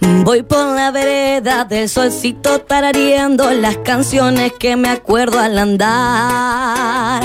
Voy por la vereda del solcito tarareando las canciones que me acuerdo al andar.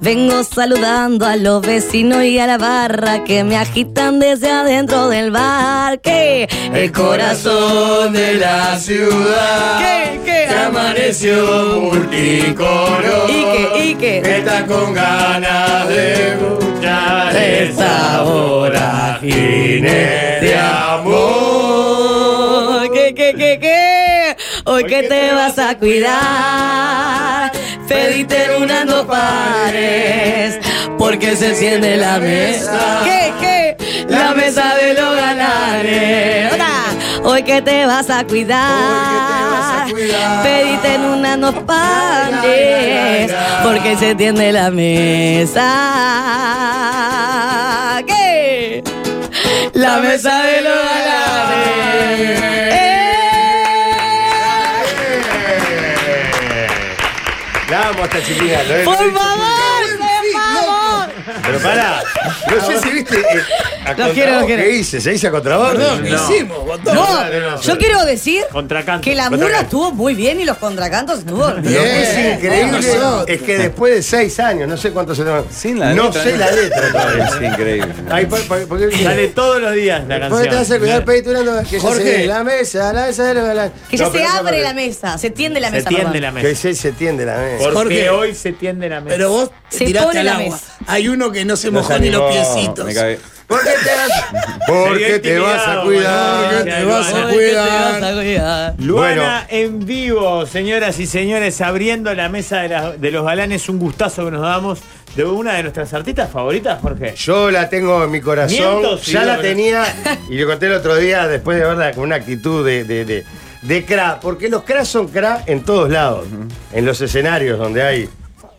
Vengo saludando a los vecinos y a la barra que me agitan desde adentro del bar. Que El corazón de la ciudad ¿Qué? ¿Qué? se amaneció multicolor ¿Y qué? ¿Y qué? Está con ganas de escuchar el sabor a Ginés de amor Oh, ¿Qué, qué, qué, qué? Hoy que te vas a cuidar, pedite en una no pares, porque se enciende la mesa. ¿Qué, qué? La mesa de los galanes. Otra. Hoy que te vas a cuidar, Hoy que te vas a cuidar. pedite en una no Ay, ay, ay, pares, ay. porque se enciende la mesa. ¿Qué? La mesa de los galanes. ¡Eh! Vamos hasta chiquilla, lo he- ¡Por lo he dicho favor! nunca. ¡Por favor! Pero pará, no sé si viste eh, a No quiero, no quiero. contrabor. ¿Qué hice? ¿Se hizo a contrabor? Perdón, ¿qué No. hicimos, botón? no, No, yo no. quiero decir Contracanto. que la murga Contracanto. estuvo muy bien y los contracantos estuvo Lo bien. que es increíble Nosotros. es que después de seis años, no sé cuántos se toman. Sin la no letra, sé ¿no? la letra todavía. Es increíble. Ay, por- por- porque- Sale todos los días la ¿Por qué canción. te vas a cuidar, pedí una no- que ya Jorge. se- la mesa, la mesa de los galanes. Que ya No, se pero eso abre no- la mesa, se tiende la Se mesa. tiende perdón. la Que mesa. se, se tiende la mesa. Porque Jorge, hoy hoy se tiende la mesa. Pero vos Se tiraste pone al la agua. mesa. Hay uno que no se mojó se ni los animó. piecitos. Me cagué. ¿Por qué te vas, ¿Por Sería qué te vas a intimidado, cuidar? boludo. Ay, Te vas a que te vas cuidar. a cuidar. Luana en vivo, señoras y señores, abriendo la mesa de, la- de los galanes, un gustazo que nos damos de una de nuestras artistas favoritas, Jorge. Yo la tengo en mi corazón. Miento, sí, ya la pero- tenía y le conté el otro día después de verla con una actitud de, de, de, de cra. Porque los cra son cra en todos lados. En los escenarios donde hay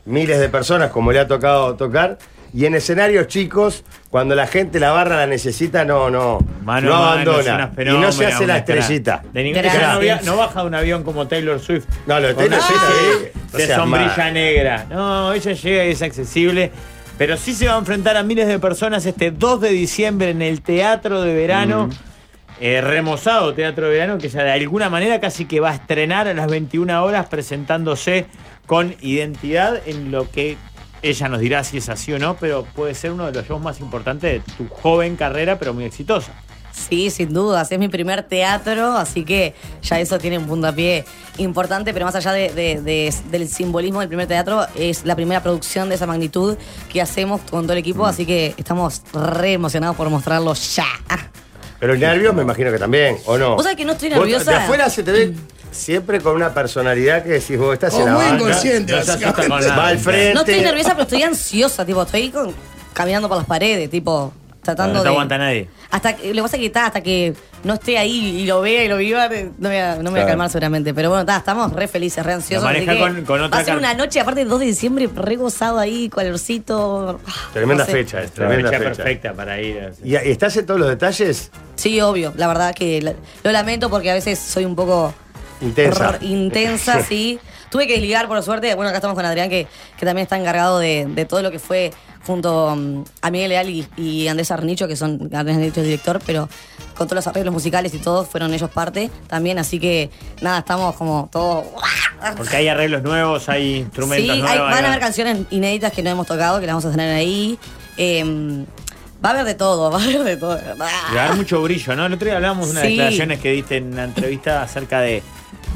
miles de personas, como le ha tocado tocar. Y en escenarios chicos, cuando la gente la barra la necesita, no, no, Mano no a mano, es abandona. una fenómena, y no se hace la una cra. estrellita. De ningún- Gracias. ella no, via- no baja de un avión como Taylor Swift. No, lo de Con Taylor una Swift, serie sí. No Ah, De seas sombrilla mal. negra. No, ella llega y es accesible. Pero sí se va a enfrentar a miles de personas este 2 de diciembre en el Teatro de Verano. eh, remozado Teatro de Verano, que ya de alguna manera casi que va a estrenar a las 21 horas presentándose con identidad en lo que ella nos dirá si es así o no, pero puede ser uno de los shows más importantes de tu joven carrera, pero muy exitosa. Sí, sin dudas. Es mi primer teatro, así que ya eso tiene un puntapié importante. Pero más allá de- de- de- del simbolismo del primer teatro, es la primera producción de esa magnitud que hacemos con todo el Mm. equipo. Así que estamos re emocionados por mostrarlo ya. Ah, Pero nervios me imagino que también, ¿o no? ¿Vos sabés que no estoy Vos nerviosa? De afuera se te ve siempre con una personalidad que decís, vos estás O en la muy banca, inconsciente, Ah, No se asusta con básicamente. nada. va al frente. No estoy Este- nerviosa, pero estoy ansiosa, tipo, estoy con- caminando por las paredes, tipo, tratando No de. te aguanta nadie. Hasta que, lo que pasa es que está, hasta que no esté ahí y lo vea y lo viva, eh, no me voy a, no me voy a Claro. calmar seguramente. Pero bueno, ta, estamos re felices, re ansiosos. Lo así maneja que con- con otra va a ser car- una noche, aparte del 2 de diciembre, re gozado ahí, calorcito. Ah, Tremenda no sé. fecha, es La tremenda fecha fecha. perfecta para ir. así. ¿Y y estás en todos los detalles? Sí, obvio. La verdad que la- lo lamento porque a veces soy un poco Intensa. r- intensa, sí. Tuve que desligar, por suerte. Bueno, acá estamos con Adrián, que, que también está encargado de, de todo lo que fue junto mm, a Miguel Leal y, y Andrés Arnicho, que son Andrés Arnicho es director, pero con todos los arreglos musicales y todo, fueron ellos parte también. Así que nada, estamos como todos. Porque hay arreglos nuevos, hay instrumentos Sí, nuevos. hay- van a haber ¿no? canciones inéditas que no hemos tocado, que las vamos a tener ahí. Em, va a haber de todo, va a haber de todo. Le va a dar mucho brillo, ¿no? El otro día hablábamos de unas Sí. declaraciones que diste en una entrevista acerca de,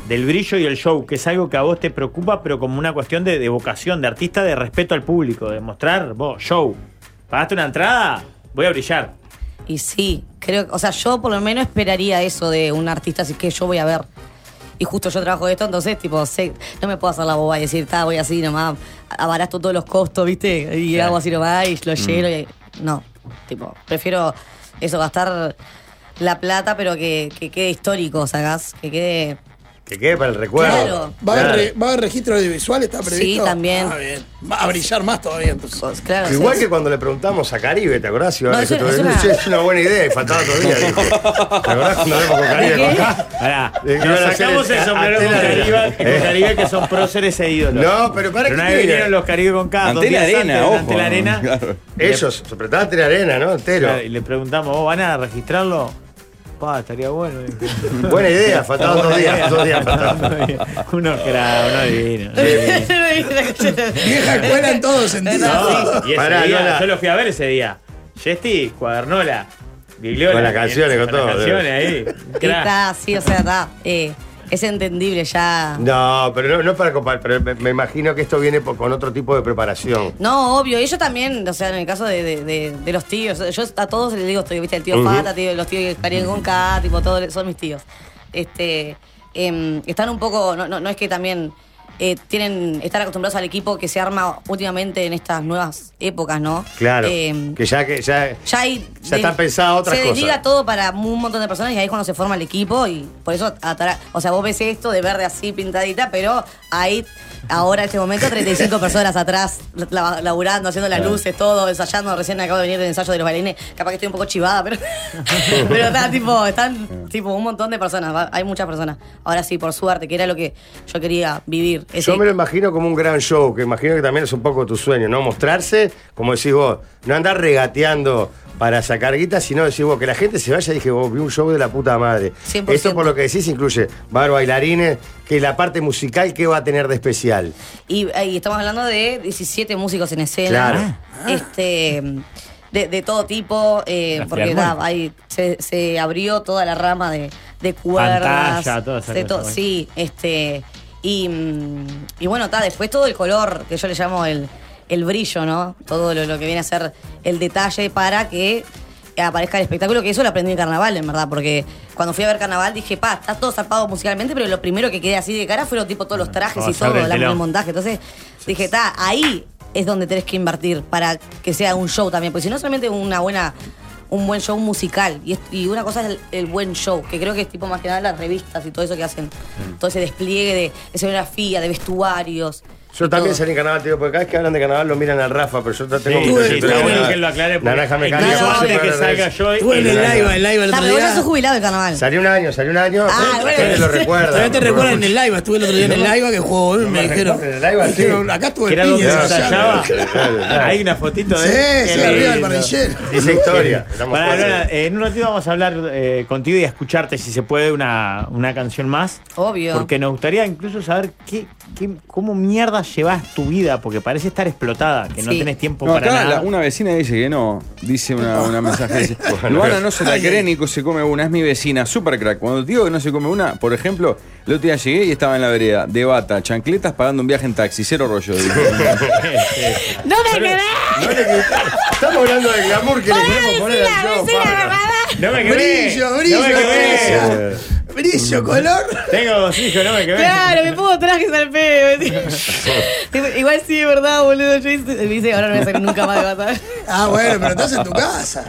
del brillo y el show, que es algo que a vos te preocupa, pero como una cuestión de, de vocación, de artista, de respeto al público, de mostrar, vos, show. ¿Pagaste una entrada? Voy a brillar. Y sí, creo, o sea, yo por lo menos esperaría eso de un artista, así que yo voy a ver. Y justo yo trabajo de esto, entonces, tipo, sé- no me puedo hacer la boba y decir, está, voy así nomás, abarasto todos los costos, ¿viste? Y hago así nomás y lo lleno. y- No, tipo, prefiero eso, gastar la plata, pero que, que quede histórico, ¿sacás? Que quede. Que quede para el recuerdo. Claro. ¿Va a, haber, Claro. re- ¿Va a haber registro audiovisual? ¿Está previsto? también. Ah, bien. Va a brillar más todavía entonces. pues, claro, o Igual sea, que cuando le preguntamos a Caribe, ¿te acordás? Iván? No, Que eso- yo te- es una- "Sí, es una buena idea y faltaba todavía. dijo. ¿Te acordás cuando hablamos con ¿De Caribe? qué? con acá? Pará, Eh, nos van a hacer sacamos el- el a- sombrero con Atena de- Caribe, con Caribe, que son próceres e ídolos. No, pero para Pero que una vez diga. vinieron los Caribe con cada dos Ante la días arena, antes, ojo. ante la arena. Claro. Ellos, sobre todo Tere Arena, ¿no? Entero. Claro, y le preguntamos, ¿vos van a registrarlo? Pa, estaría bueno. Buena idea, faltaban dos días. Dos días faltaban. uno cra, uno divino. Vieja escuela en todo sentido. No, y ese Pará, día, Lola. yo lo fui a ver ese día. Jesti, Cuadernola, Bigliola. Con las canciones, con todo, Las canciones ahí. Y Cra. está, sí, o sea, está. eh, es entendible ya. No, pero no, no para comparar, pero me, me imagino que esto viene por- con otro tipo de preparación. No, obvio, ellos también, o sea, en el caso de, de- de- de los tíos, yo a todos les digo, estoy, viste, el tío Ujú. Fata, tío, los tíos Karien Gonca, tipo, todos son mis tíos. Este, em, están un poco, no, no- no es que también eh, tienen, están acostumbrados al equipo que se arma últimamente en estas nuevas épocas, ¿no? Claro. Em, que ya que ya. ya hay. Ya están pensadas otras se cosas. desliga todo para un montón de personas y ahí es cuando se forma el equipo y por eso. atará- o sea, vos ves esto de verde así pintadita, pero hay ahora en este momento 35 personas atrás la- laburando, haciendo las luces, todo, ensayando. Recién acabo de venir del ensayo de los bailarines. Capaz que estoy un poco chivada, pero. pero está tipo. Ah. Están tipo un montón de personas. va- Hay muchas personas. Ahora sí, por suerte, que era lo que yo quería vivir. ese- Yo me lo imagino como un gran show, que imagino que también es un poco tu sueño, ¿no? Mostrarse, como decís vos, no andar regateando para sacar guita, sino decir vos, que la gente se vaya y dije, vos, vi un show de la puta madre. 100%. Esto por lo que decís incluye bar bailarines, que la parte musical, ¿qué va a tener de especial? Y, eh, y estamos hablando de 17 músicos en escena. Claro. Este. De, de todo tipo, eh, La porque filarmónica. da, ahí se, se abrió toda la rama de, de cuerdas. Pantalla, toda esa de cosa, to- bueno. Sí, este. Y, mm, y bueno, está después todo el color, que yo le llamo el, el brillo, ¿no? Todo lo, lo que viene a ser el detalle para que aparezca el espectáculo, que eso lo aprendí en carnaval, en verdad, porque cuando fui a ver carnaval dije, pa, está todo zarpado musicalmente, pero lo primero que quedé así de cara fueron tipo Ah, todos los trajes y Vamos a todo, hablar del hablamos del telón. montaje. Entonces dije, está, ahí es donde tenés que invertir para que sea un show también, porque si no solamente una buena un buen show musical y, es- y una cosa es el, el buen show que creo que es tipo más que nada las revistas y todo eso que hacen Mm. todo ese despliegue de escenografía de vestuarios Yo y también todo. salí en carnaval, te digo, porque cada vez que hablan de carnaval lo miran al Rafa, pero yo tengo Sí, mi sí, trayectoria está bueno de que lo aclare. porque Naranja mecánica. incluso siempre antes que hablan de salga eso. yo eh, Tú en el Naranja. live, el live el Está, otro pero vos sos día. jubilado de carnaval Salí un año, salí un año. Ah, bueno. Ustedes lo recuerdan. Todavía te recuerdan en el live, estuve el otro día en el live que jugó y me me dijeron. recuerdo, en el live, me sí. dijeron, Acá estuve Que era el donde piña, se Claro, ensayaba. claro, claro, claro. Hay una fotito Sí, de él. sí, Qué arriba del lindo. parrillero. Esa historia. estamos Pará, fuertes. Lola, en un ratito vamos a hablar eh, contigo y a escucharte, si se puede, una, una canción más. obvio Porque nos gustaría incluso saber qué, qué- cómo mierda llevas tu vida, porque parece estar explotada, que no Sí. tenés tiempo No, para acá nada. la- una vecina dice que no. Dice una, una mensaje. Dice, Luana no se la cree ni se come una. Es mi vecina, super crack. Cuando digo que no se come una, por ejemplo, el otro día llegué y estaba en la vereda, de bata, chancletas, pagando un viaje en taxi, cero rollo. digo. no me quedé No le grité. Estamos hablando del glamour que le queremos poner al show, Pablo. No me quemé. Brillo, no me brillo, quemé. brillo. Brillo, color. Tengo dos hijos, no me quemé. Claro, me pongo trajes al pedo. Tipo, Igual sí, es verdad, boludo. Yo hice, dice, ahora no voy a salir nunca más de batalla. Ah, bueno, pero estás en tu casa.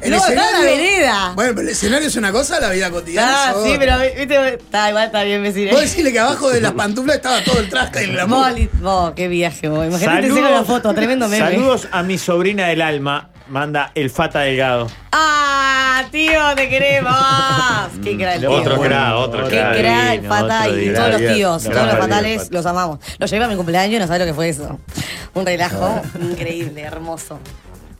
El No, acá en la escenario- vereda. Bueno, pero el escenario es una cosa, la vida cotidiana Ah, es otra. sí, pero viste, está igual, está bien vecina. Vos decirle que abajo de las pantuflas estaba todo el traste y la Vos, moda. li- vos, qué viaje, vos. Imagínate sacar la foto, tremendo meme. Saludos a mi sobrina del alma, manda el Fata Delgado. Ah, tío, te queremos. Qué crack, tío. Otro cra, otro Qué cra. crack, el Divino, fatal. otro Y divino. todos los Gran tíos, día. todos los Gran día, fatales Fata. los amamos. Los llevé a mi cumpleaños y no sabés lo que fue eso. Un relajo increíble, hermoso.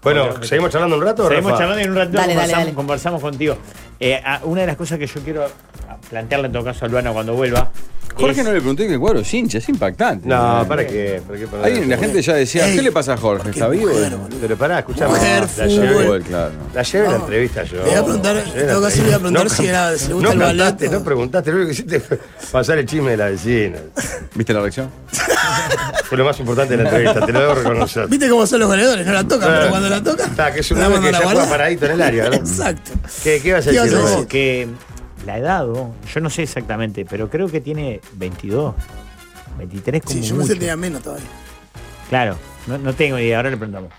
Bueno, ¿seguimos charlando un rato, Seguimos Rafa? charlando y en un ratito Dale, dale, conversamos, dale. conversamos contigo. Eh, ah, una de las cosas que yo quiero ah, plantearle en todo caso a Luana cuando vuelva. Jorge es- no le pregunté que cuadro es hincha, es impactante. No, ¿para qué? ¿Para qué perder Ahí la el gente ya decía, Ey, ¿qué le pasa a Jorge? ¿Está vivo? tiempo? Pero pará, escuchame. Mujer, la fútbol. llevé- Fútbol, claro. La llevé a la entrevista yo. Le voy a preguntar- La llevé a la tengo que hacer- entrevista. voy a preguntar si can- era- si le gusta no el ballet, cantaste, o- No preguntaste, lo único que hiciste fue pasar el chisme de la vecina. ¿Viste la reacción? Fue lo más importante de la entrevista, te lo debo reconocer. ¿Viste cómo son los goleadores? No la tocan, pero cuando la tocan. Está, Ah. que es un la hombre mandan que a ya guardar. juega paradito en el área, ¿verdad? Exacto. ¿Qué, ¿Qué ibas a ¿Qué decir? ibas a Rafa? decir? que la edad, ¿no? yo no sé exactamente, pero creo que tiene 22, 23 como Sí, yo mucho. pensé que tenía menos todavía. Claro, no, no tengo idea, ahora le preguntamos.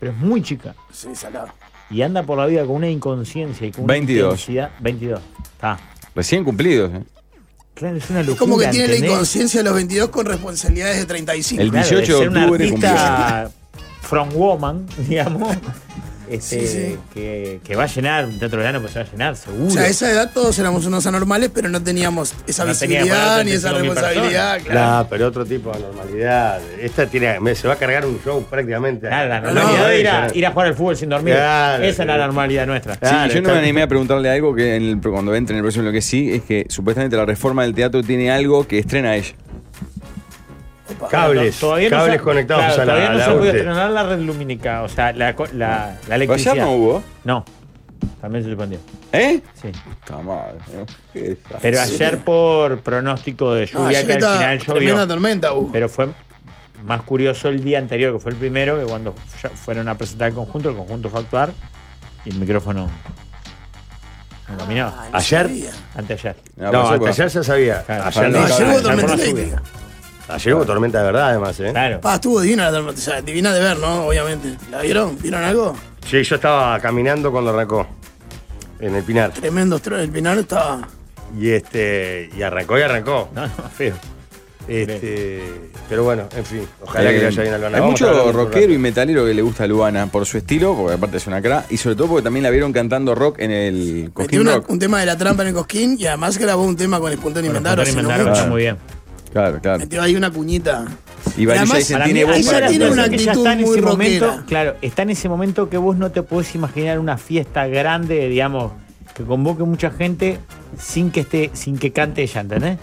Pero es muy chica Sí, salado. y anda por la vida con una inconsciencia y con una 22. intensidad- 22. Está. Recién cumplidos. ¿eh? Claro, es una locura. Es como que tiene la ¿entendés? inconsciencia de los 22 con responsabilidades de 35. El- Claro, de 18 de ser una octubre artista from woman, digamos. este, Sí, sí. Que, que va a llenar, un teatro de verano pues se va a llenar, seguro. O sea, a esa edad todos éramos unos anormales, pero no teníamos esa No visibilidad teníamos, no ni esa teníamos mil responsabilidad. personas. Claro. Nah, pero otro tipo de normalidad. Esta tiene, me- se va a cargar un show prácticamente. Nada, la No, normalidad no, de ir a, ir a jugar al fútbol sin dormir. Claro. Esa es la normalidad nuestra. Claro. Sí, yo no me está- animé a preguntarle algo que en el- cuando entre en el próximo lo que sí es que supuestamente la reforma del teatro tiene algo que estrena ella. Cables, Todavía no se- cables conectados claro, a la, Todavía a no la Pues se ha podido UTE. estrenar la red lumínica, o sea, la, co- la, la Pero electricidad. Ayer no hubo. No, también se suspendió. ¿Eh? Sí. Puta madre, ¿no? Qué desastre. Pero ayer por pronóstico No, de lluvia, ayer que al estaba final tremenda llovió. tormenta, uh. hubo. Pero fue más curioso el día anterior, que fue el primero, que cuando ya fueron a presentar el conjunto, el conjunto fue a actuar y el micrófono no caminaba. Ayer. sabía. Antes ayer. No, No, pasó hasta por- ayer se sabía. Claro, Ayer, No, no, Claro, ayer hubo claro, tormenta ayer no eléctrica. hubo. Ayer hubo tormenta de verdad, además, ¿eh? Claro. Pa, estuvo divina la tormenta, o sea, divina de ver, ¿no? Obviamente. ¿La vieron? ¿Vieron algo? Sí, yo estaba caminando cuando arrancó. En el Pinar. Tremendo estreno. El Pinar estaba. Y este. Y arrancó y arrancó. No, no, feo. Este, pero bueno, en fin. Ojalá que Eh, le haya bien a Luana. Hay Vamos a hablar mucho un rato. rockero y metalero que le gusta a Luana por su estilo, porque aparte es una cra, y sobre todo porque también la vieron cantando rock en el Metió Cojín una- Rock. un tema de la trampa en el cosquín y además grabó un tema con Espontáneo Inventario. hace no Inventaron, mucho. está muy bien. Claro, claro. Metió ahí una cuñita. Y varios Además, ya dicen, para tiene mí, voz ella para tiene cantar". una que ya actitud está en muy ese momento, rockera. claro, está en ese momento que vos no te podés imaginar una fiesta grande, digamos, que convoque mucha gente sin que esté, sin que cante ella, ¿entendés?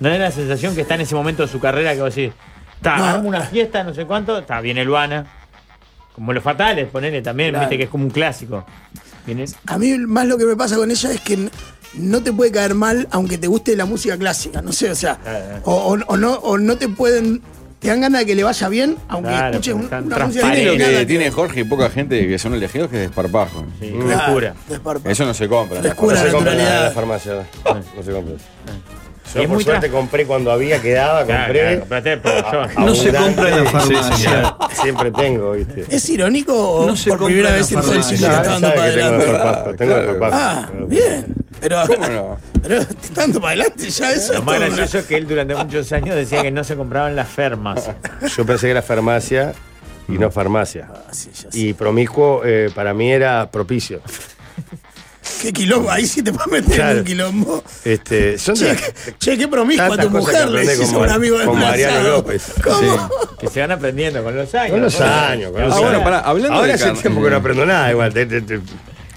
No es la sensación que está en ese momento de su carrera que vos decís, está, No. hagamos una fiesta, no sé cuánto, está, viene Luana. Como los fatales, ponele también, Claro. viste que es como un clásico. Viene- A mí más lo que me pasa con ella es que n- no te puede caer mal aunque te guste la música clásica, no sé, o sea, Claro. o, o- o no, o no te pueden, te dan ganas de que le vaya bien aunque Claro, escuches porque un- están una Tiene música clásica. lo transparentes. que tiene Jorge y poca gente que son elegidos que es desparpajo. sí, Mm. Claro, locura. desparpa. Eso no se compra. ¿no? Descubre. No se compra naturalidad. nada en la farmacia. No se compra. eso. Yo Ah. Es por muy suerte tra- compré cuando había, quedaba, Claro, compré. claro, compraste el provellón. Ah, No se abundante. compra en la Sí, farmacia. sí, Siempre tengo, viste. ¿Es irónico o No se por primera compra vez en la en todo el farmacia. cine Ah, está dando sabe para que tengo adelante? reparto, tengo Claro. reparto. Ah, bien. Pero, ¿Cómo no? pero te está dando para adelante ya eso. Lo es más todo una- gracioso es que él durante muchos años decía que no se compraban las fermas. Yo pensé que era farmacia y no farmacia. Ah, sí, ya sé. Y promiscuo eh, para mí era propicio. Qué quilombo, ahí sí te vas a meter en Claro. un quilombo. Este, son Che, de- qué- che, qué promiscua Tantas tu cosas mujer, que le aprendí decís a con un Mar- amigo con Mariano desplazado. López. ¿Cómo? Que se van aprendiendo con los años. Con los años, con los Ah, bueno, años. pará, hablando Ahora de hace carne. tiempo que no aprendo nada, igual. te- te- te-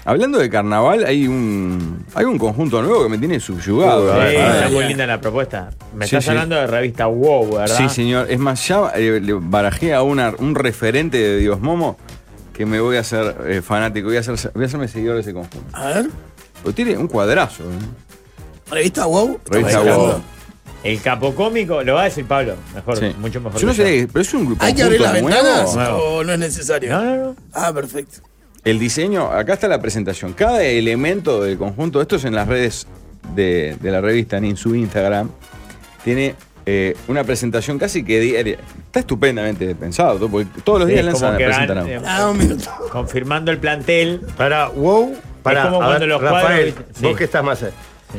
Hablando de carnaval, hay un hay un conjunto nuevo que me tiene subyugado. Uy, Sí, ¿verdad? está muy linda la propuesta. Me Sí, estás sí. hablando de revista WOW, ¿verdad? Sí, señor. Es más, ya eh, le barajé a una- un referente de Dios Momo que me voy a hacer eh, fanático, voy a, hacer, voy a hacerme seguidor de ese conjunto. A ver, Pero tiene un cuadrazo. ¿eh? revista WOW. Revista Estamos Wow. hablando. El capocómico, lo va a decir Pablo, mejor, Sí. mucho mejor. Yo no que sé, pero es un grupo ¿Hay que abrir las nuevo. ventanas Nuevo. o no es necesario? No, no, no. Ah, perfecto. El diseño, acá está la presentación. Cada elemento del conjunto, esto es en las redes de, de la revista, en su Instagram, tiene eh, una presentación casi que diaria. Está estupendamente pensado, todo, porque todos los Sí, días es lanzan como la que presentación. van, eh, Ah, un minuto. confirmando el plantel. Para wow, para Es como a cuando los cuadros- Rafael, sí. vos que estás más. cerca. Sí.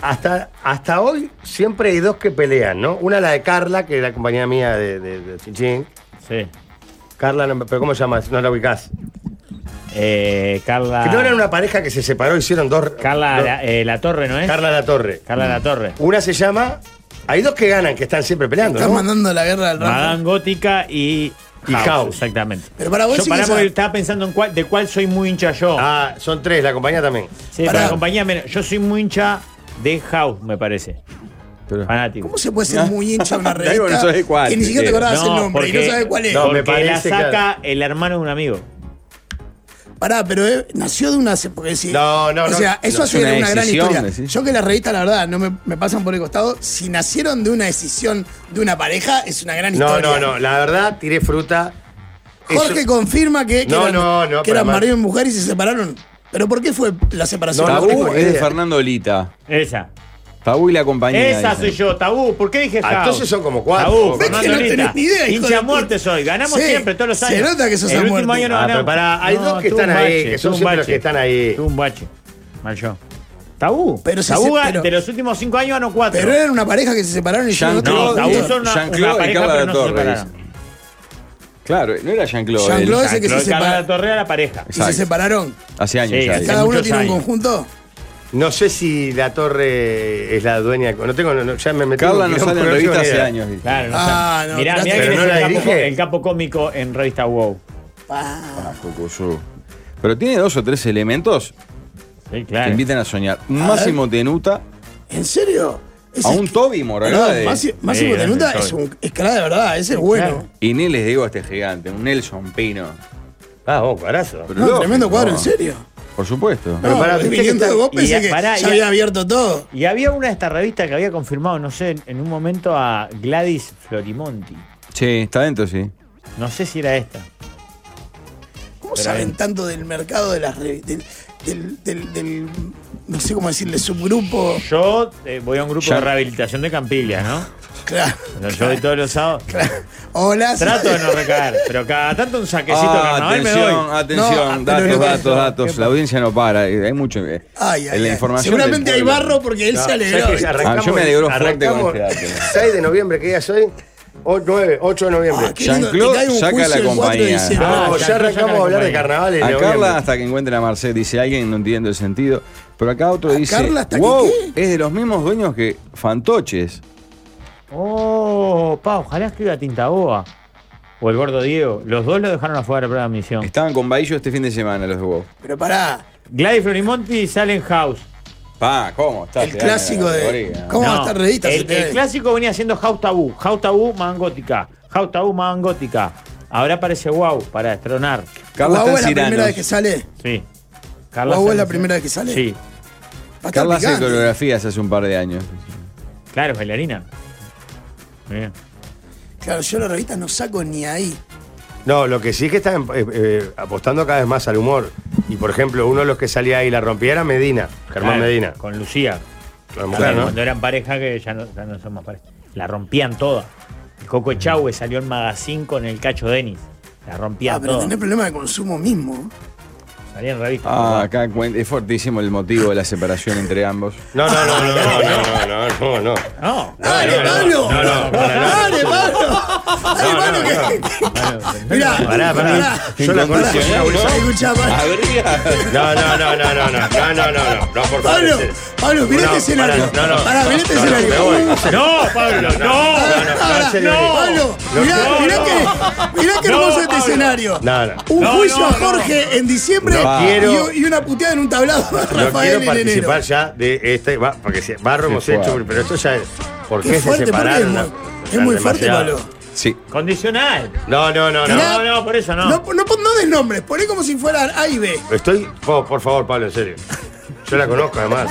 Hasta, hasta hoy siempre hay dos que pelean, ¿no? Una la de Carla, que es la compañía mía de, de, de Chinchín. Sí. Carla, no- pero ¿cómo se llama? No la ubicás. Eh, Carla. Que no eran una pareja que se separó, hicieron dos. Carla dos- la, eh, La Torre, ¿no es? Carla La Torre. Carla La Torre. Una se llama. Hay dos que ganan, que están siempre peleando, Estás ¿no? mandando la guerra al rato. Madame Gótica y. Y House. Exactamente. Pero para vos Yo sí que pará esa- porque estaba pensando en cuál, de cuál soy muy hincha yo. Ah, son tres, la compañía también. sí, pará. para compañía menos. Yo soy muy hincha de House, me parece. eh, Pero- Fanático. ¿Cómo se puede ser muy hincha de una Ahí vos revista no sabés cuál, que ni siquiera te sí. acordabas el nombre y no sabés cuál es? No, me porque parece, la saca claro. el hermano de un amigo. Pará, pero eh, nació de una... Porque si, No, no, O no. sea, eso No, hace es una una, gran decisión, historia. decís. Yo que las revistas, la verdad, no me, me pasan por el costado. Si nacieron de una decisión de una pareja, es una gran No, historia. no, no. La verdad, tiré fruta. Jorge Eso- confirma que, que No, eran, no, no, que para eran más. marido y mujer y se separaron. ¿Pero por qué fue la separación? No, Tabú no tengo es de idea. Fernando Olita. Esa. Tabú y la compañía. Esa dicen. soy yo, tabú. ¿Por qué dije Ah, House? entonces son como cuatro. Tabú, ¿Ves que Fernando no Lita. tenés ni idea, hijo de Hincha a puta? muerte soy. Ganamos Sí, siempre, todos los se años. nota que sos a El último muerte. año no Ah, ganamos. pero pará, hay dos que tuve un están ahí, que tuve son un siempre los bache. que están ahí. Tuve un bache. Mal yo. Tabú. Pero si se- tabú pero- de los últimos cinco años ganó cuatro. Pero eran una pareja que se separaron y yo Jean- no te no, lo Claude- Tabú son una- Jean-Claude una y pareja, Carla pero La no se Torre. separaron. dicen. Claro, no era Jean-Claude. él. Jean-Claude es el que se Claude Carrera separa. Torre a la pareja. Y Exacto. se separaron. Hace años Sí, ya. hace digamos. Cada uno muchos tiene un años. conjunto. No sé si la torre es la dueña. No tengo, no- no, ya me metí. Carla en no un quilombo, sale en no revista tengo ni hace idea. años. dice. Claro, no Ah, sé. no, mirá, mirá gracias. quién Pero es no la el, capo, dirige. el capo cómico en revista WOW. Ah, Ah, Cocosu. Pero tiene dos o tres elementos que Sí, claro. invitan a soñar. Un Máximo Tenuta, ¿En serio? Ese a es- un Toby Perdón, Morgade. Masi- Máximo grande Tenuta soy. es un es cra de verdad, ese es bueno. Y ni les digo a este gigante, un Nelson Pino. Ah, vos, cuadrazo. Pero No, lógico, tremendo cuadro, no. en serio. Por supuesto. Pero No, pará, viniendo viste que de está- vos y pensé ya- que pará, ya y- había abierto todo. Y había una de estas revistas que había confirmado, no sé, en- en un momento a Gladys Florimonti. Sí, está dentro, sí. No sé si era esta. ¿Cómo Pero saben bien. tanto del mercado de las revi- del, del, del- del- no sé cómo decirle, subgrupo? Yo eh, voy a un grupo Ya- de rehabilitación de Campilla, ¿no? Claro. Pero yo voy todos los sábados. Hola. Trato de no recaer, pero cada tanto un saquecito de Ah, carnaval me atención, doy. atención, No, pero datos, lo que- datos, datos. La audiencia no para, eh, hay mucho. eh, Ay, ay, en la ay. información del Seguramente hay pueblo. barro porque él No, se alegró. ¿sabes qué? Arrancamos- Ah, yo me alegro fuerte con arrancamos este dato. 6 de noviembre, ¿qué día es hoy? O- 9, 8 de noviembre. Ah, qué lindo, Jean-Claude te cae un saca juicio la el 4 de compañía. diciembre. No, Ah, ya ya arrancamos saca a la hablar de compañía. carnavales. A no, Carla obviamente. hasta que encuentre a Marcel, dice alguien, no entiendo el sentido. Pero acá otro ¿A dice, Carla hasta que wow, qué? es de los mismos dueños que Fantoches. Oh, pa, ojalá escriba Tinta Boa. O el gordo Diego. Los dos lo dejaron afuera de la prueba de admisión. Estaban con Baillo este fin de semana los de WoW. Pero pará, Gladys Florimonti y Silent House. Pa, ¿cómo? Está, El te dan la clásico de- categoría. ¿Cómo? va a estar revista, El, si te- el clásico venía siendo House Tabú. House Tabú, Man Gótica. House Tabú, Man Gótica. Ahora aparece Wow para estronar. Carla Guau está es en la Ciranos. primera vez que Ah, sale. Sí. Carla Guau es la Sánchez. primera vez que sale. Sí. Va a estar Carla hace picante. coreografías hace un par de años. Claro, es bailarina. Bien. Claro, yo la revista no saco ni ahí. No, lo que sí es que están eh, eh, apostando cada vez más al humor. Y por ejemplo, uno de los que salía ahí y la rompía era Medina, Germán Claro, Medina. Con Lucía. La También, mujer, ¿no? Cuando eran pareja, que ya no, ya no son más pareja. La rompían toda. El Coco Echagüe salió en Magazine con el Cacho Denis. La rompían Ah, pero toda. tenés problemas de consumo mismo. Salía en revistas. Ah, acá cuen- es fortísimo el motivo de la separación entre ambos. No, no, no, no, no, no, no, no, no. No. ¡Dale, no, Pablo! no, no, no, no, ¡Dale, Pablo! ¡Dale, No, Pablo! no, que- Mirá, Pará, pará. Yo la Ah, conocí. Pará, escuchá, pará. No, no, no, no, no, no, no, no, no, no, no, por favor. Pablo, ese- Pablo, mirá No, este escenario. pará, no, no. Pará, mirá este No, no, escenario. me voy. No, Pablo, Pará, no, no, no. no. Pablo, No, mirá, no, mirá no. que, mirá que No, hermoso este Pablo. escenario. No, no. Un No, juicio a no, no. Jorge en diciembre No y- quiero- y, una puteada en un tablado a No Rafael quiero en enero. participar ya de este. va, Porque si- barro hemos Qué hecho, fuerte. pero esto ya es. ¿Por Qué qué se fuerte, Pablo, es separaron? muy- No, es muy no, fuerte, demasiado. Pablo. Sí. Condicional. No, no, no, no. Mirá. No, no, por eso no. No, no, pon- no des nombres, poné como si fueran A y B. Estoy. po- por favor, Pablo, en serio. Yo la conozco además.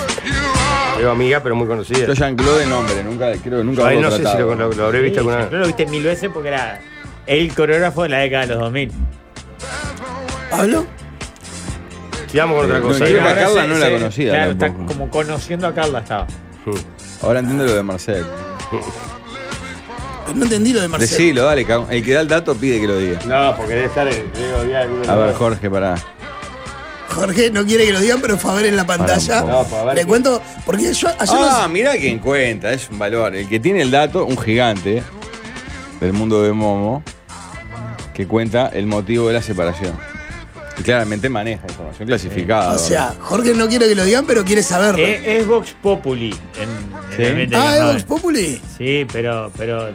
Digo amiga, pero muy conocida. Yo Jean-Claude de nombre, nunca, creo que nunca Ay, lo no sé si lo, lo- lo habré visto Sí, alguna yo vez. lo viste mil veces porque era el coreógrafo de la década de los 2000. ¿Pablo? Sigamos con otra No, cosa. creo que Digo, a Ahora Carla se- no la se- conocía Claro, está tampoco. como conociendo a Carla estaba. Ahora entiendo lo de Marcel. No entendí lo de Marcelo. Decilo, dale, cagón. el que da el dato pide que lo diga. No, porque debe estar. eh, Digo, había alguna- A ver, Jorge, pará. Jorge no quiere que lo digan, pero fue a ver en la pantalla. Pará un poco. No, para ver Le que- cuento, porque yo ayer Ah, no- mirá quién cuenta, es un valor. El que tiene el dato, un gigante del mundo de Momo, que cuenta el motivo de la separación. Y claramente maneja información clasificada. O sea, Jorge no quiere que lo digan, pero quiere saberlo. Es, E-, es Vox Populi. En, Sí. en el ambiente de ah, los ¿es 90. Vox Populi. Sí, pero, pero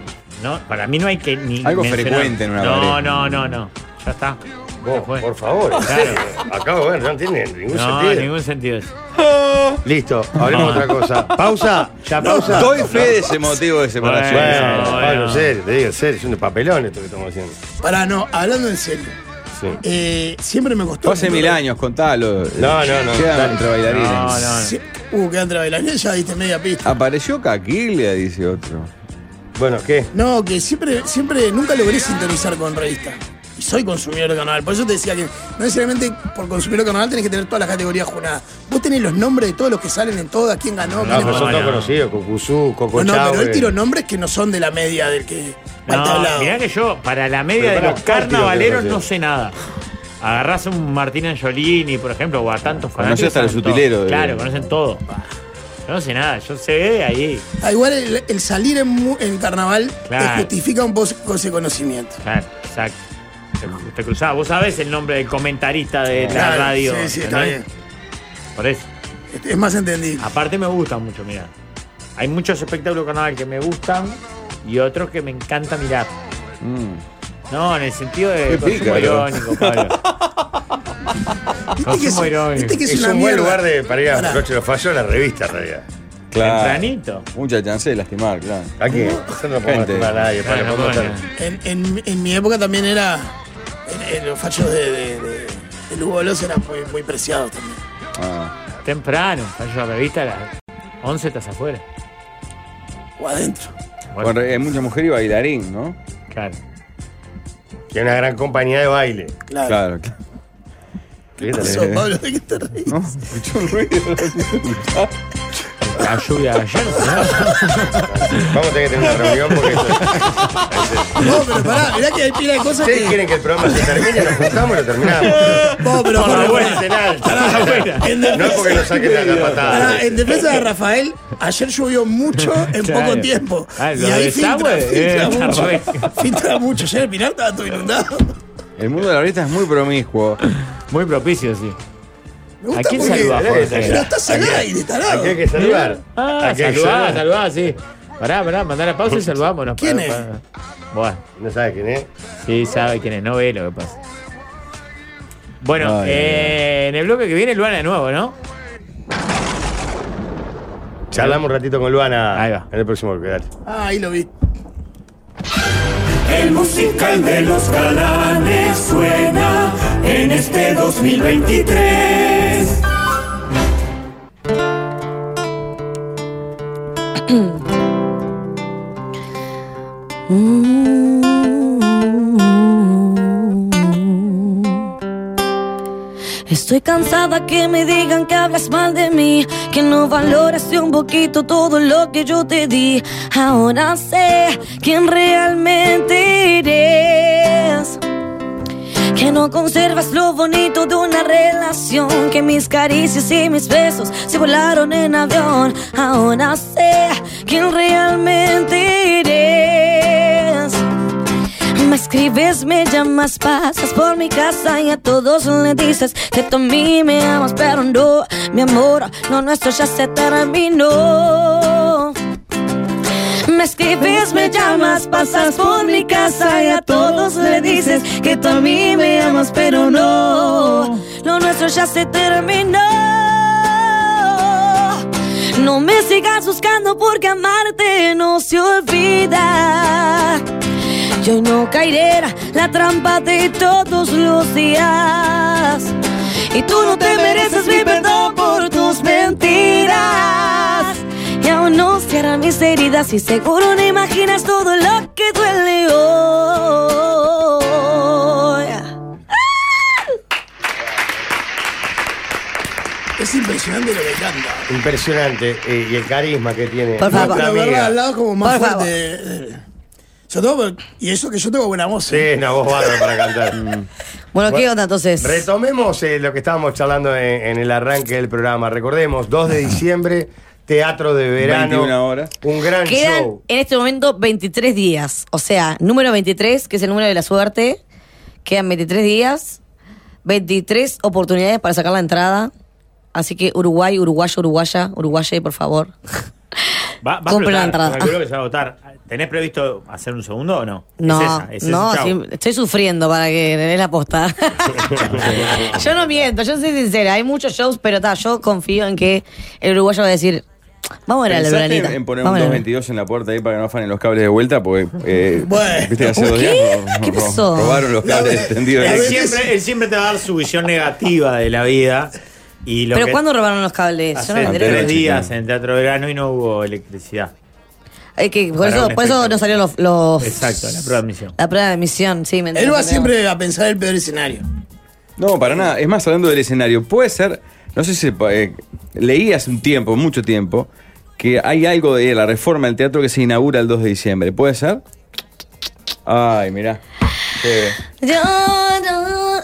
no, para mí no hay que ni. Algo mencionar. frecuente en una No, pareja. no, no, no. Ya está. Vos, Ya fue. por favor, en Claro. serio. Acabo de ver, no tiene ningún No, en sentido. ningún sentido. eso. Listo, hablemos No. otra cosa. Pausa, ya pausa. Doy fe de ese motivo de separación. Bueno, Bueno, Pablo, bueno. en serio, te digo, en serio, es un papelón esto que estamos haciendo. Pará, no, hablando en serio. Sí. eh, siempre me costó. Fue hace mil años, contalo. No, no, no. Quedan Dale. entre bailarines. No, no, no. Sí. Uh, quedan entre bailarines, ya diste media pista. Apareció Caquilia, dice otro. Bueno, ¿qué? No, que siempre, siempre, nunca logré sintonizar con revista. Y soy consumidor de carnaval. Por eso te decía que no necesariamente por consumidor de carnaval tenés que tener todas las categorías jornadas. Vos tenés los nombres de todos los que salen en todas, quién ganó, No, quién pero ganó. son no. todos conocidos, Cucuzú, Coco eh. No, no, pero Chávez. él tiró nombres que no son de la media del que mal No, tablado. mirá que yo, para la media Pero de pará, los ¿cuál tiro carnavaleros que no haces? sé nada. Agarrás a un Martín Angiolini, por ejemplo, o a tantos Conocés fanáticos, hasta el saben todo. sutilero de- Claro, conocen todo. Yo no sé nada, yo sé ahí. Ah, igual el, el salir en, mu- en carnaval Claro. te justifica un poco ese conocimiento. Claro, exacto. te, te cruzaba. Vos sabés el nombre del comentarista de la Claro, radio. Sí, sí, está ¿no? bien. Por eso. Este, Es más entendible. Aparte me gusta mucho mirar. Hay muchos espectáculos carnaval que me gustan y otros que me encanta mirar. Mm, No, en el sentido de Qué consumo pícaro. irónico, Pablo. ¿Viste que, es, consumo irónico. viste que es Es una un buen mierda? lugar de, para ir a Pará. Coche los Fallos, la revista en realidad. Tempranito. Mucha chance de lastimar, claro. Aquí, nosotros no podemos Gente. lastimar a nadie. Pablo, Bueno, podemos bueno. estar- En, en- en mi época también era. en- en los fachos de, de, de- de Lugo Veloz eran muy, muy preciados también. Ah. Temprano. Fallo la revista a las 11 estás afuera. O adentro. Bueno, hay eh, mucha mujer y bailarín, ¿no? claro. Que hay una gran compañía de baile. Claro. Claro, claro. ¿Qué ¿Qué tal? pasó, Eh. Pablo? ¿De qué te reís? ¿No? Escuchó un ruido. La lluvia de ayer, ¿no? Vamos a tener que tener una reunión porque esto- No, pero pará, mirá que hay pila de cosas ustedes que. quieren que el programa se termine, nos juntamos y lo terminamos. No, pero Por pará, la pará. vuelta en alto. Ah, En No es defensa- porque lo saquen a la patada. Pará, en defensa de Rafael, ayer llovió mucho en Claro. poco tiempo. Ah, y lo ahí de filtra, Samuel, eh, filtra está re- mucho. Filtra mucho. Ayer el Pinar estaba todo inundado. El mundo de la orquesta es muy promiscuo. Muy propicio, sí. Me Uh, gusta ¿A quién porque- saluda, eh, Jorge? Pero estás al aire, Aquí hay tarado. que saludar. Ah, Aquí hay que saludá, saludar. saludá, sí. Pará, pará, mandá la pausa y salvámonos. ¿Quién pará, es? pará. Bueno, No sabes quién es. sí, sabe quién es, no ve lo que pasa. Bueno, Ay, eh, en el bloque que viene Luana de nuevo, ¿no? Charlamos un ratito con Luana Ahí va. en el próximo bloque. dale. Ah, ahí lo vi. El musical de los galanes suena en este 2023. Estoy cansada que me digan que hablas mal de mí, que no valoras de un poquito todo lo que yo te di. Ahora sé quién realmente eres. Que no conservas lo bonito de una relación. Que mis caricias y mis besos se volaron en avión. Ahora sé quién realmente eres. Me escribes, me llamas, pasas por mi casa y a todos le dices que tú a mí me amas, pero no, mi amor, lo nuestro ya se terminó. Me escribes, me llamas, pasas por mi casa y a todos le dices que tú a mí me amas, pero no, lo nuestro ya se terminó. No me sigas buscando porque amarte no se olvida. Yo no caeré en la trampa de todos los días. Y tú no te mereces mi perdón por tus mentiras. Y aún no cierran mis heridas y seguro no imaginas todo lo que duele hoy. Es impresionante lo que canta. Impresionante. eh, y el carisma que tiene. Por No, favor. pero nuestra verla amiga. al lado es como más Por fuerte. eh, Sobre todo, por- y eso que yo tengo buena voz. Sí, eh. es una voz bárbara para cantar. Bueno, ¿qué Bueno, onda entonces? Retomemos eh, lo que estábamos charlando en, en el arranque del programa. Recordemos, 2 de diciembre, teatro de verano. 21 horas. Un gran Quedan show. en este momento 23 días. O sea, número 23, que es el número de la suerte. Quedan 23 días, 23 oportunidades para sacar la entrada. Así que Uruguay, uruguayo, uruguaya, uruguaya, por favor. Va, va a Compre la explotar, entrada. calculo que se va a agotar. ¿Tenés previsto hacer un segundo o no? No, Es esa, es no, esa, chao. sí, estoy sufriendo para que le des la posta. yo no miento, yo soy sincera. Hay muchos shows, pero ta, yo confío en que el uruguayo va a decir, vamos a ir a la ¿Pensaste veranita. en poner un vamos a la 222 en la puerta ahí para que no afanen los cables de vuelta? Porque, eh, Bueno. viste, hace dos ¿Qué? días ro- ¿Qué ro- pasó? robaron los cables La- extendidos. la- Él veces- siempre, él siempre te va a dar su visión negativa de la vida. Y lo ¿Pero que cuándo robaron los cables? Yo no Hace me enteré. tres Antes de días chiquito. en el Teatro Verano y no hubo electricidad. Hay que, por Para eso, un por eso espectáculo. no salieron los, los- Exacto, la prueba de admisión. La prueba de admisión, sí, me Él va entendemos. siempre a pensar el peor escenario. No, para nada. Es más, hablando del escenario, puede ser, no sé si eh, leí hace un tiempo, mucho tiempo, que hay algo de la reforma del teatro que se inaugura el 2 de diciembre. ¿Puede ser? Ay, mirá. Qué- Yo no-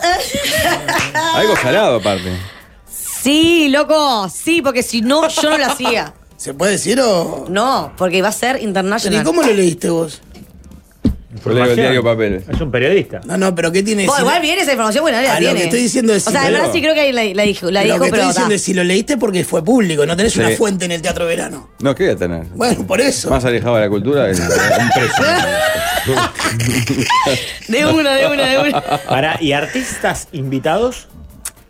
Algo salado aparte. Sí, loco, sí, porque si no, yo no lo hacía. ¿Se puede decir o.? No, porque va a ser Pero, ¿Y internacional. cómo lo leíste vos? Yo leo el diario papel. Es un periodista. No, no, pero ¿qué tiene Vos, si- igual viene esa información, bueno, A la Ah, lo tiene. que estoy diciendo es O sea, si además leo- sí creo que ahí la, la dijo, la lo dijo, que pero. estoy diciendo ta. es si lo leíste porque fue público, no tenés una Sí. fuente en el Teatro Verano. No, ¿qué voy a tener? Bueno, por eso. Más alejado de la cultura que un preso. De una, de una, de una. Pará, ¿y artistas invitados?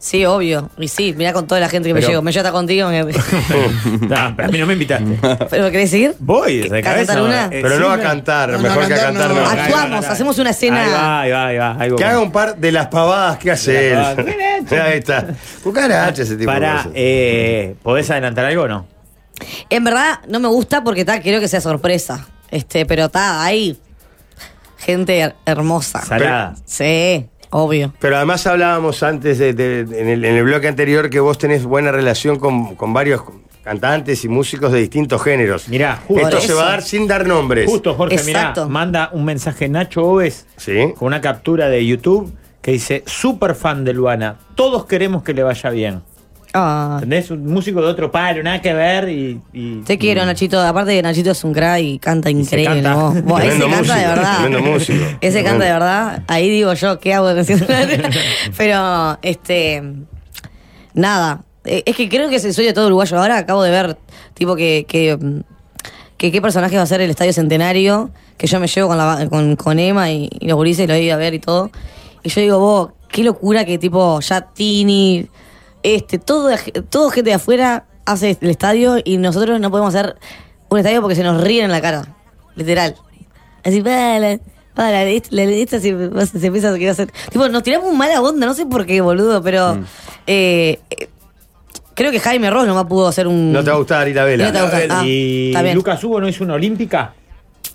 Sí, obvio. Y sí, mirá con toda la gente que me Pero- llevo. Me llevo hasta contigo. me- No, Ah, pero a mí no me invitaste. ¿Pero querés ir? Voy, de ¿Qué- cabeza. cantar una? eh, Pero sí, no va a me- cantar, No, no, mejor que a cantar cantar no. no. Actuamos, Ahí va, ahí va. hacemos una escena. Ahí va, ahí va, ahí va, algo Que más. haga un par de las pavadas que hace él. Ahí está. Un carajo ese tipo. de Pará, cosas. eh, ¿podés adelantar algo o no? En verdad, no me gusta porque tal, quiero que sea sorpresa. Este, pero está, hay gente her- Ah, hermosa. Salada. Sí, obvio. Pero además hablábamos antes, de- de- en, el, en el bloque anterior, que vos tenés buena relación con, con varios cantantes y músicos de distintos géneros. Mirá, justo. Esto Por se va a eso. dar sin dar nombres. Justo, Jorge, Exacto. mirá, manda un mensaje Nacho Oves Sí. con una captura de YouTube que dice, super fan de Luana, todos queremos que le vaya bien. Ah, ¿Entendés? Un músico de otro palo, nada que ver y... y- te Mm. quiero, Nachito. Aparte que Nachito es un crack y canta se increíble. canta. ¿no? Vos, ese Tremendo canta de músico, verdad. tremendo músico. Ese Tremendo. canta de verdad. Ahí digo yo, ¿qué hago? Pero, este. Nada. Eh, Es que creo que es el sueño de todo uruguayo. Ahora acabo de ver, tipo, que. que mm, que qué personaje va a ser el Estadio Centenario, que yo me llevo con, la, ba- con, con Emma y, y los gurises, y lo iba a ver y todo. Y yo digo, vos, qué locura que tipo ya Tini, este, todo, de- todo gente de afuera hace el estadio y nosotros no podemos hacer un estadio porque se nos ríen en la cara, literal. Así, para, para, la lista se, se empieza a querer hacer. Tipo, nos tiramos un mala onda, no sé por qué, boludo, pero Mm. eh, eh, creo que Jaime Ross nomás pudo hacer un. No te va a gustar ir a No te va a vela. gustar. Ah, y está bien. Lucas Hugo no hizo una olímpica.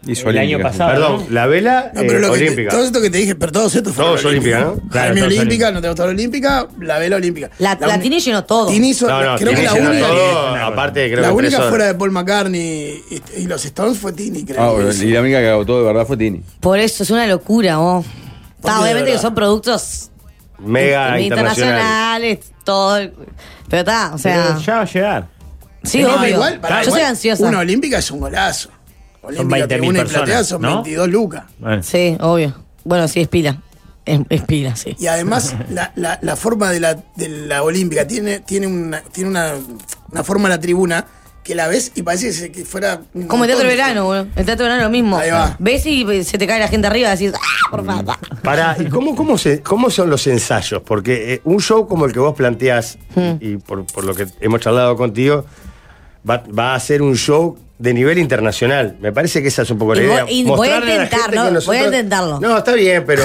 Hizo El año olímpica. pasado. Perdón, la vela No, pero eh, lo que te- olímpica. todo esto que te dije, pero todos estos fueron Todos olímpica, ¿no? Claro, Jaime todos olímpica, no te gustó la olímpica, la vela olímpica. Ah, La, la, uni- Tini llenó todo. Tini hizo- No, no, creo que tiene la lleno de única, todo, aparte creo la que única tres horas. fuera de Paul McCartney y, y los Stones fue Tini, creo. Ah, que bueno, hizo. y la única que agotó de verdad fue Tini. Por eso es una locura, vos. Por Está, mí, de obviamente que verdad. Ah, son productos eh, Mega internacional. internacionales, todo. el- Pero está, o sea. Pero Eh, ya va a llegar. sí, No, obvio. igual, pará, Yo igual, soy ansiosa. Una olímpica es un golazo. Olímpica 20.000 tribuna y personas, platea son ¿no? 22 lucas. Bueno, Sí, obvio. Bueno, sí, es pila. Es, es pila, sí. Y además, la, la- la forma de la, de la olímpica tiene, tiene, una, tiene una, una forma la tribuna que la ves y parece que se- que fuera. un Como el teatro montón. verano, boludo. El teatro verano es lo mismo. Ahí va. Mm. Ves y se te cae la gente arriba y decís, ¡ah, por favor! Pará, ¿y cómo, cómo, se, cómo son los ensayos? Porque eh, un show como el que vos planteás, Hmm. y por, por lo que hemos charlado contigo, va, va a ser un show de nivel internacional. Me parece que esa es un poco la Y voy- idea. y voy a Mostrarle la intentar, gente ¿no? que Voy a intentarlo. No, está bien, pero...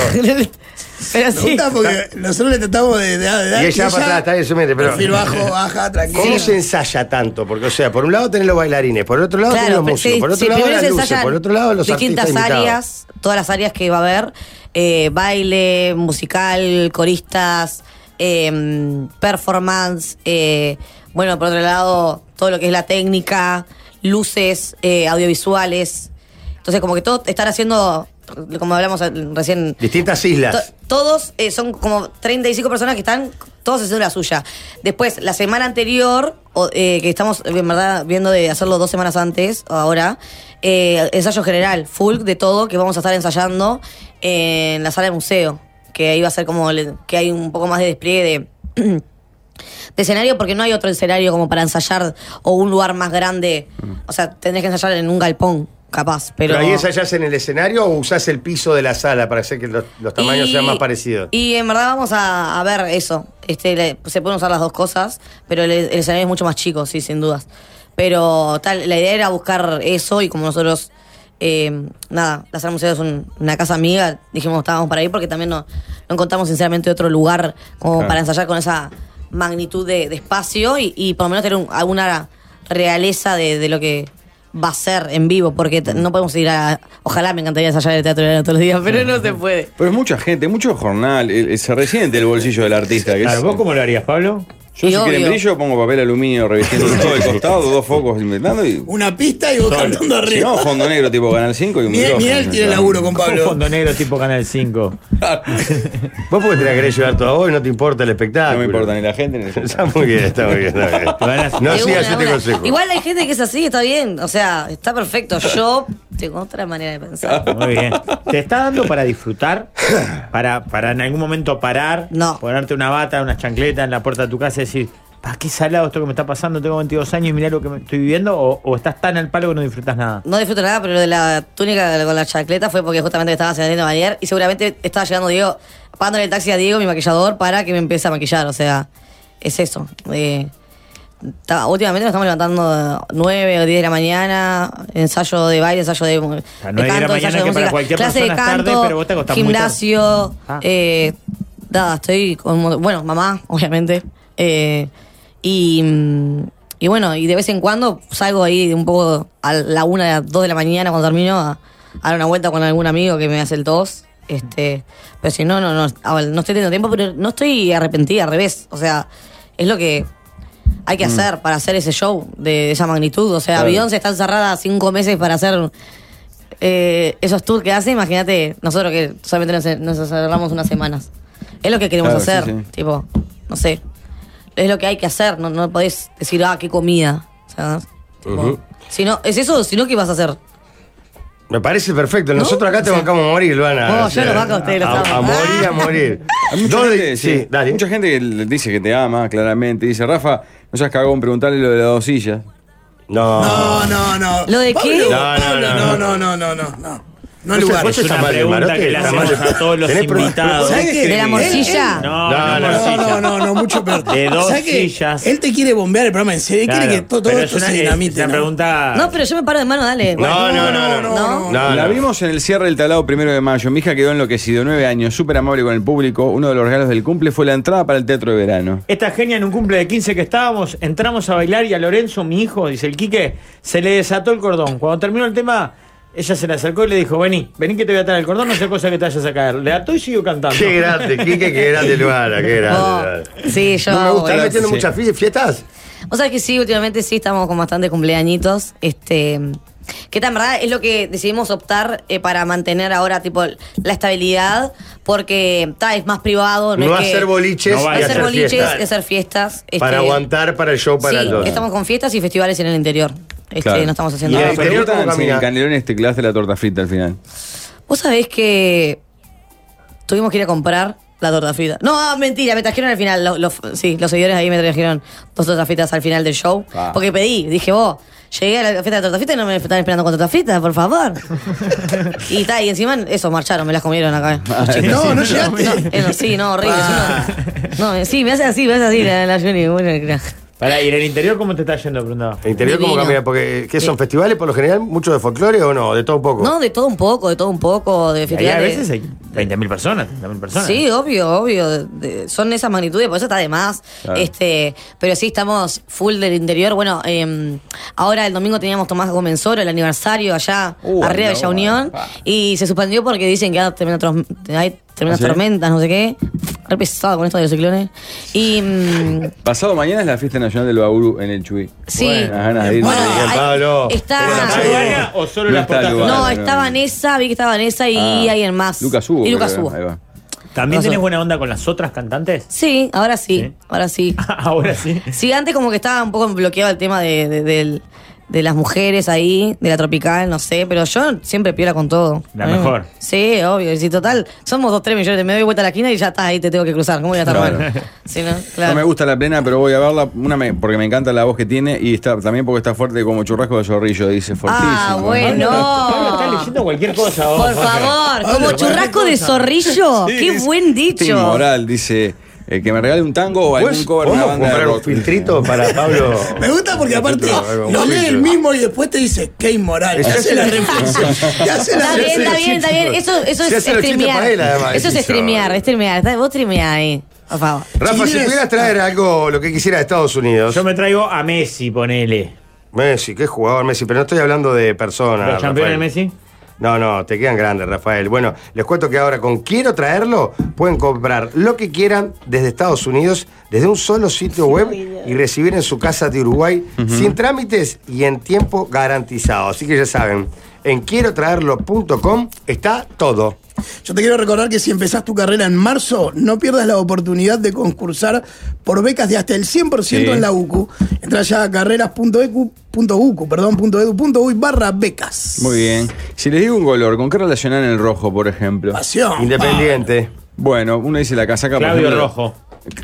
Pero Me sí. gusta porque nosotros le tratamos de, de, de dar. Y ella para atrás, está bien, sumete, pero... Perfil bajo, baja, tranquilo. ¿Cómo se ensaya tanto? Porque, o sea, por un lado tenés los bailarines, por otro lado tenés los pero músicos, sí, por otro sí, lado primero las se luces, ensayan por otro lado los distintas artistas invitados. áreas, todas las áreas que va a haber, eh, baile, musical, coristas, eh, performance, eh, bueno, por otro lado, todo lo que es la técnica, luces, eh, audiovisuales. Entonces, como que todo estar haciendo, como hablamos eh, recién, Distintas islas. To- todos eh, son como 35 personas que están todos haciendo la suya. Después, la semana anterior, o, eh, que estamos eh, en verdad viendo de hacerlo dos semanas antes, o ahora, eh, ensayo general, full de todo, que vamos a estar ensayando en la sala de museo, que ahí va a ser como el- que hay un poco más de despliegue de de escenario porque no hay otro escenario como para ensayar o un lugar más grande. O sea, tendrías que ensayar en un galpón, capaz. Pero, Mm. Pero, ahí ensayás en el escenario o usás el piso de la sala para hacer que los, los tamaños Y- sean más parecidos. Y en verdad vamos a, a ver eso. Este, le- se pueden usar las dos cosas, pero el, el escenario es mucho más chico, sí, sin dudas. Pero tal, la idea era buscar eso y como nosotros, eh, nada, la sala museo es un- una casa amiga, dijimos estábamos para ir porque también no, no encontramos sinceramente otro lugar como Claro. para ensayar con esa magnitud de, de espacio y, y por lo menos tener un- alguna realeza de, de lo que va a ser en vivo, porque t- no podemos ir a... Ojalá me encantaría ensayar el teatro todos los días, pero no se puede. Pero es mucha gente, mucho jornal. eh, eh, Se resiente el bolsillo del artista. que es- Claro, ¿vos cómo lo harías, Pablo? Yo Y si quieren obvio. brillo pongo papel aluminio revestiendo todo el costado, dos focos inventando y... Una pista y vos cantando Si arriba. no, fondo negro tipo Canal 5 y un ni, él- micrófono. ni él tiene laburo con Un Pablo. fondo negro tipo Canal 5. Vos porque te la querés llevar toda vos y no te importa el espectáculo. No me importa ni la gente ni el... Está muy bien, está muy bien, está muy bien. Van a- No De una, sigas de este una. consejo. Igual hay gente que es así, está bien. O sea, está perfecto. Yo tengo otra manera de pensar. Muy bien. ¿Te está dando para disfrutar? Para, para en algún momento parar, No. ponerte una bata, una chancleta en la puerta de tu casa y decir, ¿para qué salado esto que me está pasando? Tengo 22 años y mirá lo que me estoy viviendo. O, o estás tan al palo que no disfrutas nada? No disfruto nada, pero lo de la túnica con la chancleta fue porque justamente estaba saliendo a bañar y seguramente estaba llegando Diego, pagándole el taxi a Diego, mi maquillador, para que me empiece a maquillar. O sea, es eso. Eh, ta- últimamente nos estamos levantando 9 o 10 de la mañana, ensayo de baile, ensayo de, mu- sea, 9 de la mañana que para música, cualquier clase de persona es tarde, canto, pero vos te acostás muy tarde. gimnasio, Ah. eh, nada, estoy con, un montón- bueno, mamá, obviamente, eh, y, mm, y bueno, y de vez en cuando salgo ahí un poco a la una, dos de la mañana cuando termino a, a dar una vuelta con algún amigo que me hace el tos, este, pero si no, no, no, a ver, no estoy teniendo tiempo, pero no estoy arrepentida, al revés, o sea, es lo que hay que hacer para hacer ese show de, de esa magnitud, o sea, Claro. Beyoncé está encerrada cinco meses para hacer eh, esos tours que hace, imagínate, nosotros que solamente nos, en- nos encerramos unas semanas. Es lo que queremos Claro, hacer, sí, sí. tipo, no sé. Es lo que hay que hacer, no, no podés decir, ah, qué comida. ¿sabes? Tipo, Si no, es eso, si no, ¿qué vas a hacer? Me parece perfecto. Nosotros acá te bancamos a morir, Luana. Vos, O sea, yo los banco a ustedes, Ah. los a, amo. a morir, a morir. Hay mucha, Dos de- gente, sí, dale. mucha gente que le dice que te ama, claramente. Dice, Rafa, no seas cagón, preguntarle lo de las dos sillas. No. No, no, no. ¿Lo de qué? No, no, Pablo, no. no, no, no, no, no. No sé, lugar. vos Es te una llamás de pregunta Marote, que le llamás hacemos de- a todos los ¿Tenés pro- invitados. ¿Sabes qué? ¿De la Él- morcilla? él- No, No, no, no, No, morcilla. no, no, no, mucho peor. De dos ¿Sabes qué? sillas. Él te quiere bombear el programa en serio. Él quiere Claro, que todo, todo pero esto es se una- dinamite. es ¿no? una pregunta. No, pero yo me paro de mano, dale. Ah, No, no, no, no. no, No, la no. vimos en el cierre del talado primero de mayo. Mi hija quedó enloquecido, nueve años, súper amable con el público. Uno de los regalos del cumple fue la entrada para el teatro de verano. Esta genia en un cumple de 15 que estábamos, entramos a bailar y a Lorenzo, mi hijo, dice el Quique, se le desató el cordón. Cuando terminó el tema, ella se le acercó y le dijo, vení, vení que te voy a atar el cordón, no sea cosa que te vayas a caer. Le ató y siguió cantando. Qué grande, Quique, qué grande Luana, qué Vos- grande. Luana. sí, yo. No me gusta, bueno. están metiendo sí. muchas fie- fiestas. O sea que sí, últimamente sí estamos con bastantes cumpleañitos. Este. Que tan verdad es lo que decidimos optar eh, para mantener ahora tipo la estabilidad, porque ta, es más privado. No, No es que- hacer boliches No va a y no hacer hacer boliches, fiestas. hacer fiestas. este, Para aguantar para el show, para sí, el otro. estamos con fiestas y festivales en el interior. Este, Claro. No estamos Y haciendo No, el nada. pero interior ¿cómo tan- camina? sin canelones te clavaste este la torta frita al final. Vos sabés que tuvimos que ir a comprar la torta frita. No, ah, mentira, me trajeron al final. Los, los- sí, los seguidores ahí me trajeron dos tortas fritas al final del show. Ah. Porque pedí, dije vos. Llegué a la fiesta de la torta frita y no me están esperando con torta frita, por favor. y tal, y encima, eso, marcharon, me las comieron acá. los chicos. No, no llegaste. Eso, sí, no, horrible. Ah. sí, no. No, sí, me hace así, me hace así la, la Juni. Bueno, claro. Pará, ¿y en el interior cómo te está yendo? Preguntaba. El interior como Divino. camina, porque ¿qué son Sí. festivales por lo general? ¿Mucho de folclore o no? De todo un poco. No, de todo un poco, de todo un poco, de Y ahí a festivales. veces hay 20.000 personas, 30.000 personas. Sí, obvio, obvio. de- de- son esas magnitudes, por eso está de más. Claro. Este, pero sí, estamos full del interior. Bueno, eh, ahora el domingo teníamos Tomás Gomenzoro, el aniversario allá Uh, arriba de no, la Unión. pa. Y se suspendió porque dicen que ah, termina tros- hay tremendas ¿Ah, sí? tormentas, no sé qué. Re pesado con esto de los ciclones. Y mm, Pasado mañana es la fiesta nacional del Bauru en el Chuy. Sí. Buenas ganas de ir. Bueno, bien, hay- Pablo. Buena está. ¿Está Lugana o solo No las está puertas? Lugana. No, Vale, está no. Vanessa, vi que está Vanessa y Ah, alguien más. Lucas Hugo. Y Lucas creo, Hugo. ahí va. ¿También No, tenés solo- buena onda con las otras cantantes? Sí, ahora sí, Sí. ahora sí. Ahora sí. Sí, antes como que estaba un poco bloqueado el tema de, de- del- de las mujeres ahí, de la tropical, no sé, pero yo siempre piola con todo. La A mí me- mejor. Sí, obvio. Y si total, somos dos, tres millones, me doy vuelta a la esquina y ya está, ahí te tengo que cruzar. ¿Cómo voy a estar Claro. mal? Sí, ¿no? Claro. No me gusta la plena, pero voy a verla. Una me- porque me encanta la voz que tiene y está, también porque está fuerte como churrasco de zorrillo, dice fuertísimo. Ah, ¿no? bueno. Pablo está leyendo cualquier cosa. vos, Oh. Por Jorge. favor, como Pablo, churrasco de zorrillo. Sí, Qué dice, buen Tim dicho. Moral dice eh, que me regale un tango o algún ¿Puedes- cover de una ¿Podemos banda de comprar un rock. filtrito para Pablo? Me gusta porque Este aparte Filtro, lo lee filtro. el mismo y después te dice, qué inmoral. Te hace la reflexión. Te hace la Está bien, está reflexión. bien, está bien. Eso, eso Se es hace los chistes streamear. para él, además, Eso es dice. streamear, streamear. Está- Vos streameá ahí, por favor. Rafa, si Chiles. pudieras traer algo, lo que quisiera de Estados Unidos. Yo me traigo a Messi, ponele. Messi, qué jugador Messi, pero no estoy hablando de persona. ¿Los campeones de Rafael. Messi? No, no, te quedan grandes, Rafael. Bueno, les cuento que ahora con Quiero Traerlo pueden comprar lo que quieran desde Estados Unidos, desde un solo sitio web y recibir en su casa de Uruguay sin trámites y en tiempo garantizado. Así que ya saben, en quierotraerlo.com está todo. Yo te quiero recordar que si empezás tu carrera en marzo, no pierdas la oportunidad de concursar por becas de hasta el 100% Sí. en la UCU. Entra ya a carreras.ecu.ucu, perdón, punto edu punto uy barra becas. Muy bien. Si les digo un color, ¿con qué relacionan el rojo, por ejemplo? Pasión. Independiente. ah, Bueno, uno dice la casaca. por Claudio ejemplo. Rojo.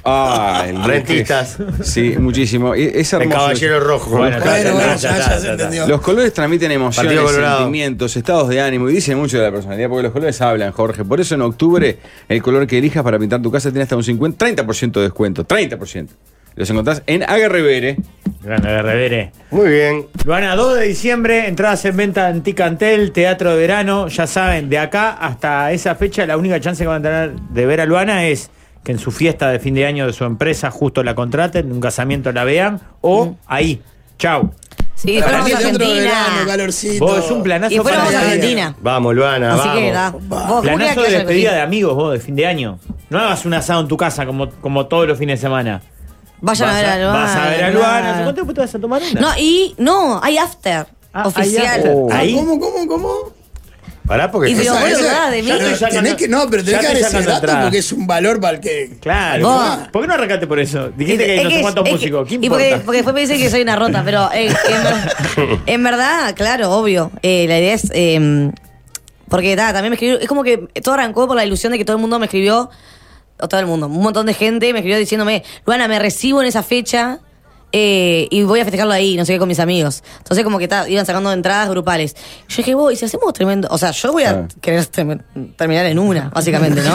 Ah, el Rentistas. Sí, muchísimo. E- Es El hermoso. caballero rojo. Bueno, Ah, Bueno, bueno, Ya, ya, ya, ya ya, se ya. entendió. Los colores transmiten emociones, Partido Colorado. sentimientos, estados de ánimo y dicen mucho de la personalidad, porque los colores hablan, Jorge. Por eso en octubre el color que elijas para pintar tu casa tiene hasta un 50, 30% de descuento. 30%. Los encontrás en Agarrevere. Grande, Guerrevere. Muy bien. Luana, 2 de diciembre, entradas en venta en Ticantel, Teatro de Verano. Ya saben, de acá hasta esa fecha, la única chance que van a tener de ver a Luana es que en su fiesta de fin de año de su empresa justo la contraten, en un casamiento la vean, o Mm. ahí. Chau. Sí, Para fuéramos mí a el teatro de verano, Argentina. calorcito. Vos es un planazo Y fuéramos para a la Argentina. Vamos, Luana, Ah. Así que da. vamos. Vos, Julia, Planazo de que vaya despedida de con- amigos vos de fin de año. No hagas un asado en tu casa como, como todos los fines de semana. Vayan a Vas ver a Luana. Vas a ver a Luana. ¿Cuánto tiempo te vas a tomar una? No, y no, hay after. Ah, oficial. ahí- oh. Ah, Ahí. ¿Cómo, cómo, cómo? Pará porque. Y digo, Esa- bueno, esa- nada, de mí. ya Te tenés sacan- que, no, pero ya tenés que dar te ese sacan dato entrada. porque es un valor para el que. Claro. Vos. ¿Por qué no arrancaste por eso? Dijiste Es- que hay es no sé es- cuántos es que- músicos. ¿Qué y porque, importa? porque después me dicen que soy una rota, pero eh, en, ver- en verdad, claro, obvio. eh, la idea es. eh, porque nada, también me escribió. Es como que todo arrancó por la ilusión de que todo el mundo me escribió. O todo el mundo, un montón de gente me escribió diciéndome, Luana, me recibo en esa fecha. eh, y voy a festejarlo ahí, no sé qué, con mis amigos. Entonces, como que ta, iban sacando entradas grupales. Yo dije, vos, y si hacemos tremendo. O sea, yo voy a Ah. querer tem- terminar en una, básicamente, ¿no?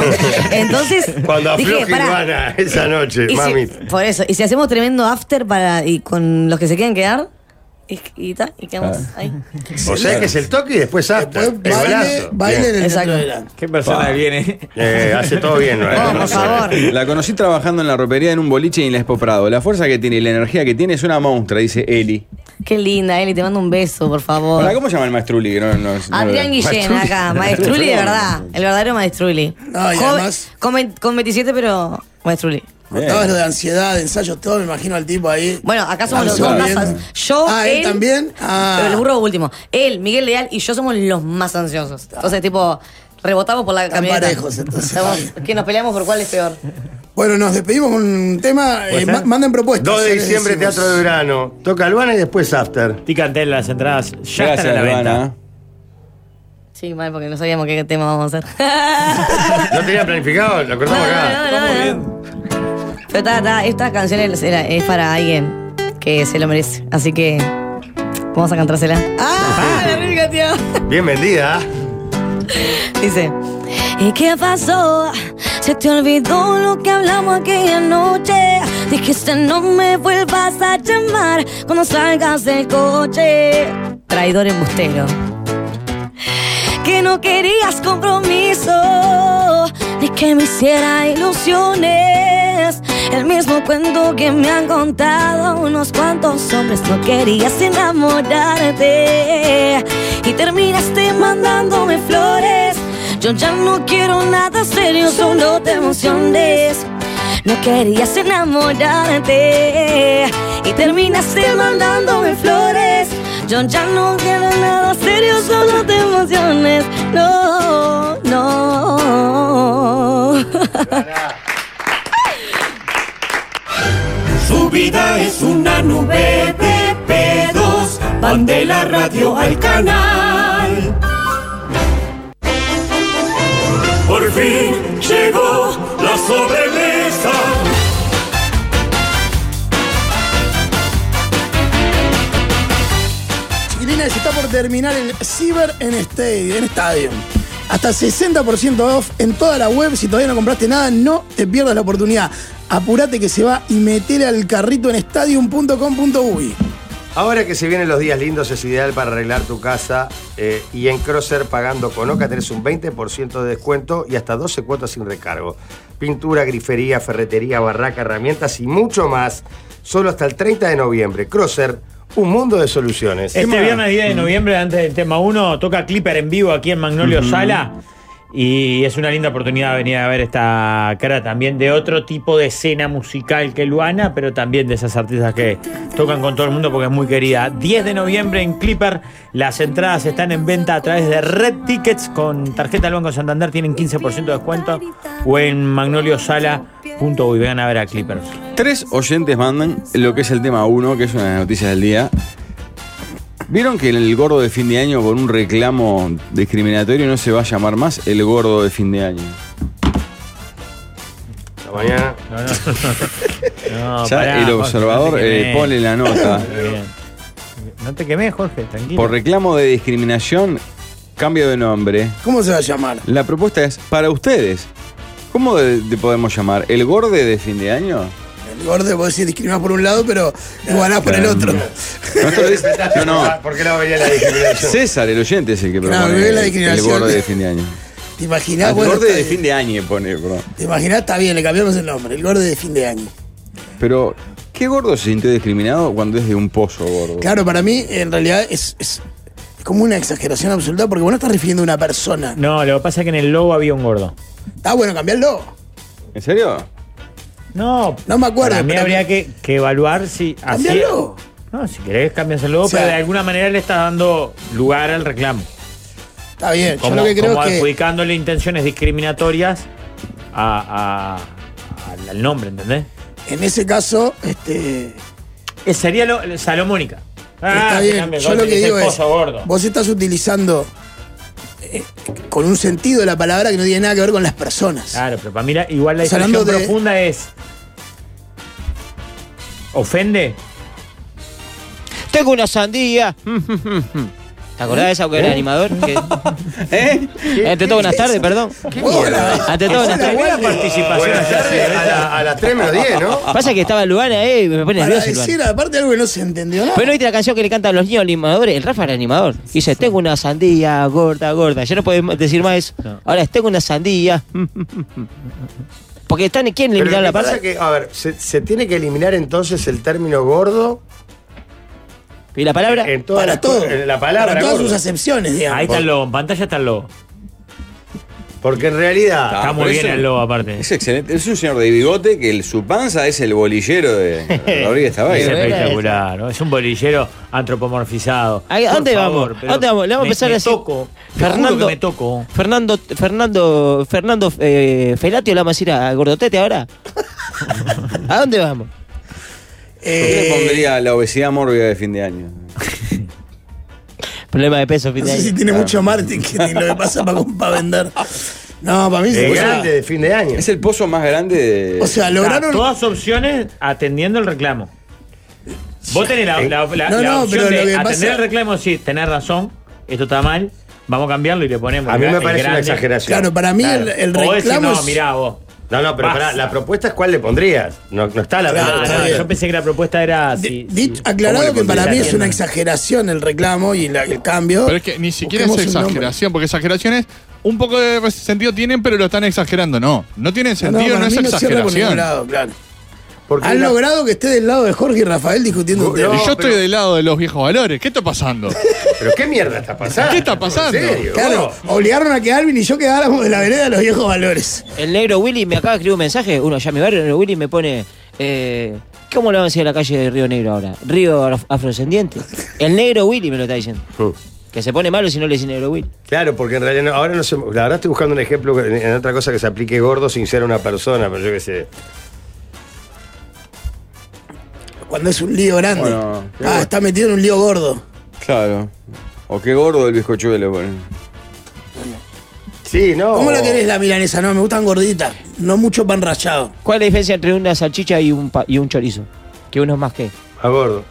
Entonces. Cuando afloje "Pará". Luana esa noche, Y si- mami. por eso, y si hacemos tremendo after para y con los que se quieran quedar, y, y, ta, y quedamos Ah. ahí. O sea que es el toque y después after. Después Pues, el baile, golazo. baile en Bien. el Exacto. teatro de verano. ¿Qué persona viene? Eh, hace todo bien, Luana. No, por favor. La conocí trabajando en la ropería en un boliche y en la Expo Prado. La fuerza que tiene y la energía que tiene es una monstrua, dice Eli. Qué linda, Eli, te mando un beso, por favor. Ahora, ¿cómo se llama el maestruli? Que No, no- no- Oh. Adrián Guillén, Maestruli. acá, Maestruli de verdad, el verdadero Maestruli. No, y Joven- además- con, ve- con 27, pero Maestruli. Bien. Todo lo de ansiedad, de ensayos, todo, me imagino al tipo ahí. Bueno, acá somos los dos Absolutamente. más ans- Yo, Ah, él también. Ah. Pero el burro último. Él, Miguel Leal y yo somos los más ansiosos. Entonces, tipo, rebotamos por la Están camioneta. parejos, entonces. Estamos- que nos peleamos por cuál es peor. Bueno, nos despedimos con un tema. eh, ser? ma- manden propuestas. 2 de ya les diciembre, decimos. Teatro de Verano. Toca Luana y después after. Ticantel, las entradas ya Gracias, están a la venta. Luana. Sí, mal, porque no sabíamos qué tema vamos a hacer. No tenía planificado, lo cortamos acá. No, no, no, no, no. Pero ta, ta, esta canción es, era- es para alguien que se lo merece. Así que vamos a cantársela. ¡Ah! La rica, tío. Bien vendida. ¿eh? Dice. ¿Y qué pasó? Se te olvidó lo que hablamos aquella noche. Dijiste no me vuelvas a llamar cuando salgas del coche. Traidor embustero. Que no querías compromiso, ni que me hiciera ilusiones. El mismo cuento que me han contado unos cuantos hombres. No querías enamorarte y terminaste mandándome flores. Yo ya no quiero nada serio, solo te emociones. No querías enamorarte y terminaste mandándome flores. Yo ya no quiero nada serio, solo te emociones. No, no. Su vida es una nube de pedos. Van de la radio al canal. Por fin llegó la sobremesa. Chiquilines, está por terminar el Cyber en Stadium. En Stadium. Hasta 60% off en toda la web. Si todavía no compraste nada, no te pierdas la oportunidad. Apurate que se va y metele al carrito en stadium.com.uy. Ahora que se vienen los días lindos, es ideal para arreglar tu casa. eh, y en Crosser, pagando con Oca, tenés un 20% de descuento y hasta 12 cuotas sin recargo. Pintura, grifería, ferretería, barraca, herramientas y mucho más. Solo hasta el 30 de noviembre. Crosser, un mundo de soluciones. Este viernes 10 de noviembre, antes del tema 1, toca Clipper en vivo aquí en Magnolio Sala. Y es una linda oportunidad de venir a ver esta cara también de otro tipo de escena musical que Luana, pero también de esas artistas que tocan con todo el mundo porque es muy querida. 10 de noviembre en Clipper, las entradas están en venta a través de Red Tickets con tarjeta del Banco Santander, tienen 15% de descuento o en magnoliosala.uy. Vean a ver a Clipper. Tres oyentes mandan lo que es el tema 1, que es una de las noticias del día. ¿Vieron que el gordo de fin de año con un reclamo discriminatorio no se va a llamar más el gordo de fin de año? Esta mañana. No, no, no. No, ya pará, el Jorge, observador no te eh, quemés. pone la nota. Bien. No te quemé, Jorge, tranquilo. Por reclamo de discriminación, cambio de nombre. ¿Cómo se va a llamar? La propuesta es para ustedes. ¿Cómo de- de podemos llamar? ¿El gordo de fin de año? El gordo, vos decís discriminás por un lado, pero igualás por el otro. No, esto lo dice- no, no. ¿Por qué no venía la discriminación? César, el oyente, es el que Claro, propone ve la el discriminación. gordo de fin de año. ¿Te imaginás? el Bueno, gordo está de bien. fin de año pone, perdón. ¿Te imaginás? Está bien, le cambiamos el nombre. El gordo de fin de año. Pero, ¿qué gordo se sintió discriminado cuando es de un pozo gordo? Claro, para mí, en realidad, es, es como una exageración absoluta porque vos no estás refiriendo a una persona. No, lo que pasa es que en el logo había un gordo. Está bueno, cambiarlo. ¿En serio? No, No me acuerdo, A mí pero- habría que, que evaluar si así. Cambialo. No, si querés cambias el logo, O sea- pero de alguna manera le estás dando lugar al reclamo. Está bien. Yo Como, lo que creo como es que. adjudicándole intenciones discriminatorias a- a- al, al nombre, ¿entendés? En ese caso, este. Eh, sería lo, Salomónica. está se bien. cambia Ah, el Yo gordo lo y que dice digo es. esposo gordo. Vos estás utilizando eh, con un sentido la palabra que no tiene nada que ver con las personas. Claro, pero para mí la- igual la Estás discusión hablando de- profunda es. ¿Ofende? Tengo una sandía. ¿Te acordás de esa que era el animador? Que- Ante todo, buenas tardes, perdón. Hola. Ante todo, buenas tardes. Primera participación. Buenas tardes, a, ¿eh? la- a las 3 menos 10, ¿no? Pasa que estaba Luana, eh, me pone Para nervioso decir, Luana. aparte algo que no se entendió nada. Bueno, ¿viste la canción que le cantan los niños animadores? El Rafa era animador. Dice, tengo una sandía gorda, gorda. Ya no podemos decir más eso. Ahora es, tengo una sandía. Porque están, ¿quién Pero limitar lo la que pasa palabra? es que, a ver, se, se tiene que eliminar entonces el término gordo ¿Y la palabra? en todas para las- todo. en eh, la palabra Para todas gordo. sus acepciones, digamos. Ahí está el logo, en pantalla está el logo. Porque en realidad, Está Ah, muy pero bien eso- el logo, aparte. Es excelente. Es un señor de bigote que el- su panza es el bolillero de Rodríguez Es Tabay. espectacular, ¿no? Es un bolillero antropomorfizado. Ay, ¿a Por dónde favor, vamos? pero ¿A dónde vamos? Le vamos a me- empezar me a decir- toco. Te juro Fernando- que me toco. Fernando, Fernando, Fernando eh, Felatio, la vamos a ir a Gordotete ahora. ¿A dónde vamos? ¿Qué le Eh, pondría la obesidad mórbida de fin de año? Problema de peso, fin No de sé si año. tiene mucho marketing lo que pasa para, para vender. No, para mí el o sea, grande de fin de año. Es el pozo más grande de. O sea, Está, lograron. Todas opciones atendiendo el reclamo. Vos tenés la, la- la- No, la no, opción pero lo de que atender pasa- el reclamo, sí, tenés razón, esto está mal, vamos a cambiarlo y le ponemos. A mí el me gra- parece el una grande. exageración. Claro, para mí el, el O decir, reclamo. no, es- mirá vos. No, no, pero Basta. pará, la propuesta es cuál le pondrías. No, no está la Claro, Ah, está no, bien. yo pensé que la propuesta era. di- sí, dicho- sí. aclarado que para mí es una Atienden. exageración el reclamo y la- el cambio. Pero es que ni siquiera Busquemos es un nombre. exageración, porque exageraciones un poco de res- sentido tienen, pero lo están exagerando. No, no tienen No, no, sentido, no, para es mí no cierra por ningún exageración. lado, claro. Porque Han la- logrado que esté del lado de Jorge y Rafael discutiendo un tema. y yo No, estoy pero- del lado de los viejos valores. ¿Qué está pasando? Pero qué mierda está pasando. ¿Qué está pasando? ¿En serio? Claro, obligaron a que Alvin y yo quedáramos de la vereda de los viejos valores. El negro Willy me acaba de escribir un mensaje, uno ya mi barrio, el negro Willy me pone. eh, ¿Cómo le vamos a decir a la calle de Río Negro ahora? Río af- afrodescendiente. El negro Willy me lo está diciendo. Uh. Que se pone malo si no le dice negro Willy. Claro, porque en realidad no- ahora no sé, la verdad estoy buscando un ejemplo en, en otra cosa que se aplique gordo sin ser una persona, pero yo qué sé. Cuando es un lío grande. Bueno, ah, está metido en un lío gordo. Claro. O qué gordo el bizcochuelo. bueno. Sí, no. ¿Cómo la querés la milanesa? No, me gustan gorditas. No mucho pan rallado. ¿Cuál es la diferencia entre una salchicha y un, pa- y un chorizo? Que uno es más que. A gordo.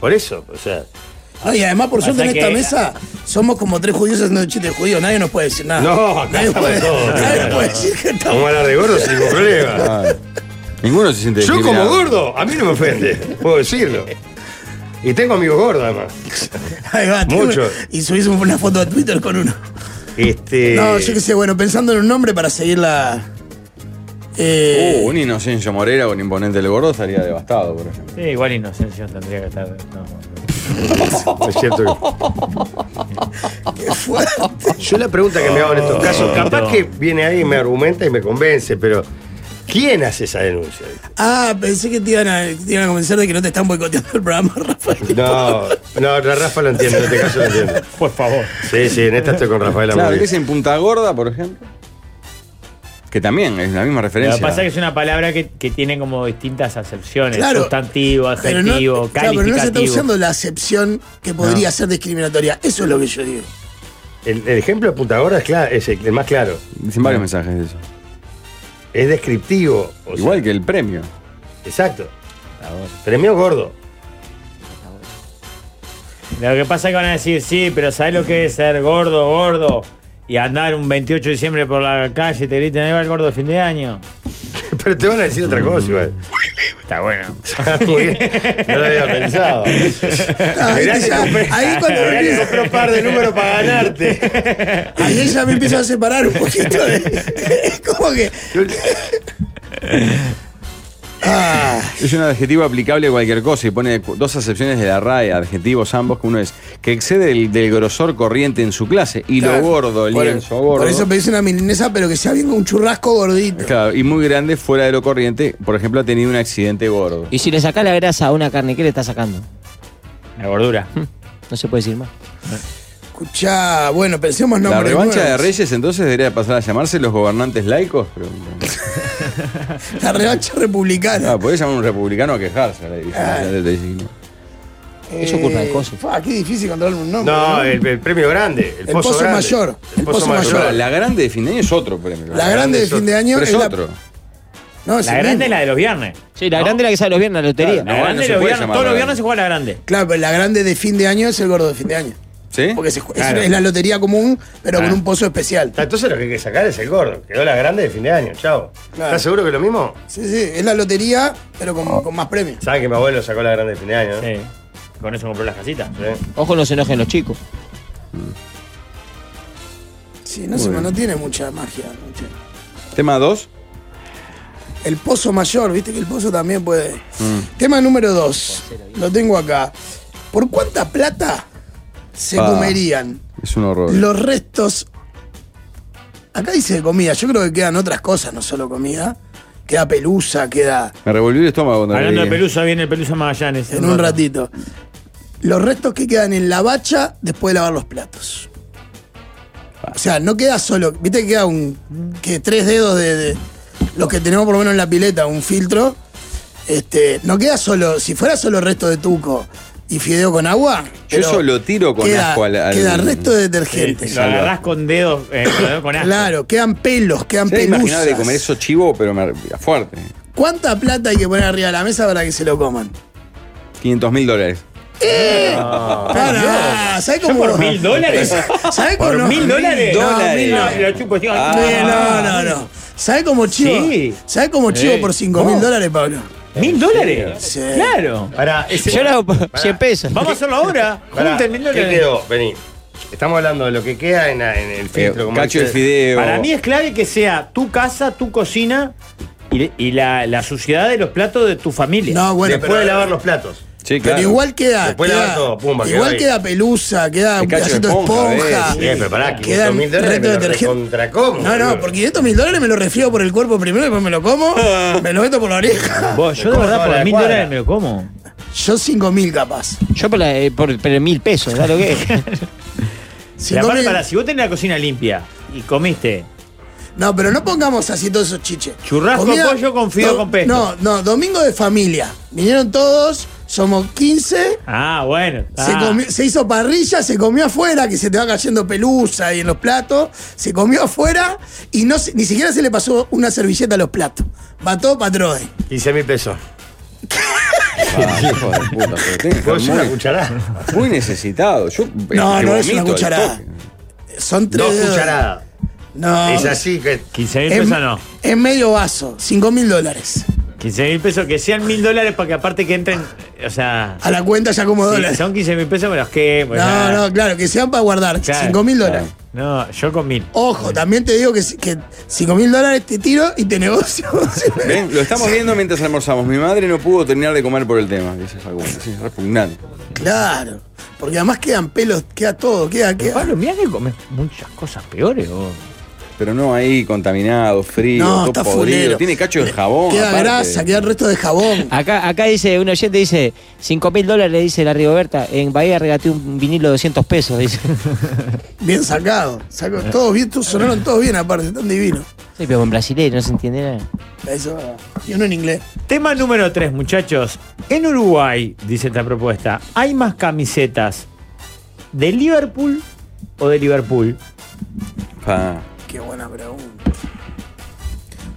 Por eso, o sea. No, Ah, y además, por Pasa suerte, en esta que- mesa somos como tres judíos haciendo chistes de judíos. Nadie nos puede decir nada. No, acá nadie estamos puede, todos, nadie claro. puede decir que Vamos a estamos. hablar de gordo sin ningún problema. Ah, Ninguno se siente Yo como discriminado. gordo, a mí no me ofende, puedo decirlo. Y tengo amigos gordos además. Ahí va, tío. Mucho. Y subís una foto a Twitter con uno. Este. No, yo qué sé, bueno, pensando en un nombre para seguir la. Eh, Uh, un Inocencio Morera con imponente del gordo estaría devastado, por ejemplo. Sí, igual Inocencio tendría que estar. No, Es cierto que- qué fuerte. Ah, Yo la pregunta que me hago en estos casos, capaz que viene ahí y me argumenta y me convence, pero ¿quién hace esa denuncia? Ah, pensé que te iban, a, te iban a convencer de que no te están boicoteando el programa, Rafael. No, no, la Rafa lo entiende, en este caso lo entiende. Por favor. Sí, sí, en esta estoy con Rafael Claro, Amorí. que es en Punta Gorda, por ejemplo. Que también es la misma Lo referencia. que pasa es que es una palabra que, que tiene como distintas acepciones: Claro. sustantivo, Pero no, adjetivo, claro, pero no se está calificativo. usando la acepción que podría ser discriminatoria. Eso es lo que yo digo. El, el ejemplo de Putagora es, cla- es el, el más claro. Dicen varios mensajes de eso. Es descriptivo. o sea, Igual que el premio. Exacto. Ah, Premio gordo. Lo que pasa es que van a decir, sí, pero ¿sabes lo que es ser gordo, gordo? Y andar un 28 de diciembre por la calle y te gritan, ahí va el gordo de fin de año. Pero te van a decir otra cosa igual. Está bueno. Muy bien. No lo había pensado. Ahí, Mirá te que ya- compré- ahí cuando Mirá que compré un par de números para ganarte. ahí ya me empiezo a separar un poquito de. Es como que. Ah, Es un adjetivo aplicable a cualquier cosa y pone cu- dos acepciones de la RAE, adjetivos ambos, que uno es que excede el- del grosor corriente en su clase y claro. lo gordo, el Por- lienzo gordo. Por eso pedís una milanesa, pero que sea bien con un churrasco gordito. Claro, y muy grande fuera de lo corriente, por ejemplo, ha tenido un accidente gordo. Y si le sacás la grasa a una carne, ¿qué le estás sacando? La gordura. No se puede decir más. Escuchá, bueno, pensemos la nombres revancha de nuevos. Reyes entonces debería pasar a llamarse los gobernantes laicos. Pregunta. La revancha republicana. Ah, podés llamar a un republicano a quejarse. ahora, dice, Ah. ya te digo. eso Eh, culpa del coso. fa, Qué difícil controlar un nombre. No, el, el premio grande. El, El pozo, pozo grande. mayor, El pozo mayor. Ah, Ahora, la grande de fin de año es otro premio. La grande de es fin de año Pero es, es la- otro. No, es La el grande mismo. es la de los viernes. Sí, la grande es la que sale los viernes a la lotería. No, La grande no se de los puede viernes. llamar Todos los la viernes grande. se juega la grande. Claro, pero la grande de fin de año es el gordo de fin de año. ¿Sí? Porque se ju- es- ¿Eh? Claro. Ah. es, la lotería común, pero con un pozo especial. Entonces lo que hay que sacar es el gordo. Quedó la grande de fin de año. Chao. Claro. ¿Estás seguro que es lo mismo? Sí, sí, es la lotería, pero con, con más premios. Saben que mi abuelo sacó la grande de fin de año, ¿no? Sí. Con eso compró las casitas. ¿eh? Sí. Ojo, no se enojen los chicos. Sí, no, se- no tiene mucha magia. mucha- Tema 2. El pozo mayor, viste que el pozo también puede. Tema número dos. Lo tengo acá. ¿Por cuánta plata se Pa. comerían Es un horror. los restos? Acá dice comida, yo creo que quedan otras cosas, no solo comida. Queda pelusa, queda. Me revolvió el estómago cuando lo Hablando de leí. Pelusa, viene el Pelusa Magallanes. en un ratito. Los restos que quedan en la bacha después de lavar los platos. Ah. O sea, no queda solo. Viste que queda un. que tres dedos de, de- Los que tenemos por lo menos en la pileta, un filtro. Este. No queda solo. Si fuera solo resto de tuco y fideo con agua. Yo pero eso lo tiro con queda, asco al- al- Queda resto de detergente. Eh, Lo agarrás con dedos, eh, con dedos con asco. Claro, quedan pelos, quedan Ya imaginaba pelusas. de comer eso chivo, pero me fuerte. ¿Cuánta plata hay que poner arriba de la mesa para que se lo coman? 500 mil dólares. Pará, ¿sabés Ah, ¿Yo cómo? por mil dólares? ¿Sabés cómo? ¿Por no? mil dólares? No, dólares. mil no. No, lo chupo, tío. Ah. Eh, no, no, no. ¿Sabés cómo chivo? Sí. ¿Sabés cómo chivo Eh, por 5 mil ¿cómo? dólares, Pablo? ¿Mil dólares? Sí. Claro. Ahora, ese- Yo lo hago por 100 pesos. Vamos a hacerlo ahora. Pará, Junten mil ¿Qué dólares. quedó? Vení. Estamos hablando de lo que queda en, la- en el Eh, filtro. como este. cacho de dice- fideo. Para mí es clave que sea tu casa, tu cocina y, le- y la, la suciedad de los platos de tu familia. No, bueno, Después pero, de lavar los platos. Sí, pero claro. igual queda. Después queda- lavar todo, pumba, quedó igual ahí. queda pelusa, queda El un cacho de pedacito de esponja, esponja. ¿ves? Bien, pero pará, 500 Quedan mil dólares reto me lo detergente. recontracomo, No, no, boludo. porque estos mil dólares me los refrío por el cuerpo primero y después me lo como, me lo meto por la oreja. Vos, yo de como verdad toda por la mil cuadra. dólares me lo como. Yo 5 mil capaz. Yo por, la- eh, por- pero mil pesos, ¿da lo que es? Y Cinco aparte, mil- para, si vos tenés la cocina limpia y comiste No, pero no pongamos así todos esos chiches. Churrasco, pollo con fideo do- con pesto. No, no, domingo de familia. Vinieron todos, somos 15. Ah, bueno. Se, ah. comió- se hizo parrilla, se comió afuera, que se te va cayendo pelusa y en los platos. Se comió afuera y no se- ni siquiera se le pasó una servilleta a los platos. Va todo para Troy. 15 mil pesos. Ah, hijo de puta, pero tenés que estar ¿Puedo decir una muy, cucharada? muy necesitado. Yo, No, eh, no te es una vomito al cucharada. toque. Son tres. Dos dedos. cucharadas. No. Es así que. 15 mil Es, pesos no. es medio vaso, 5 mil dólares. 15 mil pesos, que sean mil dólares para que aparte que entren. O sea. A la cuenta ya como si dólares. son 15 mil pesos, me los que. No, no, claro, que sean para guardar. Claro, 5 mil dólares. No, yo con mil. Ojo, también te digo que, si- que 5 mil dólares te tiro y te negocio. ¿Ven? Lo estamos viendo mientras almorzamos. Mi madre no pudo terminar de comer por el tema. Dice Facundo. Sí, es repugnante. claro. Porque además quedan pelos, queda todo, queda, queda. Pablo, mirá que comes muchas cosas peores vos. Pero no ahí, contaminado, frío, No, todo está podrido. fulero. Tiene cacho de jabón. Queda aparte. grasa, queda el resto de jabón. Acá, acá dice, un oyente dice, 5 mil dólares, le dice la Rigoberta, en Bahía regateé un vinilo de 200 pesos, dice. Bien sacado. Saco, todos bien, tú- sonaron todos bien aparte, tan divino. Sí, pero en brasileño no se entiende nada. Eso, y uno en inglés. Tema número 3, muchachos. En Uruguay, dice esta propuesta, ¿hay más camisetas de Liverpool o de Liverpool? Pa. Qué buena pregunta.